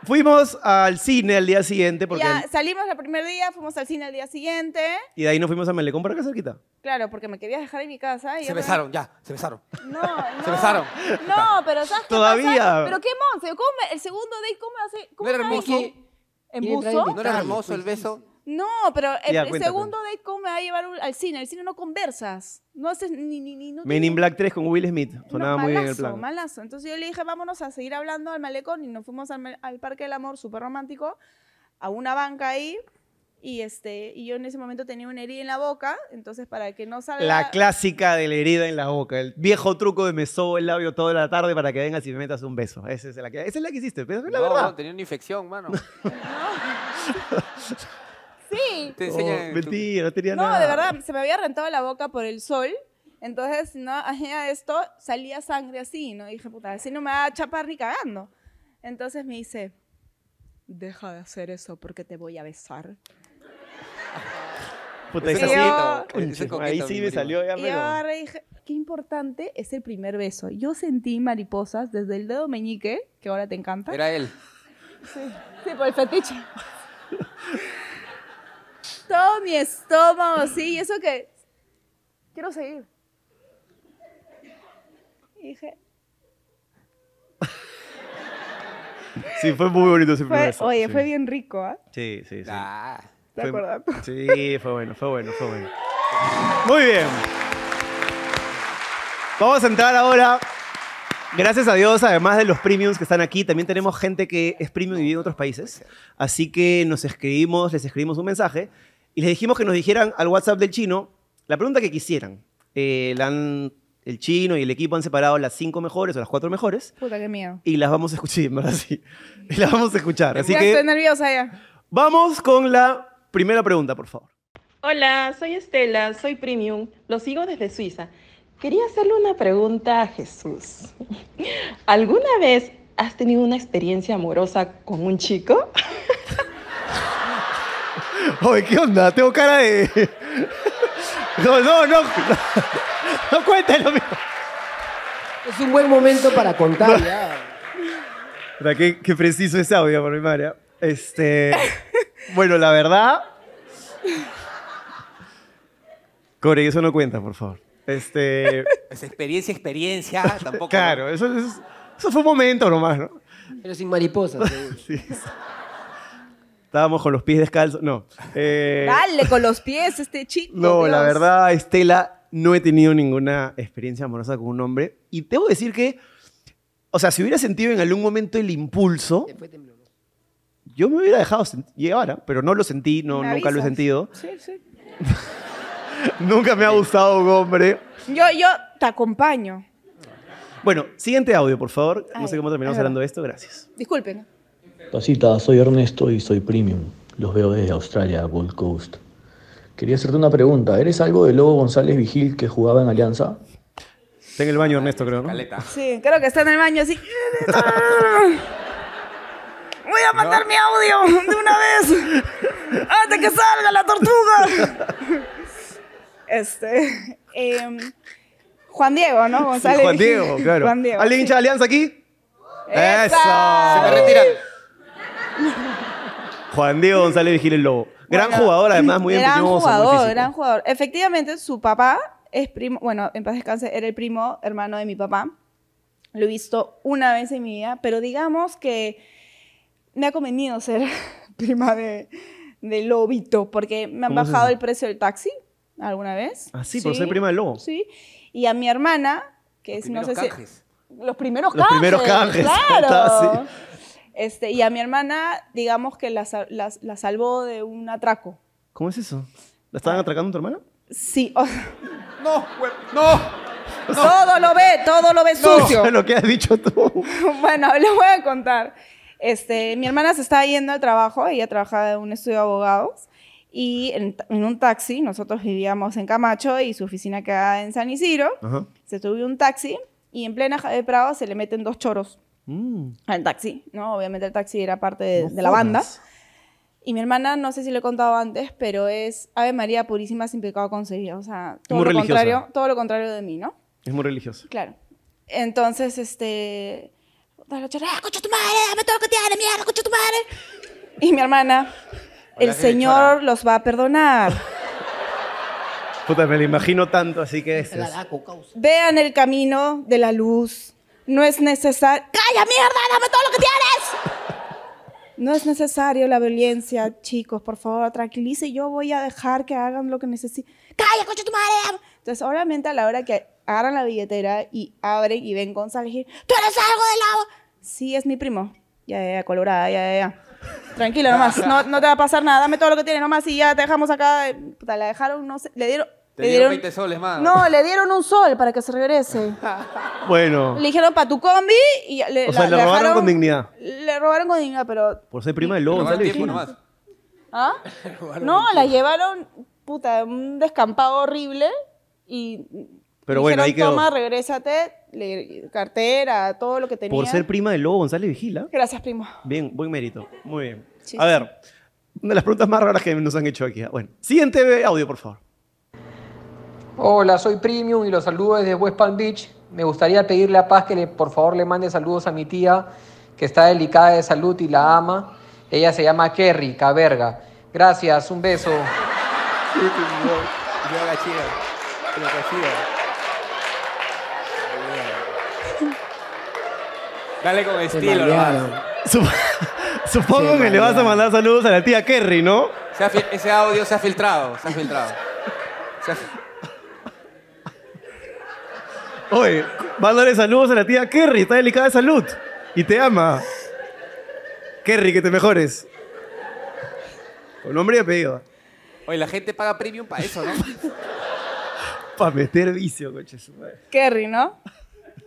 Fuimos al cine al día siguiente porque
Ya salimos el primer día, fuimos al cine el día siguiente.
y de ahí nos fuimos a Malecón por acá cerquita.
Claro, porque me querías dejar en mi casa. Y
Se
yo-
besaron, ya, se besaron.
No, no.
Se besaron.
No, pero ¿sabes qué
Todavía.
pasa? Pero qué monse. ¿Cómo me- el segundo date, ¿cómo hace? ¿Cómo
¿No era
me va a
hermoso?
llevar- ¿En
Y entra
buzo?
¿No era
Dale,
hermoso el
pues,
beso?
No, pero el,
Ya,
el
cuenta,
segundo date, ¿cómo me va a llevar un- al cine? El cine no conversas. No haces ni. ni, ni no
Men
tienes-
in Black 3 con Will Smith.
No,
Sonaba muy bien el
malazo,
plan.
Malazo. Entonces yo le dije, vámonos a seguir hablando al malecón y nos fuimos al, ma- al Parque del Amor, súper romántico, a una banca ahí. Y, este, y yo en ese momento tenía una herida en la boca, entonces para que no salga...
La clásica de la herida en la boca, el viejo truco de me sobo el labio toda la tarde para que vengas y me metas un beso. Esa es la que, esa es la que hiciste, pero es la
no,
verdad.
no, tenía una infección, mano.
Sí.
Te
Oh,
enseñan en tu-
mentira, no tenía nada.
No, de verdad, se me había rentado la boca por el sol. Entonces, no, ajena de esto, salía sangre así, ¿no? Y dije, puta, así no me va a chapar ni cagando. Entonces me dice, deja de hacer eso porque te voy a besar.
Puta,
Ese
esa sí,
coquito,
conche,
ese coquito,
ahí sí
mi
me
primo.
salió ya,
Y yo
pero-
agarré y dije, qué importante es el primer beso. Yo sentí mariposas desde el dedo meñique, que ahora te encanta.
Era él.
Sí, sí, por el fetiche. Todo mi estómago, sí, y eso que... Quiero seguir. Y dije,
Sí, fue muy bonito ese primer
fue-
beso,
oye,
sí.
fue bien rico, ¿ah?
Sí, sí, sí.
Ah,
¿Te
Fue-
acuerdas?
Sí, fue bueno, fue bueno, fue bueno. Muy bien. Vamos a entrar ahora. Gracias a Dios, además de los premiums que están aquí, también tenemos gente que es premium y vive en otros países. Así que nos escribimos, les escribimos un mensaje y les dijimos que nos dijeran al WhatsApp del chino la pregunta que quisieran. Eh, la han- el chino y el equipo han separado las cinco mejores o las cuatro mejores
Puta, qué miedo.
y las vamos a escuchar, en ¿verdad? Sí. Y las vamos a escuchar. Así
ya
que
estoy nerviosa ya.
vamos con la primera pregunta, por favor.
Hola, soy Estela, soy Premium, lo sigo desde Suiza. Quería hacerle una pregunta a Jesús. ¿Alguna vez has tenido una experiencia amorosa con un chico?
Oye, ¿qué onda? Tengo cara de. No, no, no. No cuentes lo mismo.
Es un buen momento para contar ya.
Puta, Qué, qué preciso es audio por mi madre. ¿ah? Este. Bueno, la verdad. Core, eso no cuenta, por favor. Este.
Es experiencia, experiencia, tampoco.
Claro, eso, eso- eso fue un momento nomás, ¿no?
Pero sin mariposas, ¿eh? seguro.
Sí, sí. Estábamos con los pies descalzos. No. Eh,
Dale con los pies este chico.
No, la
Dios.
verdad, Estela, no he tenido ninguna experiencia amorosa con un hombre. Y debo decir que, o sea, si hubiera sentido en algún momento el impulso, yo me hubiera dejado sent- llevar, ¿ah? pero no lo sentí, no,
¿Me
nunca lo he
avisas?
sentido.
Sí, sí.
nunca me ha gustado un hombre.
Yo, yo te acompaño.
Bueno, siguiente audio, por favor. No
Ay,
sé cómo terminamos
es
hablando de esto, gracias.
Disculpen.
Pasita, soy Ernesto y soy Premium. Los veo desde Australia, Gold Coast. Quería hacerte una pregunta. ¿Eres algo de Lobo González Vigil que jugaba en Alianza?
Está en el baño Ernesto, creo, ¿no?
Sí, creo que está en el baño así. Voy a mandar mi audio de una vez. Antes que salga la tortuga. Este. em, Juan Diego, ¿no?
Sí,
González.
Juan Diego, claro.
Juan Diego.
¿Alguien hincha de Alianza aquí?
¡Esa!
¡Eso!
Se me
retiran. Juan Diego González Vigil el Lobo. Gran jugador, además, muy
gran
empeñoso. muy
jugador,
físico.
gran jugador. Efectivamente, su papá es primo, bueno, en paz descanse, era el primo hermano de mi papá. Lo he visto una vez en mi vida, pero digamos que me ha convenido ser prima de, de Lobito, porque me han
¿Cómo es
bajado
eso?
el precio del taxi alguna vez.
Ah, sí, por ser prima del Lobo.
Sí, y a mi hermana, que es, no sé si... Los primeros
Los
canjes.
primeros canjes,
Claro.
está,
Este, y a mi hermana, digamos que la, sa- la- la salvó de un atraco.
¿Cómo es eso? ¿La
Ah.
estaban atracando a tu hermana?
Sí. o-
No, no.
Todo lo ve, todo lo ve sucio.
lo que has dicho tú.
bueno, les voy a contar. Este, mi hermana se estaba yendo al trabajo, ella trabajaba en un estudio de abogados y en, en un taxi, nosotros vivíamos en Camacho y su oficina quedaba en San Isidro,
Ajá.
se subió un taxi y en plena Jade Prado se le meten dos choros al taxi, ¿no? Obviamente el taxi era parte de,
No
de la banda.
jodas.
Y mi hermana, no sé si lo he contado antes, pero es Ave María Purísima sin pecado concebida. O sea, todo
muy
lo,
religiosa.
contrario, todo lo contrario de mí, ¿no?
Es muy religioso.
Claro. Entonces, este. da la chorra, ¡Ah, concha tu madre! ¡Dame todo lo que tiene, mierda, concha tu madre! Y mi hermana, el
si le
Señor los va a perdonar.
Puta, me lo imagino tanto, así que es. es-
Vean el camino de la luz. No es necesario. ¡Calla, mierda! ¡Dame todo lo que tienes! No es necesario la violencia, chicos. Por favor, tranquilice. Yo voy a dejar que hagan lo que necesiten. ¡Calla, coche tu madre! Entonces, obviamente, a la hora que agarran la billetera y abren y ven González Gil, ¡Tú eres algo del agua! Sí, es mi primo. Ya, ya, ya, colorada, ya, ya, ya. Tranquila nomás. No, no te va a pasar nada. Dame todo lo que tienes nomás y ya te dejamos acá. Puta, la dejaron, no sé. Le dieron.
Te
le
dieron
dieron
20 soles más.
no, le dieron un sol para que se regrese.
Bueno.
Le dijeron para tu combi y le,
o sea,
la-
la
le
robaron
dejaron-
con dignidad.
Le robaron con dignidad, pero.
Por ser prima del lobo.
Robaron
González
tiempo
Vigil.
¿Ah? No, la llevaron, puta, a un descampado horrible y.
Pero
le
bueno,
dijeron,
ahí quedó.
Toma, regrésate, le- cartera, todo lo que tenía.
Por ser prima del lobo, González Vigila.
Gracias, primo.
Bien, buen mérito. Muy bien.
Sí,
A
sí.
ver, una de las preguntas más raras que nos han hecho aquí. ¿ah? Bueno, siguiente audio, por favor.
Hola, soy Premium y los saludo desde West Palm Beach. Me gustaría pedirle a Paz que le, por favor le mande saludos a mi tía, que está delicada de salud y la ama. Ella se llama Kerry Caberga. Gracias, un beso.
Yo haga chida. Lo que hacía. Dale con estilo,
malearon.
nomás.
Sup- Supongo que le vas a mandar saludos a la tía Kerry, ¿no?
Se ha fil- Ese audio se ha filtrado, se ha filtrado. Se ha fi-
Oye, mándale saludos a la tía Kerry, está delicada de salud y te ama. Kerry, que te mejores. Con nombre y apellido.
Oye, la gente paga premium para eso, ¿no?
Para meter vicio, coche. su madre.
Kerry, ¿no?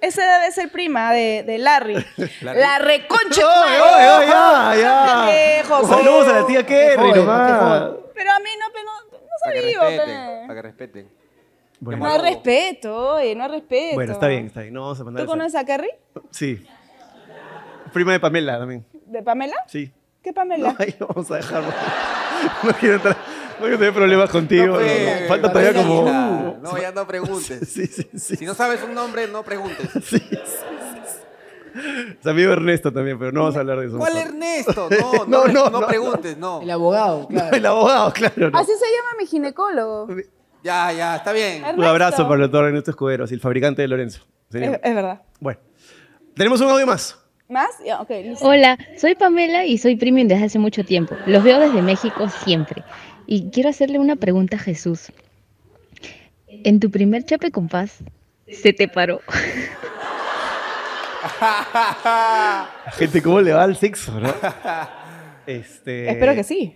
Ese debe ser prima de, de Larry.
Larry.
La reconcha.
Oye, oye, oye, ya, ya. Saludos a la tía Kerry, nomás.
Pero a mí no, pero no, no
Para que
sabía,
respeten,
pe.
para que respeten.
No hay respeto, oye, no hay respeto.
Bueno, está bien, está bien. No vamos a mandar
¿Tú conoces a Kerry?
Sí. Prima de Pamela también.
¿De Pamela?
Sí.
¿Qué Pamela?
Ahí lo vamos a dejar. No quiero entrar. No quiero tener problemas contigo.
No,
no.
pues,
Falta
parece
todavía como. Uh.
Aguilar. No, ya no preguntes.
Sí, sí, sí.
Si no sabes un nombre, no preguntes.
Es amigo Ernesto también, pero no vamos a hablar de eso.
¿Cuál Ernesto? No, no,
No, no,
no
no.
preguntes, no.
El abogado,
No, el abogado, claro. no.
Así se llama mi ginecólogo.
Ya, ya, está bien.
Un abrazo para el doctor Ernesto Escuderos, el fabricante de Lorenzo. Sí.
Es, es verdad.
Bueno, tenemos un audio más.
¿Más? Ya, ok, listo.
Hola, soy Pamela y soy premium desde hace mucho tiempo. Los veo desde México siempre. Y quiero hacerle una pregunta a Jesús. En tu primer chape con paz, se te paró.
La gente, ¿cómo le va al sexo, no? Este...
Espero que sí.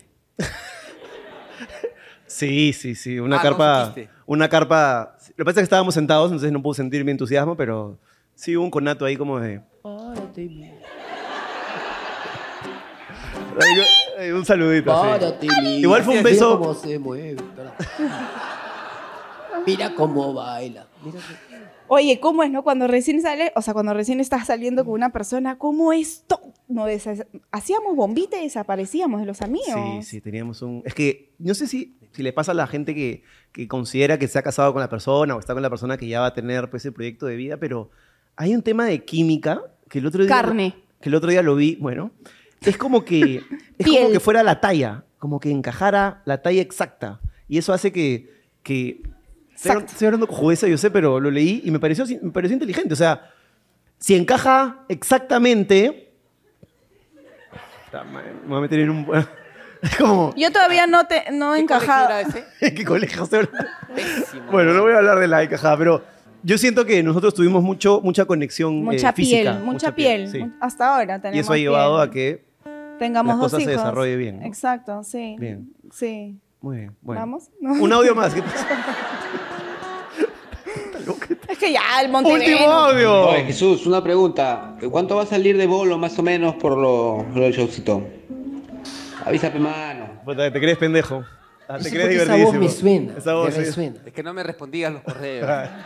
Sí, sí, sí. Una
Ah, no
carpa.
sentiste.
una carpa. Lo que pasa es que estábamos sentados, entonces no pude sentir mi entusiasmo, pero sí hubo un conato ahí como de. Ay, "Eh, Un saludito. sí.
Párate, mira,
Igual fue un
Mira
beso.
cómo se mueve. para. Mira cómo baila. Mira cómo-
Oye, ¿cómo es, no? Cuando recién sale, o sea, cuando recién estás saliendo con una persona, ¿cómo es todo? No, desa- hacíamos bombita y desaparecíamos de los
Sí,
amigos.
sí, teníamos un... Es que no sé si, si le pasa a la gente que, que considera que se ha casado con la persona o está con la persona que ya va a tener pues, el proyecto de vida, pero hay un tema de química que el otro día...
Carne.
Que el otro día lo vi, bueno. Es como que, es como
Piel.
que fuera la talla, como que encajara la talla exacta. Y eso hace que... que estoy, hablando- estoy hablando con judeza, yo sé, pero lo leí y me pareció, me pareció inteligente. O sea, si encaja exactamente... Puta madre, Me voy a meter en un... Es como...
Yo todavía no te no he encajado.
¿Qué colegio se habla? Bueno, no voy a hablar de la encajada, pero yo siento que nosotros tuvimos mucho, mucha conexión eh,
Mucha piel,
física.
mucha, piel.
sí.
mu- Hasta ahora tenemos
Y eso ha llevado
piel.
a que.
Tengamos
las
dos
cosas se
hijos.
desarrolle bien, ¿no?
Exacto, sí.
Bien.
Sí.
Muy bien. Bueno.
¿Vamos?
Un audio más. ¿qué pasa?
Es que ya, el Montevideo.
Oye, Jesús, una pregunta. ¿Cuánto va a salir de bolo más o menos por lo, lo del showcito? Avísame, mano.
Puta, te crees pendejo. Ah,
No
te
sé
crees
por qué esa voz me
divertidísimo.
suena,
Esa voz,
me
sí.
suena.
Es que no me respondías los correos.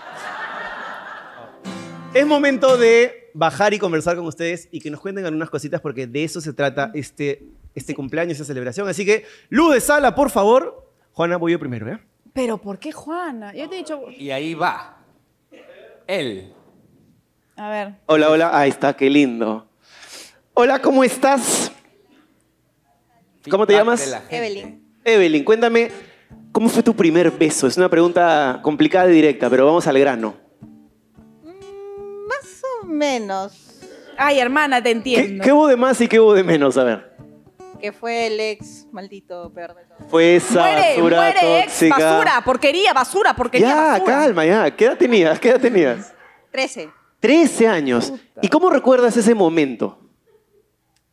Es momento de bajar y conversar con ustedes y que nos cuenten algunas cositas porque de eso se trata este, este cumpleaños, esta celebración. Así que, luz de sala, por favor. Juana, voy yo primero, ¿eh?
Pero ¿por qué Juana? Yo te he dicho,
Y ahí va. Él.
a ver.
Hola, hola. Ahí está, qué lindo. Hola, ¿cómo estás? ¿Cómo te llamas?
Evelyn.
Evelyn, cuéntame, ¿cómo fue tu primer beso? Es una pregunta complicada y directa, pero vamos al grano.
Más o menos.
Ay, hermana, te
¿Qué,
entiendo.
qué hubo de más y qué hubo de menos? A ver.
Que fue el ex maldito peor de todo.
Fue esa
Muere,
basura
muere, ex,
tóxica.
Basura, porquería, basura, porquería,
ya,
basura.
calma, ya. ¿Qué edad tenías? ¿Qué edad tenías?
13.
13 años. ¿Y cómo recuerdas ese momento?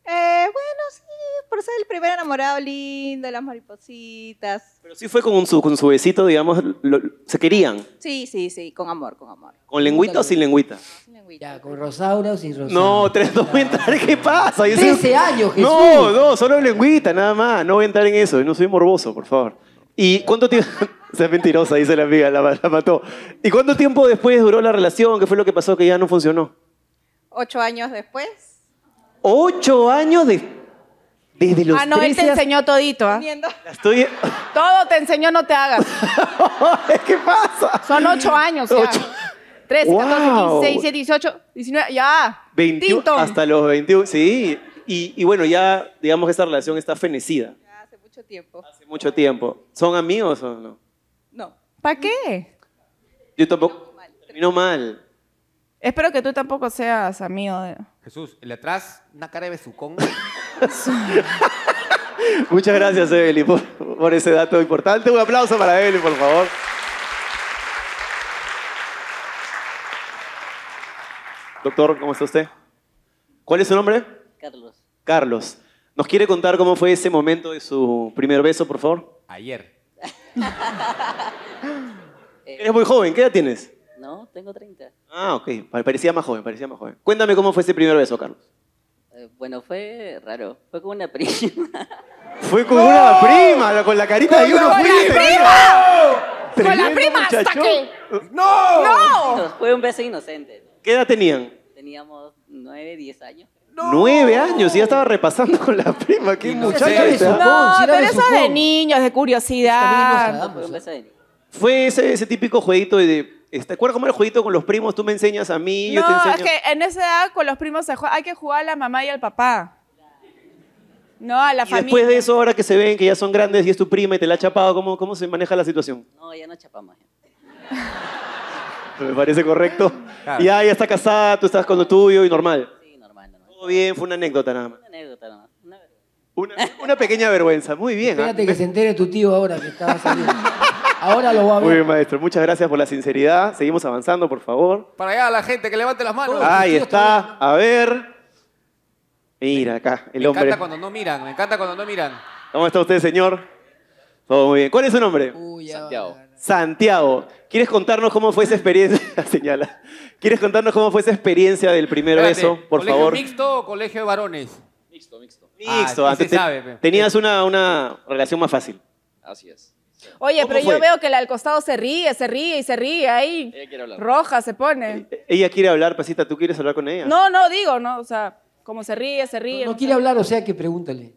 Eh, bueno, sí, por ser el primer enamorado lindo, las maripositas.
Pero sí fue con su, con su besito, digamos, lo- se querían.
Sí, sí, sí, con amor, con amor.
¿Con lengüita o sin lengüita?
Ya, con Rosaura o sin Rosaura.
No, tres, dos, voy a entrar. ¿Qué pasa? Yo soy-
13 años, Jesús.
No, no, solo lengüita, nada más. No voy a entrar en eso. No soy morboso, por favor. ¿Y cuánto tiempo...? Sea mentirosa, dice la amiga, la, la mató. ¿Y cuánto tiempo después duró la relación? ¿Qué fue lo que pasó que ya no funcionó?
Ocho años después.
Ocho años de... Desde los
Ah, no, él te
13 hasta-
enseñó todito, ¿ah?
Estoy...
Todo te enseñó, no te hagas.
¿Qué pasa?
Son ocho años, ya. 13, 14,
Wow.
15, 16, 17, 18, 19, ya.
21,
Tinto.
hasta los 21, sí. Y, y bueno, ya digamos que esta relación está fenecida.
Mucho tiempo.
Hace mucho tiempo. ¿Son amigos o no?
No.
¿Para qué?
Yo tampoco... Terminó mal.
Espero que tú tampoco seas amigo de...
Jesús, el de atrás, una cara de besucón.
Muchas gracias, Evelyn, por, por ese dato importante. Un aplauso para Evelyn, por favor. Doctor, ¿cómo está usted? ¿Cuál es su nombre?
Carlos.
Carlos. ¿Nos quiere contar cómo fue ese momento de su primer beso, por favor?
Ayer.
Eres muy joven, ¿qué edad tienes?
No, tengo 30.
Ah, ok. Pa- Parecía más joven, parecía más joven. Cuéntame cómo fue ese primer beso, Carlos.
Eh, bueno, fue raro. Fue con una prima.
Fue con una prima, la- con la carita de
¡Oh! ¡Con
uno
la
fuiste.
prima!
¡Tremendo
¡Con la prima hasta
muchachón!
que-
¡No!
Fue un beso inocente.
¿Qué edad tenían?
Teníamos 9, 10 años.
Nueve años y ya estaba repasando con la prima. Qué muchacho. esta.
No,
era
pero
de
eso
Sopón.
de niños, de curiosidad.
¿eh? Fue ese, ese típico jueguito de... ¿Te acuerdas cómo era el jueguito con los primos? Tú me enseñas a mí, yo te
No,
enseño...
es que en esa edad con los primos se juega- hay que jugar a la mamá y al papá. No, a la
Y
familia.
después de eso, ahora que se ven que ya son grandes y es tu prima y te la ha chapado, ¿cómo, cómo se maneja la situación?
No, ya no chapamos.
Me parece correcto. ah, Ya, ya está casada, tú estás con lo tuyo y normal. Sí, normal, Todo bien, fue una anécdota nada más.
Una anécdota nomás. Una vergüenza.
Una, una pequeña vergüenza. Muy bien. ¿ah?
Espérate que se entere tu tío ahora que estaba saliendo. Ahora lo va a
Muy
ver.
bien, maestro. Muchas gracias por la sinceridad. Seguimos avanzando, por favor.
Para allá, la gente, que levante las manos.
Ahí está. A ver. Mira acá, el
Me
hombre.
encanta cuando no miran, me encanta cuando no miran.
¿Cómo está usted, señor? Todo muy bien. ¿Cuál es su nombre? Santiago. Santiago. ¿Quieres contarnos cómo fue esa experiencia? Ah, Señala. ¿Quieres contarnos cómo fue esa experiencia del primer beso,
Espérate,
por
¿colegio
favor?
mixto o colegio de varones? Mixto, mixto.
Mixto, antes te- tenías una, una relación más fácil. Así es.
Oye,
¿Cómo
pero
fue?
yo veo que el al costado se ríe, se ríe y se ríe ahí. Roja se pone.
Ella quiere hablar, Pasita, ¿tú quieres hablar con ella?
No, no, digo, no, o sea, como se ríe, se ríe.
No quiere hablar, o sea que pregúntale.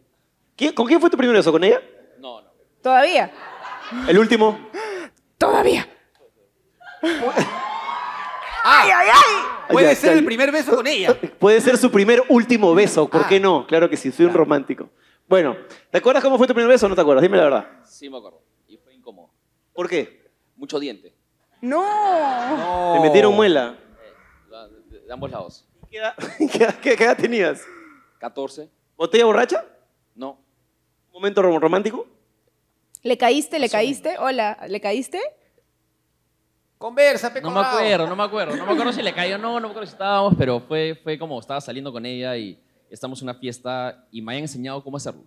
¿Quién- ¿Con quién fue tu primer beso? ¿Con ella?
Todavía.
¿El último?
Todavía.
¡Ay,
ay, ay!
Puede
Ya,
ser
ya.
el primer beso con ella. Ah.
Puede ser su primer último beso, ¿por qué no? Claro que sí, soy un romántico. Bueno, ¿te acuerdas cómo fue tu primer beso o no te acuerdas? Dime la verdad.
Sí, me acuerdo. Y fue incómodo.
¿Por qué?
Mucho diente.
No.
Te
Oh.
metieron muela.
De, de- de ambos lados.
¿Qué edad, qué- qué edad tenías?
14.
¿Botella borracha?
No.
¿Momento rom- romántico?
¿Le caíste, le caíste? Hola, ¿le caíste?
Conversa, pe
No me acuerdo, no me acuerdo. No me acuerdo si le cayó o no, no me acuerdo si estábamos, pero fue, fue como estaba saliendo con ella y estamos en una fiesta y me habían enseñado cómo hacerlo.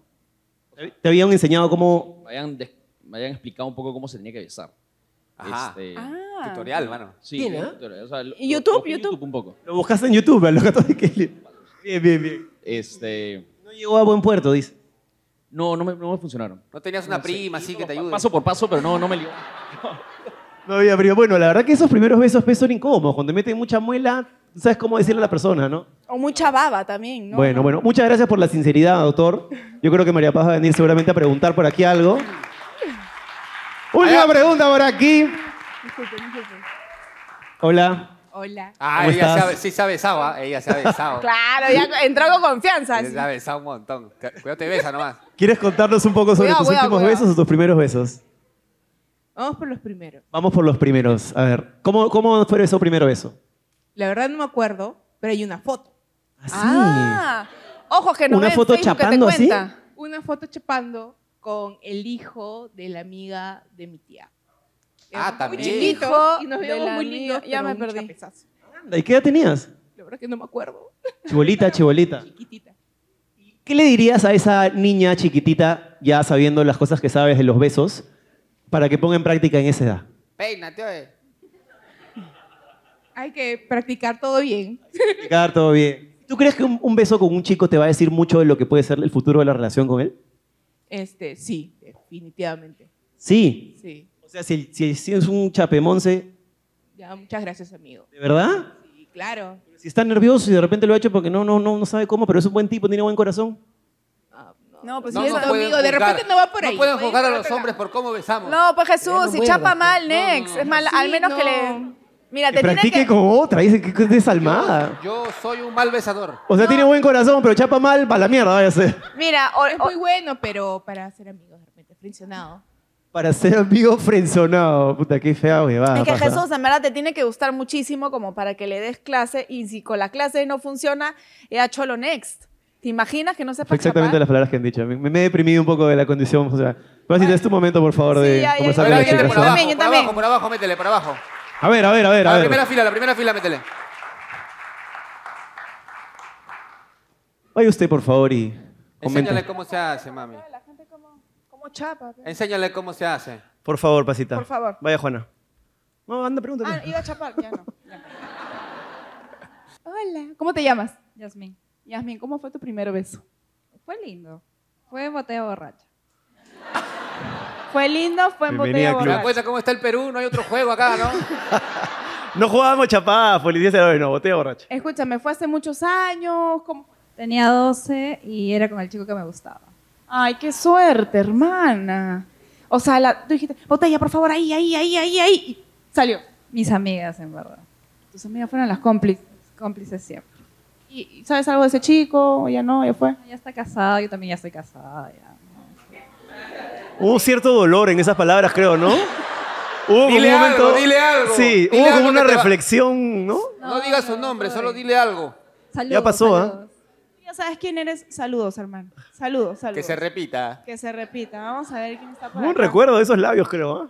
Te habían enseñado cómo...
Me habían, des- me habían explicado un poco cómo se tenía que besar.
Ajá.
Este,
Ah.
Tutorial, mano.
Sí,
Bien, ¿eh?
tutorial, o sea, lo-
¿Y
lo-
YouTube?
lo vi en
YouTube.
un poco.
Lo buscaste en YouTube, a lo gato de Kelly. Bien, bien, bien.
Este,
No llegó a buen puerto, dice.
no, no me, no me funcionaron.
No tenías una prima así que te ayude.
Paso por paso, pero no, no me lió.
No había brillo. Bueno, la verdad que esos primeros besos pues, son incómodos. Cuando te meten mucha muela, sabes cómo decirle a la persona, ¿no?
O mucha baba también, ¿no?
bueno, bueno, muchas gracias por la sinceridad, doctor. Yo creo que María Paz va a venir seguramente a preguntar por aquí algo. Última pregunta por aquí. Hola.
Hola.
Ah,
¿Cómo
ella
estás?
sabe, sí se ha besado, ¿ah? ella se ha besado.
Claro, ya entró con confianza.
Se ha besado un montón. Te- Cuidado, te besa nomás.
¿Quieres contarnos un poco sobre
Cuidado,
tus
cuidado,
últimos
cuidado.
besos o tus primeros besos?
Vamos por los primeros.
Vamos por los primeros. A ver, ¿cómo, cómo fue su primer beso?
La verdad no me acuerdo, pero hay una foto.
Ah, ojo que no
¿Una
ven
foto
Facebook que te
chapando así?
cuenta.
Una foto chapando con el hijo de la amiga de mi tía.
Ah,
Muy
también.
chiquito
Hijo
y nos
de
veíamos
la
muy
amiga.
lindos.
Ya
pero
me
un
perdí.
chapezazo.
¿Y qué edad tenías?
La verdad que no me acuerdo.
Chibolita, chibolita. ¿Qué le dirías a esa niña chiquitita, ya sabiendo las cosas que sabes de los besos, para que ponga en práctica en esa edad?
Peínate,
eh.
oye.
Hay que practicar todo bien.
Quedar todo bien. ¿Tú crees que un, un beso con un chico te va a decir mucho de lo que puede ser el futuro de la relación con él?
Este, sí, definitivamente.
Sí.
Sí.
O sea, si, si- si es un chapemonce,
Ya, muchas gracias, amigo.
¿de verdad?
Sí, claro.
Si está nervioso y de repente lo ha hecho porque no, no, no, no sabe cómo, pero es un buen tipo, tiene buen corazón.
No, pues
No
sí,
nos
es
pueden
amigo, de
juzgar.
repente no va por ahí.
No pueden
puede
juzgar a
ir por
los
otro
hombres por cómo besamos.
No, pues Jesús,
no
si
puede,
chapa
Rafa.
mal,
No, no,
next.
no.
es mal, al
Sí,
menos
no.
que le. Mira,
Que
te tiene
practique
que.
con otra, dice que que es desalmada.
Yo soy un mal besador.
O sea, tiene buen corazón, pero chapa mal, para la mierda, váyase.
Mira, es muy bueno, pero para ser amigos de repente, friccionado.
Para ser amigo frenzonado. Puta, qué fea
Ah,
huevada.
Es que
pasa.
Jesús, en verdad, te tiene que gustar muchísimo como para que le des clase. Y si con la clase no funciona, ya cholo next. ¿Te imaginas que no sepa
Fue exactamente las palabras que han dicho. Me, me he deprimido un poco de la condición. O sea, Pasita, es tu momento, por favor, de
ya, ya,
conversar
ya,
con
ya,
las
ya,
chicas.
Por abajo,
también, yo
por
también.
abajo, por abajo, métele, para abajo.
A ver, a ver, a ver,
la
a ver.
primera fila, la primera fila, métele.
Vaya usted, por favor, y
Enséñale
comente.
cómo se hace, mami.
Como chapa.
Enséñale cómo se hace.
Por favor, Pasita.
Por favor.
Vaya, Juana.
No, anda, pregúntale. Ah, iba a chapar, ya no. ya. Hola, ¿cómo te llamas?
Yasmín.
Yasmin, ¿cómo fue tu primer beso?
Fue lindo. Fue botella borracha.
Fue lindo, fue en botella
Bienvenida
¿Te
al
das
borracha.
cuenta cómo está el Perú? No hay otro juego acá, ¿no?
No jugábamos chapadas, policía, se no, botella borracha.
Escúchame, fue hace muchos años. ¿cómo?
Tenía 12 y era con el chico que me gustaba.
Ay, qué suerte, hermana. O sea, la, tú dijiste, botella, por favor, ahí, ahí, ahí, ahí, ahí. Y salió.
Mis amigas, en verdad.
Tus amigas fueron las cómplices.
Cómplices siempre.
¿Y sabes algo de ese chico? ¿O ya no? ¿Ya fue?
Ya está casada, yo también ya estoy casada. ya.
Hubo cierto dolor en esas palabras, creo, ¿no?
Dile
Hubo como un
algo,
momento.
dile algo. Dile
Sí, hubo
algo
como una
que te va-
reflexión, ¿no?
No, digas su nombre, solo dile algo.
ya pasó, ¿ah?
Ya sabes quién eres. Saludos, hermano. Saludos, saludos.
Que se repita.
Que se repita. Vamos a ver quién está por
Hubo un
acá.
recuerdo de esos labios, creo, ¿ah?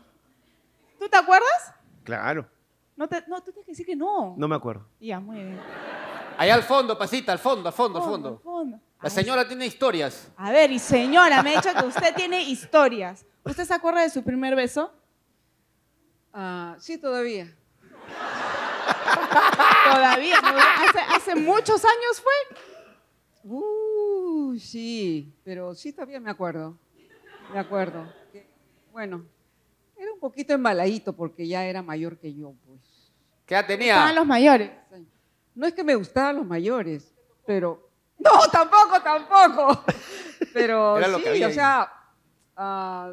¿Tú te acuerdas?
Claro,
No, te, no, tú tienes que decir que no.
no me acuerdo.
Ya, muy bien.
Allá al fondo, pasita, al fondo, al fondo, al fondo.
Fondo.
La señora tiene historias.
A ver, y señora, me ha dicho que usted tiene historias. ¿Usted se acuerda de su primer beso?
Ah, sí, todavía.
Todavía, muy bien. hace, hace muchos años fue.
Uh, sí, pero sí todavía me acuerdo. Me acuerdo. Que, Bueno, era un poquito embaladito porque ya era mayor que yo, pues.
¿Qué edad tenía?
Estaban los mayores. No es que me gustaban los mayores, pero. No, tampoco, tampoco. Pero
Era lo que
sí,
había
o
ahí.
sea, ah,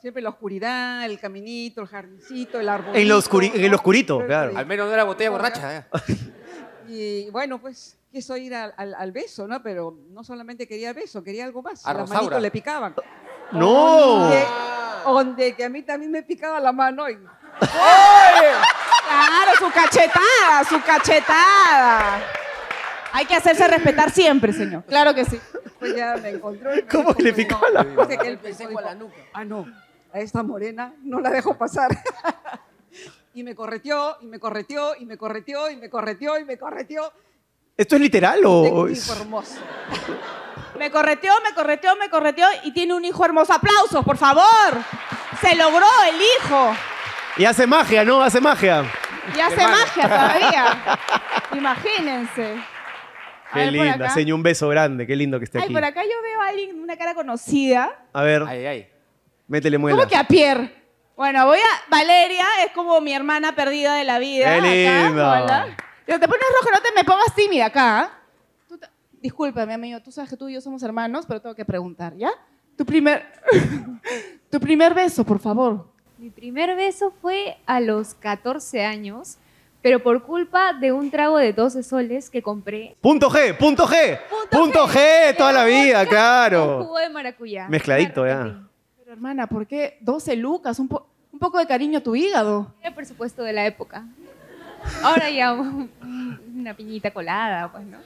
siempre la oscuridad, el caminito, el jardincito, el árbol.
En, lo oscuri- en el oscurito, claro.
Al menos no era botella borracha. eh.
Y bueno, pues quiso ir al, al- al beso, ¿no? Pero no solamente quería el beso, quería algo más.
A
Las
Rosaura.
manitos le picaban.
¡No!
Donde, donde que a mí también me picaba la mano. Y,
Claro, su cachetada, su cachetada. Hay que hacerse respetar siempre, señor. Claro que sí.
pues ya me encontró.
¿Cómo que le picaba la mano?
Dice que él pensó con la nuca. Ah, no, a esta morena no la dejo pasar. y me correteó, y me correteó, y me correteó, y me correteó, y me correteó.
¿Esto es literal o.? o
Tengo un
es-
hijo hermoso.
Me correteó, me correteó, me correteó y tiene un hijo hermoso. Aplausos, por favor. Se logró el hijo.
Y hace magia, ¿no? Hace magia.
Y hace magia todavía. Imagínense. A
Qué
ver, por
linda,
acá.
señor, un beso grande, qué lindo que esté
Ay,
aquí.
por acá yo veo a alguien, una cara conocida.
A ver. Métele muela.
¿Cómo que a Pierre? Bueno, voy a. Valeria es como mi hermana perdida de la vida.
Qué
acá.
linda.
Hola. Ya te pones roja, no te me pongas tímida acá. ¿ah? Tú te- Discúlpame, amigo. Tú sabes que tú y yo somos hermanos, pero tengo que preguntar, ¿ya? Tu primer. tu primer beso, por favor.
Mi primer beso fue a los 14 años, pero por culpa de un trago de 12 soles que compré.
Punto G, punto G. Punto G toda la vida,
Con
claro.
jugo de maracuyá.
Mezcladito, ya.
Pero hermana, ¿por qué 12 lucas? Un, po- un poco de cariño a tu hígado.
Era el presupuesto de la época. Ahora ya un- una piñita colada, pues, ¿no?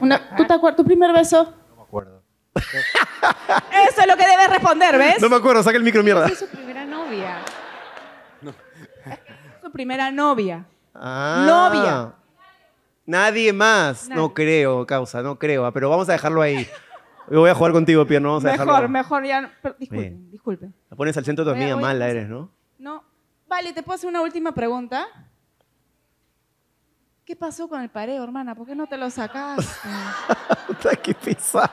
Una- ¿Tú te acuerdas tu primer beso?
No me acuerdo.
Eso es lo que debes responder, ¿ves?
No me acuerdo, saca el micro mierda.
Soy su primera novia.
No.
Su primera novia.
Ah.
Novia.
Nadie más. No
Nadie.
creo, causa, no creo. ah, Pero vamos a dejarlo ahí. Yo voy a jugar contigo, Pierre, no vamos a dejarlo.
mejor, mejor ya. no- pero disculpen,
Bien.
disculpen.
La pones al centro de tu
Voy a-
amiga,
voy a
mala eres, ¿no?
No. Vale, ¿te puedo hacer una última pregunta? ¿Qué pasó con el pareo, hermana? ¿Por qué no te lo sacaste?
Puta, qué pesada.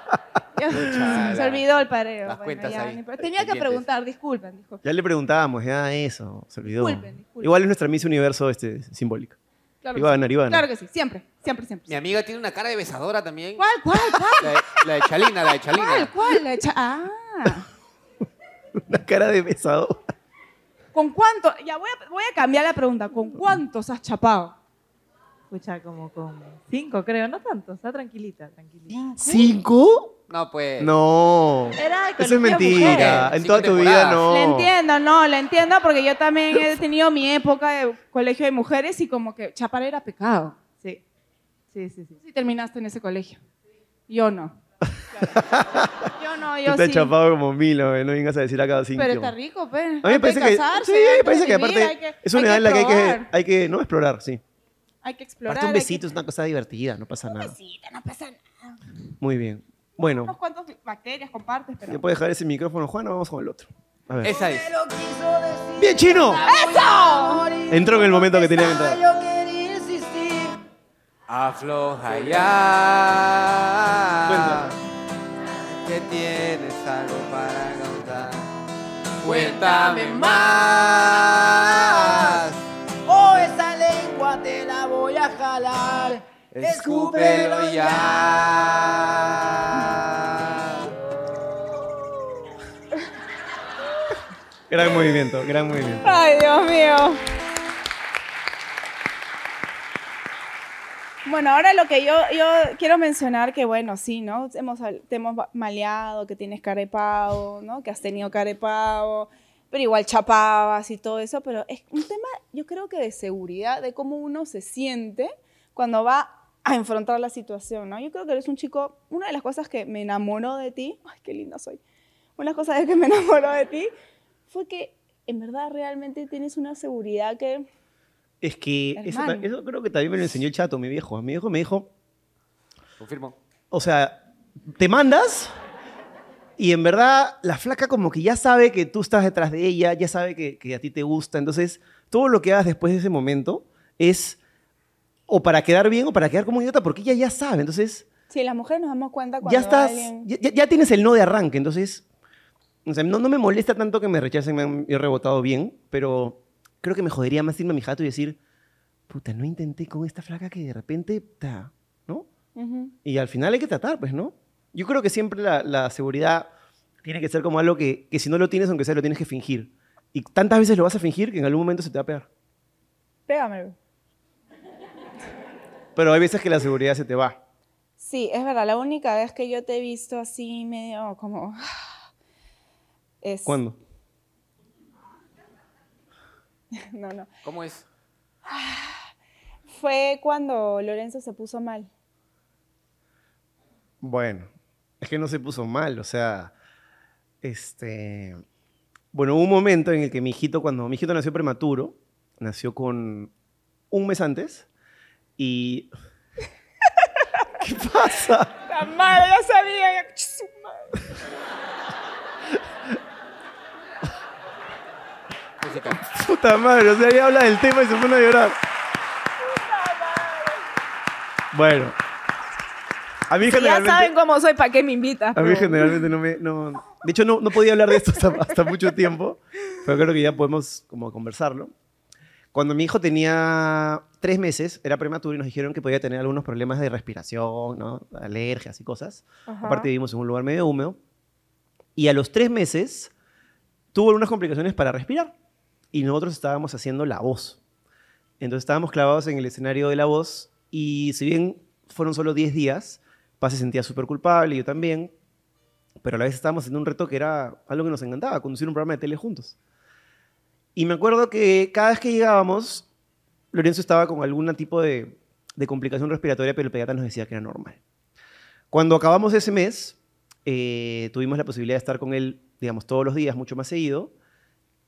Ya, se
Chala.
olvidó el pareo.
Las
Bueno,
cuentas
ya,
ahí,
ni- Tenía que
pendientes.
preguntar, disculpen, disculpen.
Ya le preguntábamos, ya eso, se olvidó.
Disculpen, disculpen.
Igual es nuestra Miss Universo este, simbólica.
Claro
iba a
que sí.
ganar, iba a ganar.
Claro que sí, siempre, siempre, siempre.
Mi amiga tiene una cara de besadora también.
¿Cuál, cuál,
La
cuál?
de, la de Chalina, la de Chalina.
¿Cuál, cuál? La cha- Ah,
Una cara de pesado.
¿con cuánto? Ya voy a, voy a cambiar la pregunta. ¿Con cuántos has chapado?
Escucha, como con cinco, creo, no tanto, está tranquilita, tranquilita.
¿Cinco?
No, pues.
No.
Era
Eso es
colegio de
mentira.
mujeres.
En toda tu vida no.
Le entiendo, no, le entiendo porque yo también he tenido mi época de colegio de mujeres y como que chapar era pecado. Sí.
Sí, sí, sí.
Sí terminaste en ese colegio. Yo no. Yo no, yo
Tú te has
sí.
chapado como milo, no vengas a decir acá cinco.
Pero está rico, pues.
A mí me parece que, sí,
casarse, antes
me
de
parece que
vivir,
aparte
hay que-
es una
hay
edad en la que hay que,
probar,
hay que no explorar, sí.
Hay que explorar.
Aparte un
hay que-
besito es una cosa divertida, no pasa nada.
Besito, no pasa nada.
Muy bien. Bueno,
Unos cuantos bacterias compartes, pero...
ya puedes dejar ese micrófono, Juana, vamos con el otro. A ver.
Esa es.
¡Bien, chino!
¡Eso!
Entró en el momento que tenía que entrar.
Yo quería insistir.
Afloja ya. Que tienes algo para contar. Cuéntame más.
Oh, esa lengua te la voy a jalar.
Escúpelo
ya.
Gran movimiento, gran movimiento.
Ay, Dios mío. Bueno, ahora lo que yo, yo quiero mencionar que, bueno, sí, ¿no? Hemos, habl- te hemos ba- maleado, que tienes cara de pavo, ¿no? Que has tenido cara de pavo, pero igual chapabas y todo eso, pero es un tema, yo creo que de seguridad, de cómo uno se siente cuando va a enfrentar la situación, ¿no? Yo creo que eres un chico, una de las cosas que me enamoró de ti, ay, qué linda soy, una de las cosas que me enamoró de ti fue que en verdad realmente tienes una seguridad que...
Es que eso, ta-
Hermano.
eso creo que también me lo enseñó el chato, mi viejo. Mi viejo me dijo,
Confirmo.
o sea, te mandas y en verdad la flaca como que ya sabe que tú estás detrás de ella, ya sabe que, que a ti te gusta. Entonces, todo lo que hagas después de ese momento es o para quedar bien o para quedar como idiota, porque ella ya sabe. Entonces,
Sí, las mujeres nos damos cuenta cuando
ya estás,
alguien...
ya, ya- ya tienes el no de arranque, entonces, o sea, no, no me molesta tanto que me rechacen, me han he rebotado bien, pero creo que me jodería más irme a mi jato y decir, puta, no intenté con esta flaca que de repente, ta, ¿no?
Ujú.
Y al final hay que tratar, pues, ¿no? Yo creo que siempre la, la seguridad tiene que ser como algo que, que si no lo tienes, aunque sea, lo tienes que fingir. Y tantas veces lo vas a fingir que en algún momento se te va a pegar.
Pégamelo.
Pero hay veces que la seguridad se te va.
Sí, es verdad, la única vez que yo te he visto así medio como... Es...
¿Cuándo?
No, no.
¿Cómo es?
Fue cuando Lorenzo se puso mal.
Bueno, es que no se puso mal, o sea, este, bueno, hubo un momento en el que mi hijito, cuando mi hijito nació prematuro, nació con un mes antes y... ¿Qué pasa?
La madre, ya sabía. ya- su madre.
Puta madre, o sea, ella habla del tema y se pone a llorar. Bueno, a mí
Si ya
generalmente...
saben cómo soy, ¿para qué me invitas?
A mí
pero-
generalmente no me... No, de hecho, no, no podía hablar de esto hasta, hasta mucho tiempo, pero creo que ya podemos como conversarlo. Cuando mi hijo tenía tres meses, era prematuro y nos dijeron que podía tener algunos problemas de respiración, ¿no? alergias y cosas.
Ajá.
Aparte vivimos en un lugar medio húmedo. Y a los tres meses tuvo algunas complicaciones para respirar y nosotros estábamos haciendo la voz. Entonces estábamos clavados en el escenario de la voz y si bien fueron solo 10 días, Paz se sentía súper culpable, yo también, pero a la vez estábamos haciendo un reto que era algo que nos encantaba, conducir un programa de tele juntos. Y me acuerdo que cada vez que llegábamos, Lorenzo estaba con algún tipo de, de complicación respiratoria, pero el pediatra nos decía que era normal. Cuando acabamos ese mes, eh, tuvimos la posibilidad de estar con él, digamos, todos los días, mucho más seguido.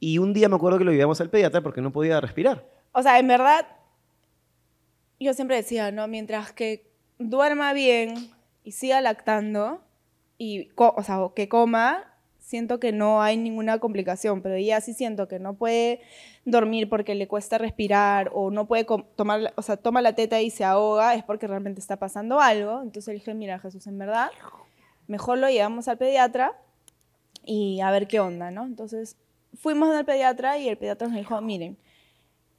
Y un día me acuerdo que lo llevamos al pediatra porque no podía respirar.
O sea, en verdad, yo siempre decía, ¿no? Mientras que duerma bien y siga lactando, y co- o sea, o que coma, siento que no hay ninguna complicación, pero ella sí siento que no puede dormir porque le cuesta respirar o no puede com- tomar, la- o sea, toma la teta y se ahoga, es porque realmente está pasando algo. Entonces le dije, mira, Jesús, en verdad, mejor lo llevamos al pediatra y a ver qué onda, ¿no? Entonces fuimos al pediatra y el pediatra nos dijo, miren,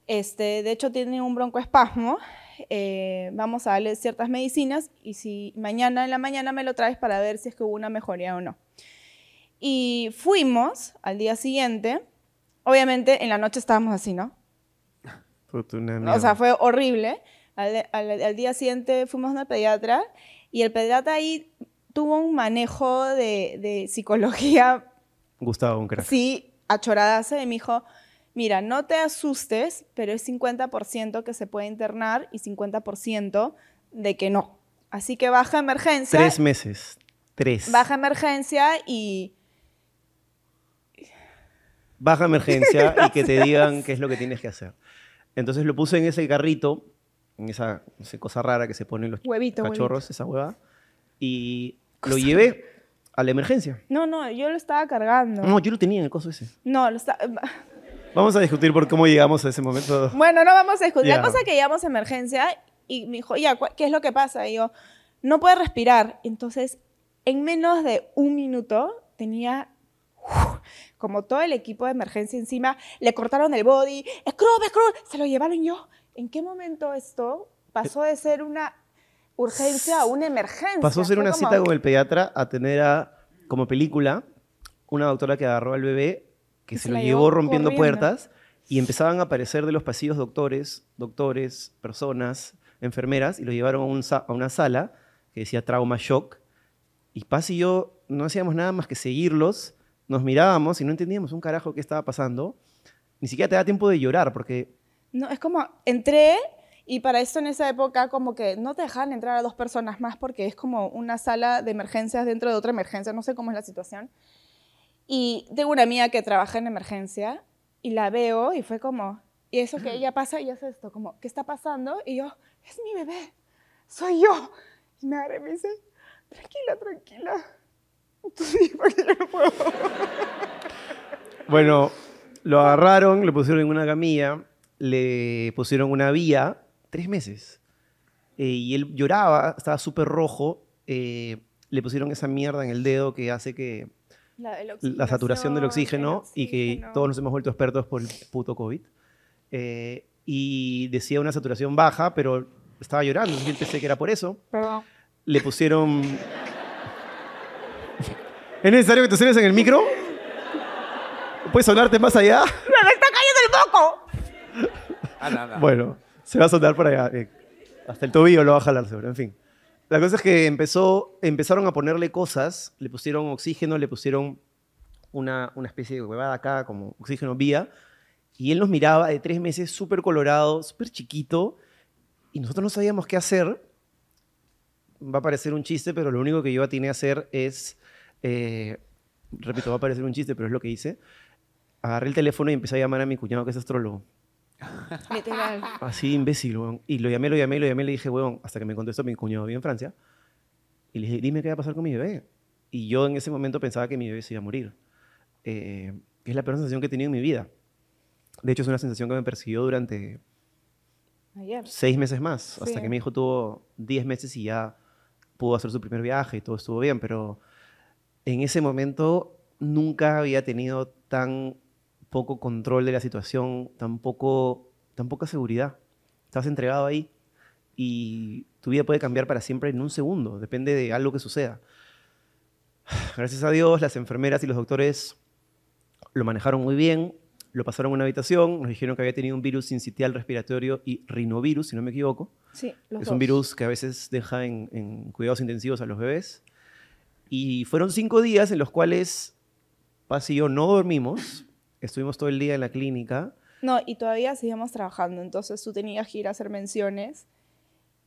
este, de hecho tiene un broncoespasmo, eh, vamos a darle ciertas medicinas y si mañana en la mañana me lo traes para ver si es que hubo una mejoría o no. Y fuimos al día siguiente, obviamente en la noche estábamos así, ¿no? O sea, fue horrible. Al, al- al día siguiente fuimos al pediatra y el pediatra ahí tuvo un manejo de, de psicología
Gustavo, un crack.
Sí, achoradaza y me dijo, mira, no te asustes, pero es 50% que se puede internar y 50% de que no. Así que baja emergencia.
Tres meses. Tres.
Baja emergencia y...
Baja emergencia y que te digan qué es lo que tienes que hacer. Entonces lo puse en ese carrito, en esa, esa cosa rara que se ponen los
Huevito,
cachorros, esa hueva, y lo llevé a la emergencia.
No, no, yo lo estaba cargando.
No, yo lo tenía en el coso ese.
No, lo estaba...
Vamos a discutir por cómo llegamos a ese momento.
Bueno, no vamos a discutir.
Ya.
La cosa es que llegamos a emergencia y me dijo, ya, ¿cuál- ¿qué es lo que pasa? Y yo, no puede respirar. Entonces, en menos de un minuto tenía uf, como todo el equipo de emergencia encima, le cortaron el body, scrub, scrub, se lo llevaron yo. ¿En qué momento esto pasó de ser una urgencia, una emergencia.
Pasó a ser
Fue
una
como-
cita con el pediatra a tener a, como película una doctora que agarró al bebé, que se,
se
lo
la
llevó
llevó
rompiendo
corriendo.
puertas y empezaban a aparecer de los pasillos doctores, doctores, personas, enfermeras y lo llevaron a, un sa- a una sala que decía trauma shock. Y Paz y yo no hacíamos nada más que seguirlos, nos mirábamos y no entendíamos un carajo qué estaba pasando. Ni siquiera te da tiempo de llorar porque
No, es como, entré y para esto en esa época como que no te dejaban entrar a dos personas más porque es como una sala de emergencias dentro de otra emergencia, no sé cómo es la situación. Y tengo una amiga que trabaja en emergencia y la veo y fue como, y eso que ella pasa y hace esto, como, ¿qué está pasando? Y yo, es mi bebé, soy yo. Y me agarra y me dice, tranquila, tranquila.
Bueno, lo agarraron, lo pusieron en una camilla, le pusieron una vía, tres meses. Eh, y él lloraba, estaba súper rojo. eh, le pusieron esa mierda en el dedo que hace que
La, el
la saturación del oxígeno, y que
oxígeno.
todos nos hemos vuelto expertos por el puto COVID. Eh, y decía una saturación baja, pero estaba llorando. Yo pensé que era por eso.
Perdón.
Le pusieron... ¿Es necesario que te suenes en el micro? ¿Puedes hablarte más allá?
¡Me me está cayendo el moco!
Bueno, se va a soltar por allá. eh, hasta el tobillo lo va a jalar seguro, en fin. La cosa es que empezó, empezaron a ponerle cosas, le pusieron oxígeno, le pusieron una, una especie de huevada acá, como oxígeno vía, y él nos miraba de tres meses súper colorado, súper chiquito, y nosotros no sabíamos qué hacer. Va a parecer un chiste, pero lo único que yo atiné a hacer es, eh, repito, va a parecer un chiste, pero es lo que hice. Agarré el teléfono y empecé a llamar a mi cuñado que es astrólogo.
Literal.
Así imbécil, weón. Y lo llamé, lo llamé, lo llamé, le dije, weón, hasta que me contestó mi cuñado vive en Francia. Y le dije, dime qué va a pasar con mi bebé. Y yo en ese momento pensaba que mi bebé se iba a morir. Eh, es la peor sensación que he tenido en mi vida. De hecho, es una sensación que me persiguió durante
Ayer.
seis meses más, hasta
Sí.
que mi hijo tuvo diez meses y ya pudo hacer su primer viaje y todo estuvo bien, pero en ese momento nunca había tenido tan poco control de la situación, tan, poco, tan poca seguridad. Estás entregado ahí y tu vida puede cambiar para siempre en un segundo, depende de algo que suceda. Gracias a Dios, las enfermeras y los doctores lo manejaron muy bien, lo pasaron a una habitación, nos dijeron que había tenido un virus sincitial respiratorio y rinovirus, si no me equivoco.
Sí, los
es
dos.
un virus que a veces deja en, en cuidados intensivos a los bebés. Y fueron cinco días en los cuales Paz y yo no dormimos, estuvimos todo el día en la clínica.
No, y todavía seguíamos trabajando, entonces tú tenías que ir a hacer menciones,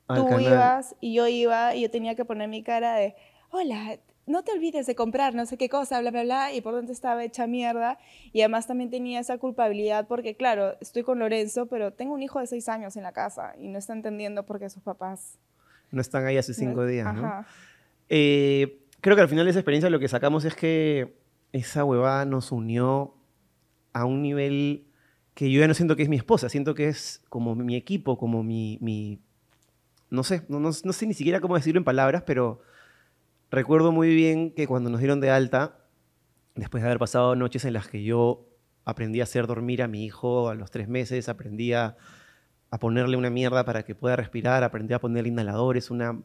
al
tú
canal.
ibas y yo iba y yo tenía que poner mi cara de, hola, no te olvides de comprar no sé qué cosa, bla, bla, bla, y por dentro estaba hecha mierda, y además también tenía esa culpabilidad porque, claro, estoy con Lorenzo, pero tengo un hijo de seis años en la casa y no está entendiendo por qué sus papás...
No están ahí hace cinco días, ¿no?
Ajá.
Eh, creo que al final de esa experiencia lo que sacamos es que esa huevada nos unió a un nivel que yo ya no siento que es mi esposa, siento que es como mi equipo, como mi... mi- no sé, no, no- no sé ni siquiera cómo decirlo en palabras, pero recuerdo muy bien que cuando nos dieron de alta, después de haber pasado noches en las que yo aprendí a hacer dormir a mi hijo a los tres meses, aprendí a, a ponerle una mierda para que pueda respirar, aprendí a ponerle inhaladores, una,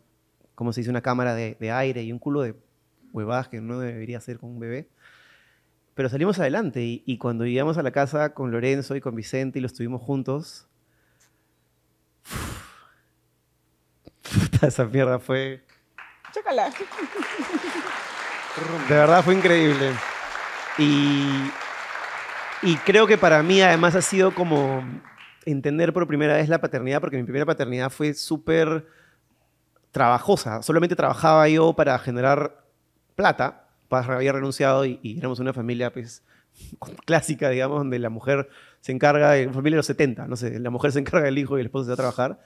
¿cómo se dice? Una cámara de, de aire y un culo de huevadas que no debería hacer con un bebé. Pero salimos adelante y, y cuando llegamos a la casa con Lorenzo y con Vicente y los tuvimos juntos, puta, esa mierda fue...
Chócala.
De verdad fue increíble. Y, y creo que para mí además ha sido como entender por primera vez la paternidad, porque mi primera paternidad fue súper trabajosa. Solamente trabajaba yo para generar plata. Paz había renunciado y, y éramos una familia pues, clásica, digamos, donde la mujer se encarga, de, familia de los 70, no sé, la mujer se encarga del hijo y el esposo se va a trabajar.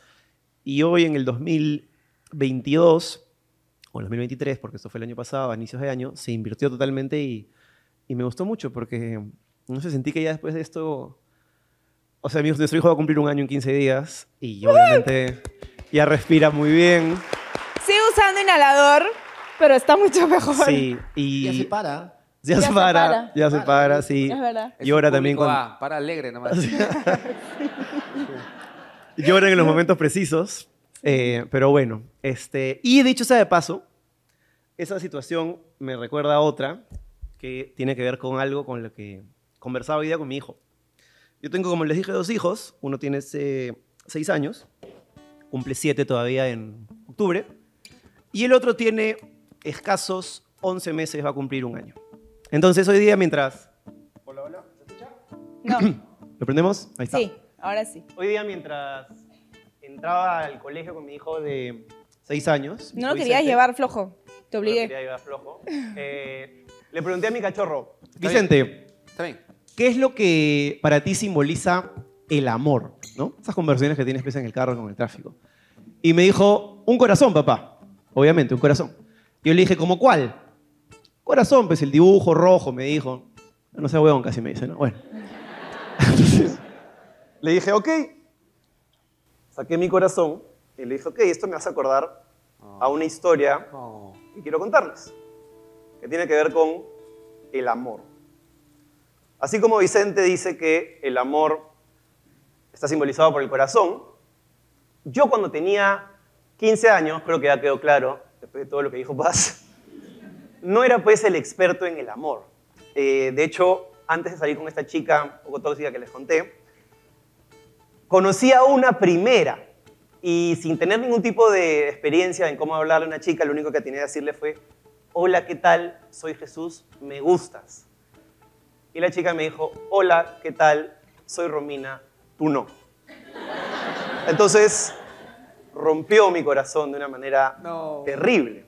Y hoy en el 2022 o el 2023, porque esto fue el año pasado, a inicios de año, se invirtió totalmente y, y me gustó mucho porque no sé, sentí que ya después de esto, o sea, mi- nuestro hijo va a cumplir un año en 15 días y obviamente ya respira muy bien.
Sigue usando inhalador, pero está mucho mejor.
Sí, y
Ya se para.
Ya, se para, ya se para, sí.
Es verdad.
Es
Llora
el
también
público ah,
cuando,
A, para alegre nomás.
llora en los momentos precisos. Eh, pero bueno, este, y dicho sea de paso, esa situación me recuerda a otra que tiene que ver con algo con lo que conversaba hoy día con mi hijo. Yo tengo, como les dije, dos hijos. Uno tiene eh, seis años, cumple siete todavía en octubre, y el otro tiene escasos 11 meses, va a cumplir un año. Entonces hoy día, mientras...
No,
¿Lo prendemos? Ahí está.
sí, ahora sí.
Hoy día mientras entraba al colegio con mi hijo de 6 años.
No lo
Vicente,
querías llevar flojo. Te
no lo
obligué.
quería llevar flojo. Eh, le pregunté a mi cachorro, Vicente, ¿qué es lo que para ti simboliza el amor? ¿no? Esas conversaciones que tienes pues, en el carro con el tráfico. Y me dijo, un corazón, papá. Obviamente, un corazón. Yo le dije, ¿cómo cuál? Corazón, pues el dibujo rojo, me dijo. No sé, huevón, casi me dice, ¿no? Bueno. Entonces, le dije, ok. Saqué mi corazón y le dije, ok, esto me hace acordar a una historia que quiero contarles, que tiene que ver con el amor. Así como Vicente dice que el amor está simbolizado por el corazón, yo cuando tenía 15 años, creo que ya quedó claro, después de todo lo que dijo Paz, no era pues el experto en el amor. Eh, de hecho, antes de salir con esta chica un poco tóxica que les conté, conocí a una primera y sin tener ningún tipo de experiencia en cómo hablarle a una chica, lo único que tenía que decirle fue, hola, ¿qué tal? Soy Jesús, me gustas. Y la chica me dijo, hola, ¿qué tal? Soy Romina, tú no. Entonces, rompió mi corazón de una manera terrible.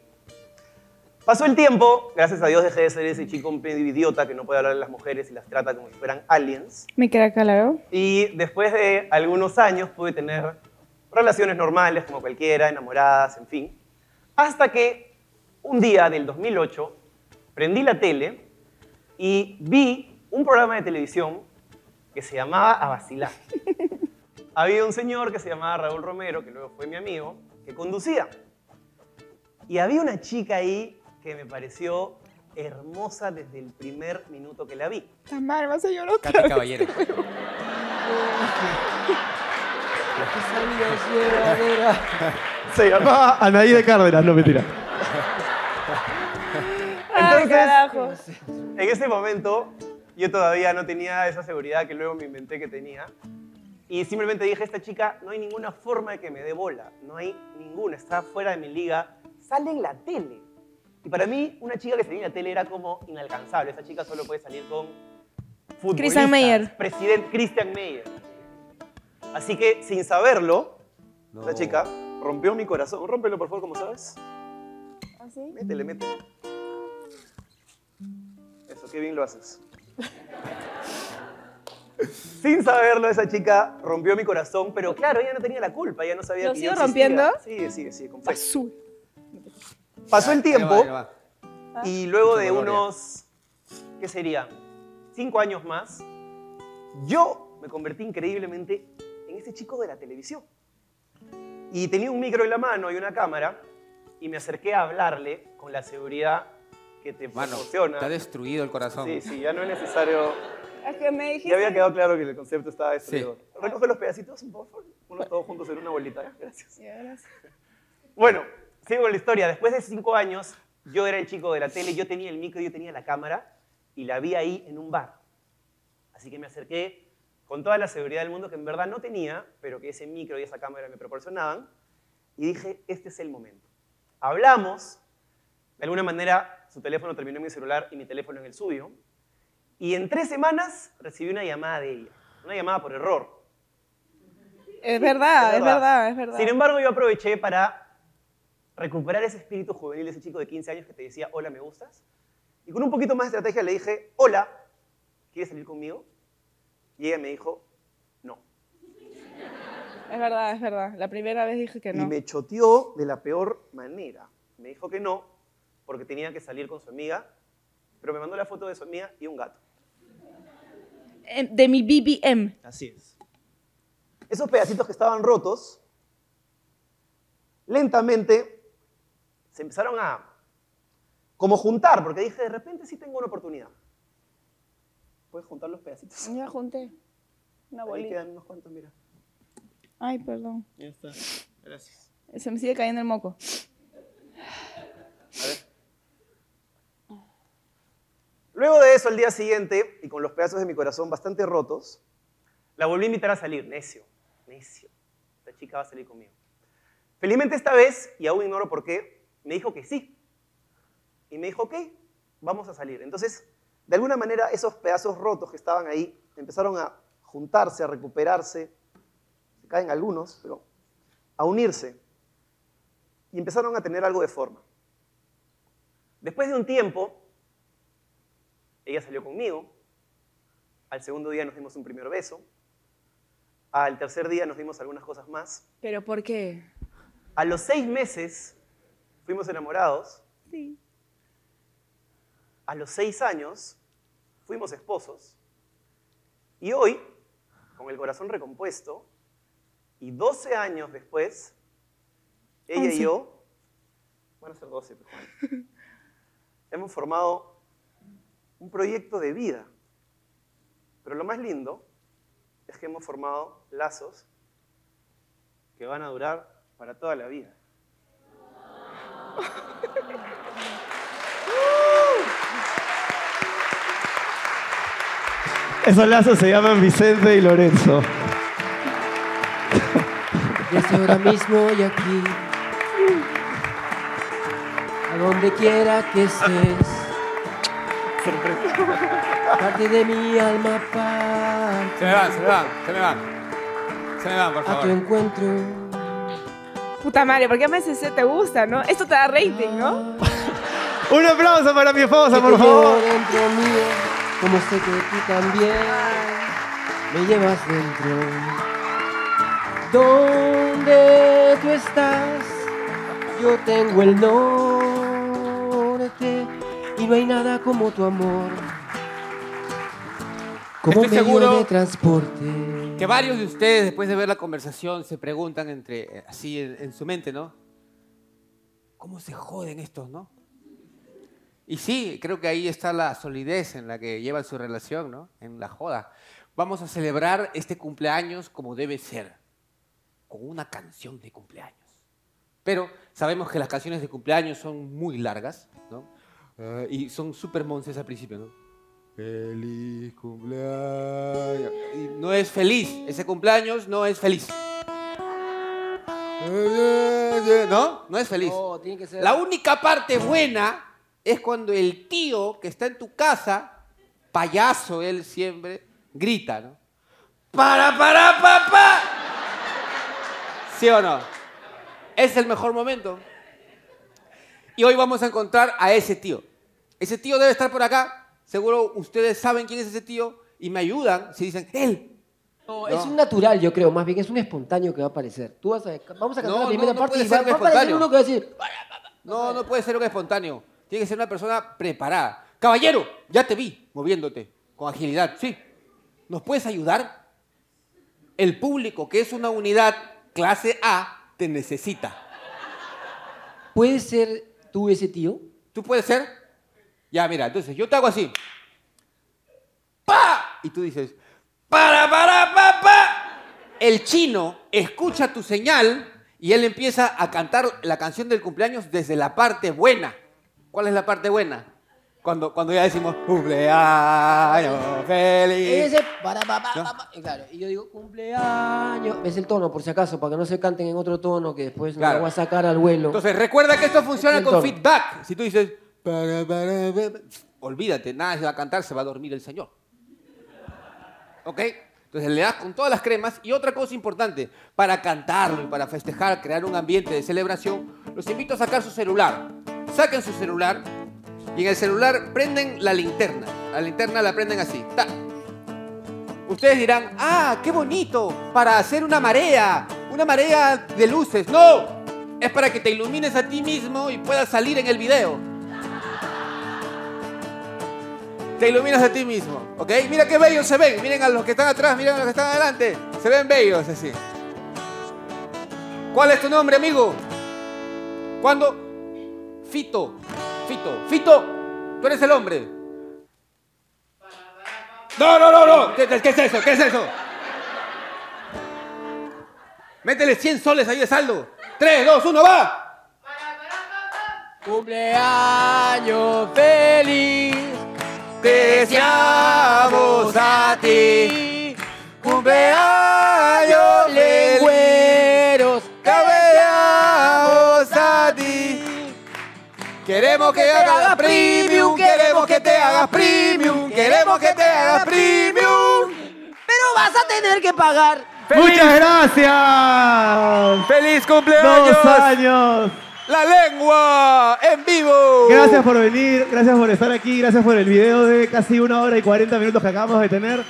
Pasó el tiempo, gracias a Dios dejé de ser ese chico un medio idiota que no puede hablar de las mujeres y las trata como si fueran aliens.
Me queda claro.
Y después de algunos años pude tener relaciones normales, como cualquiera, enamoradas, en fin. Hasta que un día del 2008 prendí la tele y vi un programa de televisión que se llamaba A Vacilar. Había un señor que se llamaba Raúl Romero, que luego fue mi amigo, que conducía. Y había una chica ahí que me pareció hermosa desde el primer minuto que la vi.
Está mal, vas a llorar otra
Katy
vez.
Caballero. Se llamaba Anaí de Cárdenas, no mentira.
Ay, carajo.
En ese momento yo todavía no tenía esa seguridad que luego me inventé que tenía. Y simplemente dije, esta chica no hay ninguna forma de que me dé bola. No hay ninguna, está fuera de mi liga. Sale en la tele. Y para mí, una chica que salía en la tele era como inalcanzable. Esa chica solo puede salir con futbolistas.
Christian Meyer.
Presidente Christian Meyer. Así que, sin saberlo, esa chica rompió mi corazón. Rómpelo, por favor, como sabes.
¿Así?
Métele, métele. Eso, qué bien lo haces. Sin saberlo, esa chica rompió mi corazón, pero claro, ella no tenía la culpa, ella no sabía
¿Lo
que
sigo
yo existía.
rompiendo?
Sí, sí, sí, con fe. Pasó el tiempo y luego de unos, ¿qué sería? Cinco años más, yo me convertí increíblemente en ese chico de la televisión. Y tenía un micro en la mano y una cámara y me acerqué a hablarle con la seguridad que te
Mano,
proporciona.
te ha destruido el corazón.
Sí, sí, ya no es necesario.
Es que me dijiste.
Ya había quedado claro que el concepto estaba destruido.
Sí.
Recoge los pedacitos, por favor. Uno todos juntos en una bolita. ¿ya? Gracias.
Ya, gracias.
Bueno, sigo con la historia. Después de cinco años, yo era el chico de la tele, yo tenía el micro, yo tenía la cámara y la vi ahí en un bar. Así que me acerqué con toda la seguridad del mundo que en verdad no tenía, pero que ese micro y esa cámara me proporcionaban. Y dije, este es el momento. Hablamos, de alguna manera su teléfono terminó en mi celular y mi teléfono en el suyo. Y en tres semanas recibí una llamada de ella, una llamada por error.
Es verdad, es verdad, es verdad.
Sin embargo, yo aproveché para recuperar ese espíritu juvenil de ese chico de 15 años que te decía, hola, me gustas. Y con un poquito más de estrategia le dije, hola, ¿quieres salir conmigo? Y ella me dijo,
Es verdad, es verdad. La primera vez dije que
y
no.
me choteó de la peor manera. Me dijo que no, porque tenía que salir con su amiga, pero me mandó la foto de su amiga y un gato.
Em, De mi BBM.
Así es. Esos pedacitos que estaban rotos, lentamente se empezaron a como juntar, porque dije, de repente sí tengo una oportunidad. ¿Puedes juntar los pedacitos?
Ya junté. Una
Ahí
bolita.
quedan unos cuantos, mira.
Ay, perdón.
Ya está. Gracias.
Se me sigue cayendo el moco.
Luego de eso, al día siguiente, y con los pedazos de mi corazón bastante rotos, la volví a invitar a salir. Necio, necio. Esta chica va a salir conmigo. Felizmente esta vez, y aún ignoro por qué, me dijo que sí. Y me dijo, ok, vamos a salir. Entonces, de alguna manera, esos pedazos rotos que estaban ahí empezaron a juntarse, a recuperarse. Se caen algunos, pero a unirse. Y empezaron a tener algo de forma. Después de un tiempo, ella salió conmigo. Al segundo día nos dimos un primer beso. Al tercer día nos dimos algunas cosas más.
¿Pero por qué?
A los seis meses fuimos enamorados.
Sí.
A los seis años fuimos esposos. Y hoy, con el corazón recompuesto, y 12 años después, ella y yo, van a ser 12, pues, Juan, hemos formado un proyecto de vida. Pero lo más lindo es que hemos formado lazos que van a durar para toda la vida.
Esos lazos se llaman Vicente y Lorenzo.
Desde ahora mismo y aquí, a donde quiera que estés, parte de mi alma parte
Se me van, se me van, se me van. Se me van, por
a tu
favor.
encuentro.
Puta madre, ¿por qué a veces se te gusta, no? Esto te da rating, ¿no?
Un aplauso para mi esposa,
por
favor.
dentro mío, como sé que tú también me llevas dentro. Donde tú estás, yo tengo el norte y no hay nada como tu amor. Como
Estoy
medio
seguro-
de transporte.
Que varios de ustedes, después de ver la conversación, se preguntan entre, eh, así en, en su mente, ¿no? ¿Cómo se joden estos, no? Y sí, creo que ahí está la solidez en la que llevan su relación, ¿no? En la joda. Vamos a celebrar este cumpleaños como debe ser, con una canción de cumpleaños. Pero sabemos que las canciones de cumpleaños son muy largas, ¿no? Eh, y son súper monces al principio, ¿no? Feliz cumpleaños. Y no es feliz. Ese cumpleaños no es feliz. ¿No? No es feliz.
No, tiene que ser-
La única parte buena es cuando el tío que está en tu casa, payaso él siempre, grita, ¿no? ¡Para, para, papá! ¿Sí o no? Es el mejor momento. Y hoy vamos a encontrar a ese tío. Ese tío debe estar por acá. Seguro ustedes saben quién es ese tío y me ayudan si dicen, él.
No, Es un natural, yo creo, más bien es un espontáneo que va a aparecer. Tú vas a, vamos a
No,
cantar la
no,
primera
no
parte
puede
y
ser
va,
un
va a aparecer
espontáneo.
uno que va a decir,
No, no puede ser un espontáneo. Tiene que ser una persona preparada. Caballero, ya te vi moviéndote con agilidad, sí. ¿Nos puedes ayudar? El público, que es una unidad clase A, te necesita.
¿puedes ser tú ese tío?
¿Tú puedes ser? Ya, mira, entonces yo te hago así. ¡Pa! Y tú dices, ¡para, para, pa, pa! El chino escucha tu señal y él empieza a cantar la canción del cumpleaños desde la parte buena. ¿Cuál es la parte buena? Cuando, cuando ya decimos, "Uh, cumpleaños feliz.
Ese, para, pa, pa,
¿No?
pa, pa. Y claro, y yo digo, cumpleaños. Es el tono, por si acaso, para que no se canten en otro tono que después
Claro.
lo voy a sacar al vuelo.
Entonces, recuerda que esto funciona
El
con
tono.
feedback. Si tú dices, "Para, para, pa, pa", olvídate, nada se va a cantar, se va a dormir el señor. ¿Ok? Entonces le das con todas las cremas. Y otra cosa importante, para cantarlo y para festejar, crear un ambiente de celebración, los invito a sacar su celular. Saquen su celular y en el celular prenden la linterna. La linterna la prenden así. ta. Ustedes dirán, ah, qué bonito, para hacer una marea, una marea de luces. No, es para que te ilumines a ti mismo y puedas salir en el video. Te iluminas a ti mismo, ¿ok? Mira qué bellos se ven. Miren a los que están atrás, miren a los que están adelante. Se ven bellos así. ¿Cuál es tu nombre, amigo? ¿Cuándo? Fito. Fito. Fito, tú eres el hombre. No, no, no, no. ¿Qué, qué- qué es eso? ¿Qué es eso? Métele 100 soles ahí de saldo. 3, 2, 1, va.
Cumpleaños feliz, te deseamos a ti. Cumpleaños lengüeros, te deseamos a ti. Queremos que hagas premium, queremos que te hagas premium, queremos que te hagas premium.
Pero vas a tener que pagar.
Muchas gracias.
¡Feliz cumpleaños!
Dos años.
¡La lengua en vivo!
Gracias por venir, gracias por estar aquí, gracias por el video de casi una hora y 40 minutos que acabamos de tener.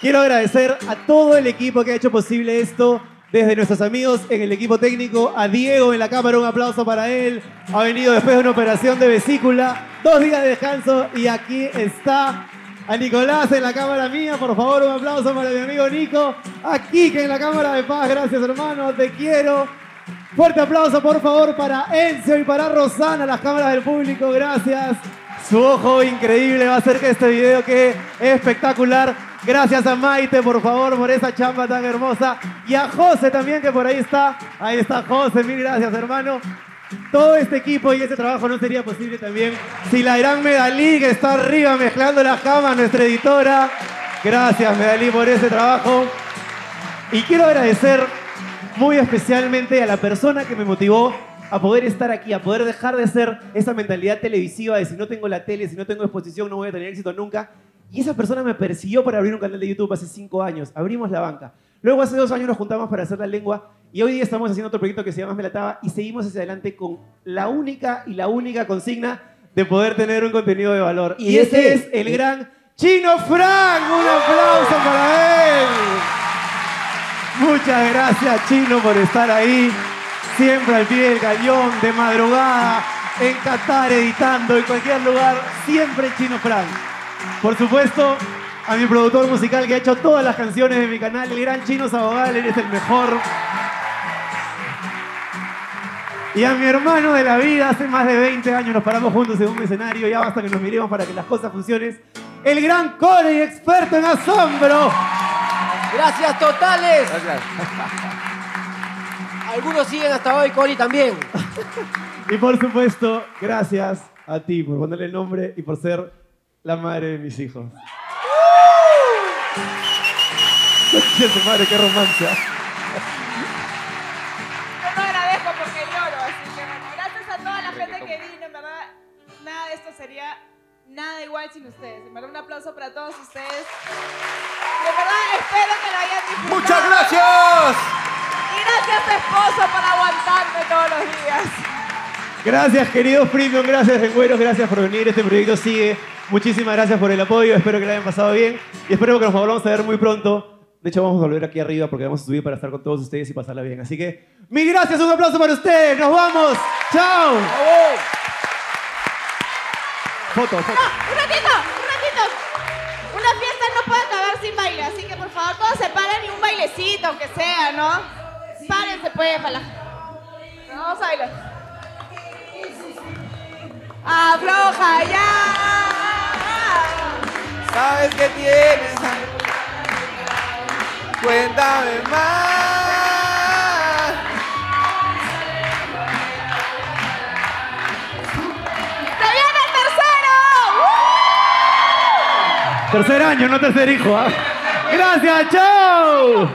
Quiero agradecer a todo el equipo que ha hecho posible esto, desde nuestros amigos en el equipo técnico, a Diego en la cámara, un aplauso para él. Ha venido después de una operación de vesícula, dos días de descanso y aquí está a Nicolás en la cámara mía, por favor, un aplauso para mi amigo Nico. A Kike en la cámara de paz, gracias hermano, te quiero. Fuerte aplauso, por favor, para Encio y para Rosana, las cámaras del público, gracias. Su ojo increíble va a hacer que este video quede espectacular. Gracias a Maite, por favor, por esa chamba tan hermosa. Y a José también, que por ahí está. Ahí está José, mil gracias, hermano. Todo este equipo y este trabajo no sería posible también si la gran Medalí, que está arriba mezclando las camas, nuestra editora. Gracias, Medalí, por ese trabajo. Y quiero agradecer muy especialmente a la persona que me motivó a poder estar aquí, a poder dejar de ser esa mentalidad televisiva de si no tengo la tele, si no tengo exposición, no voy a tener éxito nunca. Y esa persona me persiguió para abrir un canal de YouTube hace cinco años. Abrimos la banca. Luego hace dos años nos juntamos para hacer la lengua y hoy día estamos haciendo otro proyecto que se llama Me la Taba y seguimos hacia adelante con la única y la única consigna de poder tener un contenido de valor. Y,
Y
ese
ese-
es el gran Chino Frank. Un aplauso para él. Muchas gracias, Chino, por estar ahí. Siempre al pie del cañón, de madrugada, en Qatar, editando, en cualquier lugar. Siempre Chino Frank. Por supuesto, a mi productor musical que ha hecho todas las canciones de mi canal, el gran Chino Sabogal, eres el mejor. Y a mi hermano de la vida, hace más de 20 años nos paramos juntos en un escenario, ya basta que nos miremos para que las cosas funcionen. El gran Corey, experto en asombro.
Gracias totales. Algunos siguen hasta hoy, Cori también.
Y por supuesto, gracias a ti por ponerle el nombre y por ser la madre de mis hijos. Concha de su madre, qué romance.
Yo no agradezco porque lloro, así que bueno, gracias a toda la gente que vino, en verdad, nada de esto sería nada igual sin ustedes. En verdad, un aplauso para todos ustedes. De verdad, espero que lo hayan disfrutado.
¡Muchas gracias!
Y gracias a tu esposo por aguantarme todos los días.
Gracias, queridos premium, gracias, Rengueros, gracias por venir. Este proyecto sigue. Muchísimas gracias por el apoyo. Espero que lo hayan pasado bien y espero que nos volvamos a ver muy pronto. De hecho, vamos a volver aquí arriba porque vamos a subir para estar con todos ustedes y pasarla bien. Así que, mil gracias, un aplauso para ustedes. Nos vamos. Chao. Foto, foto.
Un ratito, un ratito. Una fiesta no puede acabar sin baile, así que por favor todos se paren y un bailecito, aunque sea, ¿no? Párense pues para la... No, Vamos a bailar. ¡Afloja ya!
¿Sabes qué tienes? Cuéntame más.
¡Se viene el tercero!
Tercer año, no tercer hijo. ¿ah? Gracias, chao.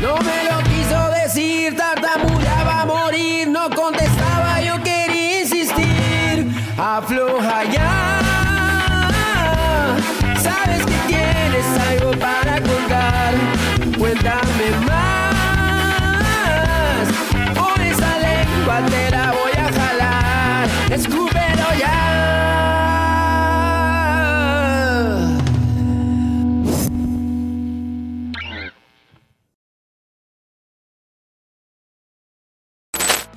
No me lo quiso decir, tartamudeaba a morir, no contestaba, yo quería insistir. Afloja ya, sabes que tienes algo para contar, cuéntame más. Con esa lengua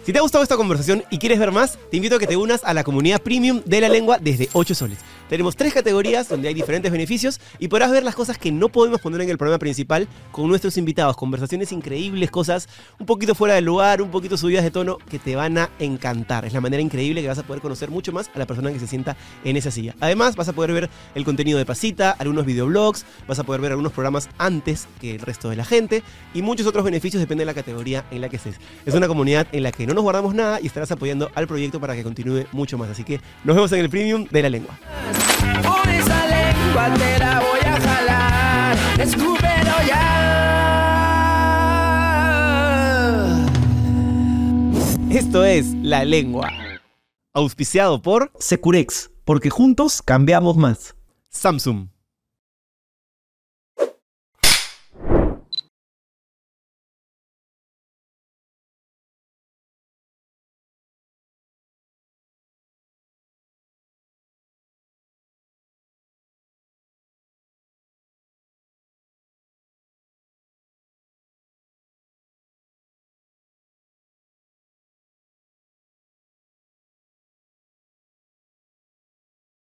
Si te ha gustado esta conversación y quieres ver más, te invito a que te unas a la comunidad premium de la lengua desde 8 soles. Tenemos tres categorías donde hay diferentes beneficios y podrás ver las cosas que no podemos poner en el programa principal con nuestros invitados. Conversaciones increíbles, cosas un poquito fuera del lugar, un poquito subidas de tono que te van a encantar. Es la manera increíble que vas a poder conocer mucho más a la persona que se sienta en esa silla. Además, vas a poder ver el contenido de Pasita, algunos videoblogs, vas a poder ver algunos programas antes que el resto de la gente y muchos otros beneficios depende de la categoría en la que estés. Es una comunidad en la que no nos guardamos nada y estarás apoyando al proyecto para que continúe mucho más. Así que nos vemos en el premium de la lengua.
Por esa lengua te la voy a jalar. Escúpelo ya.
Esto es La Lengua. Auspiciado por
Securex, porque juntos cambiamos más.
Samsung.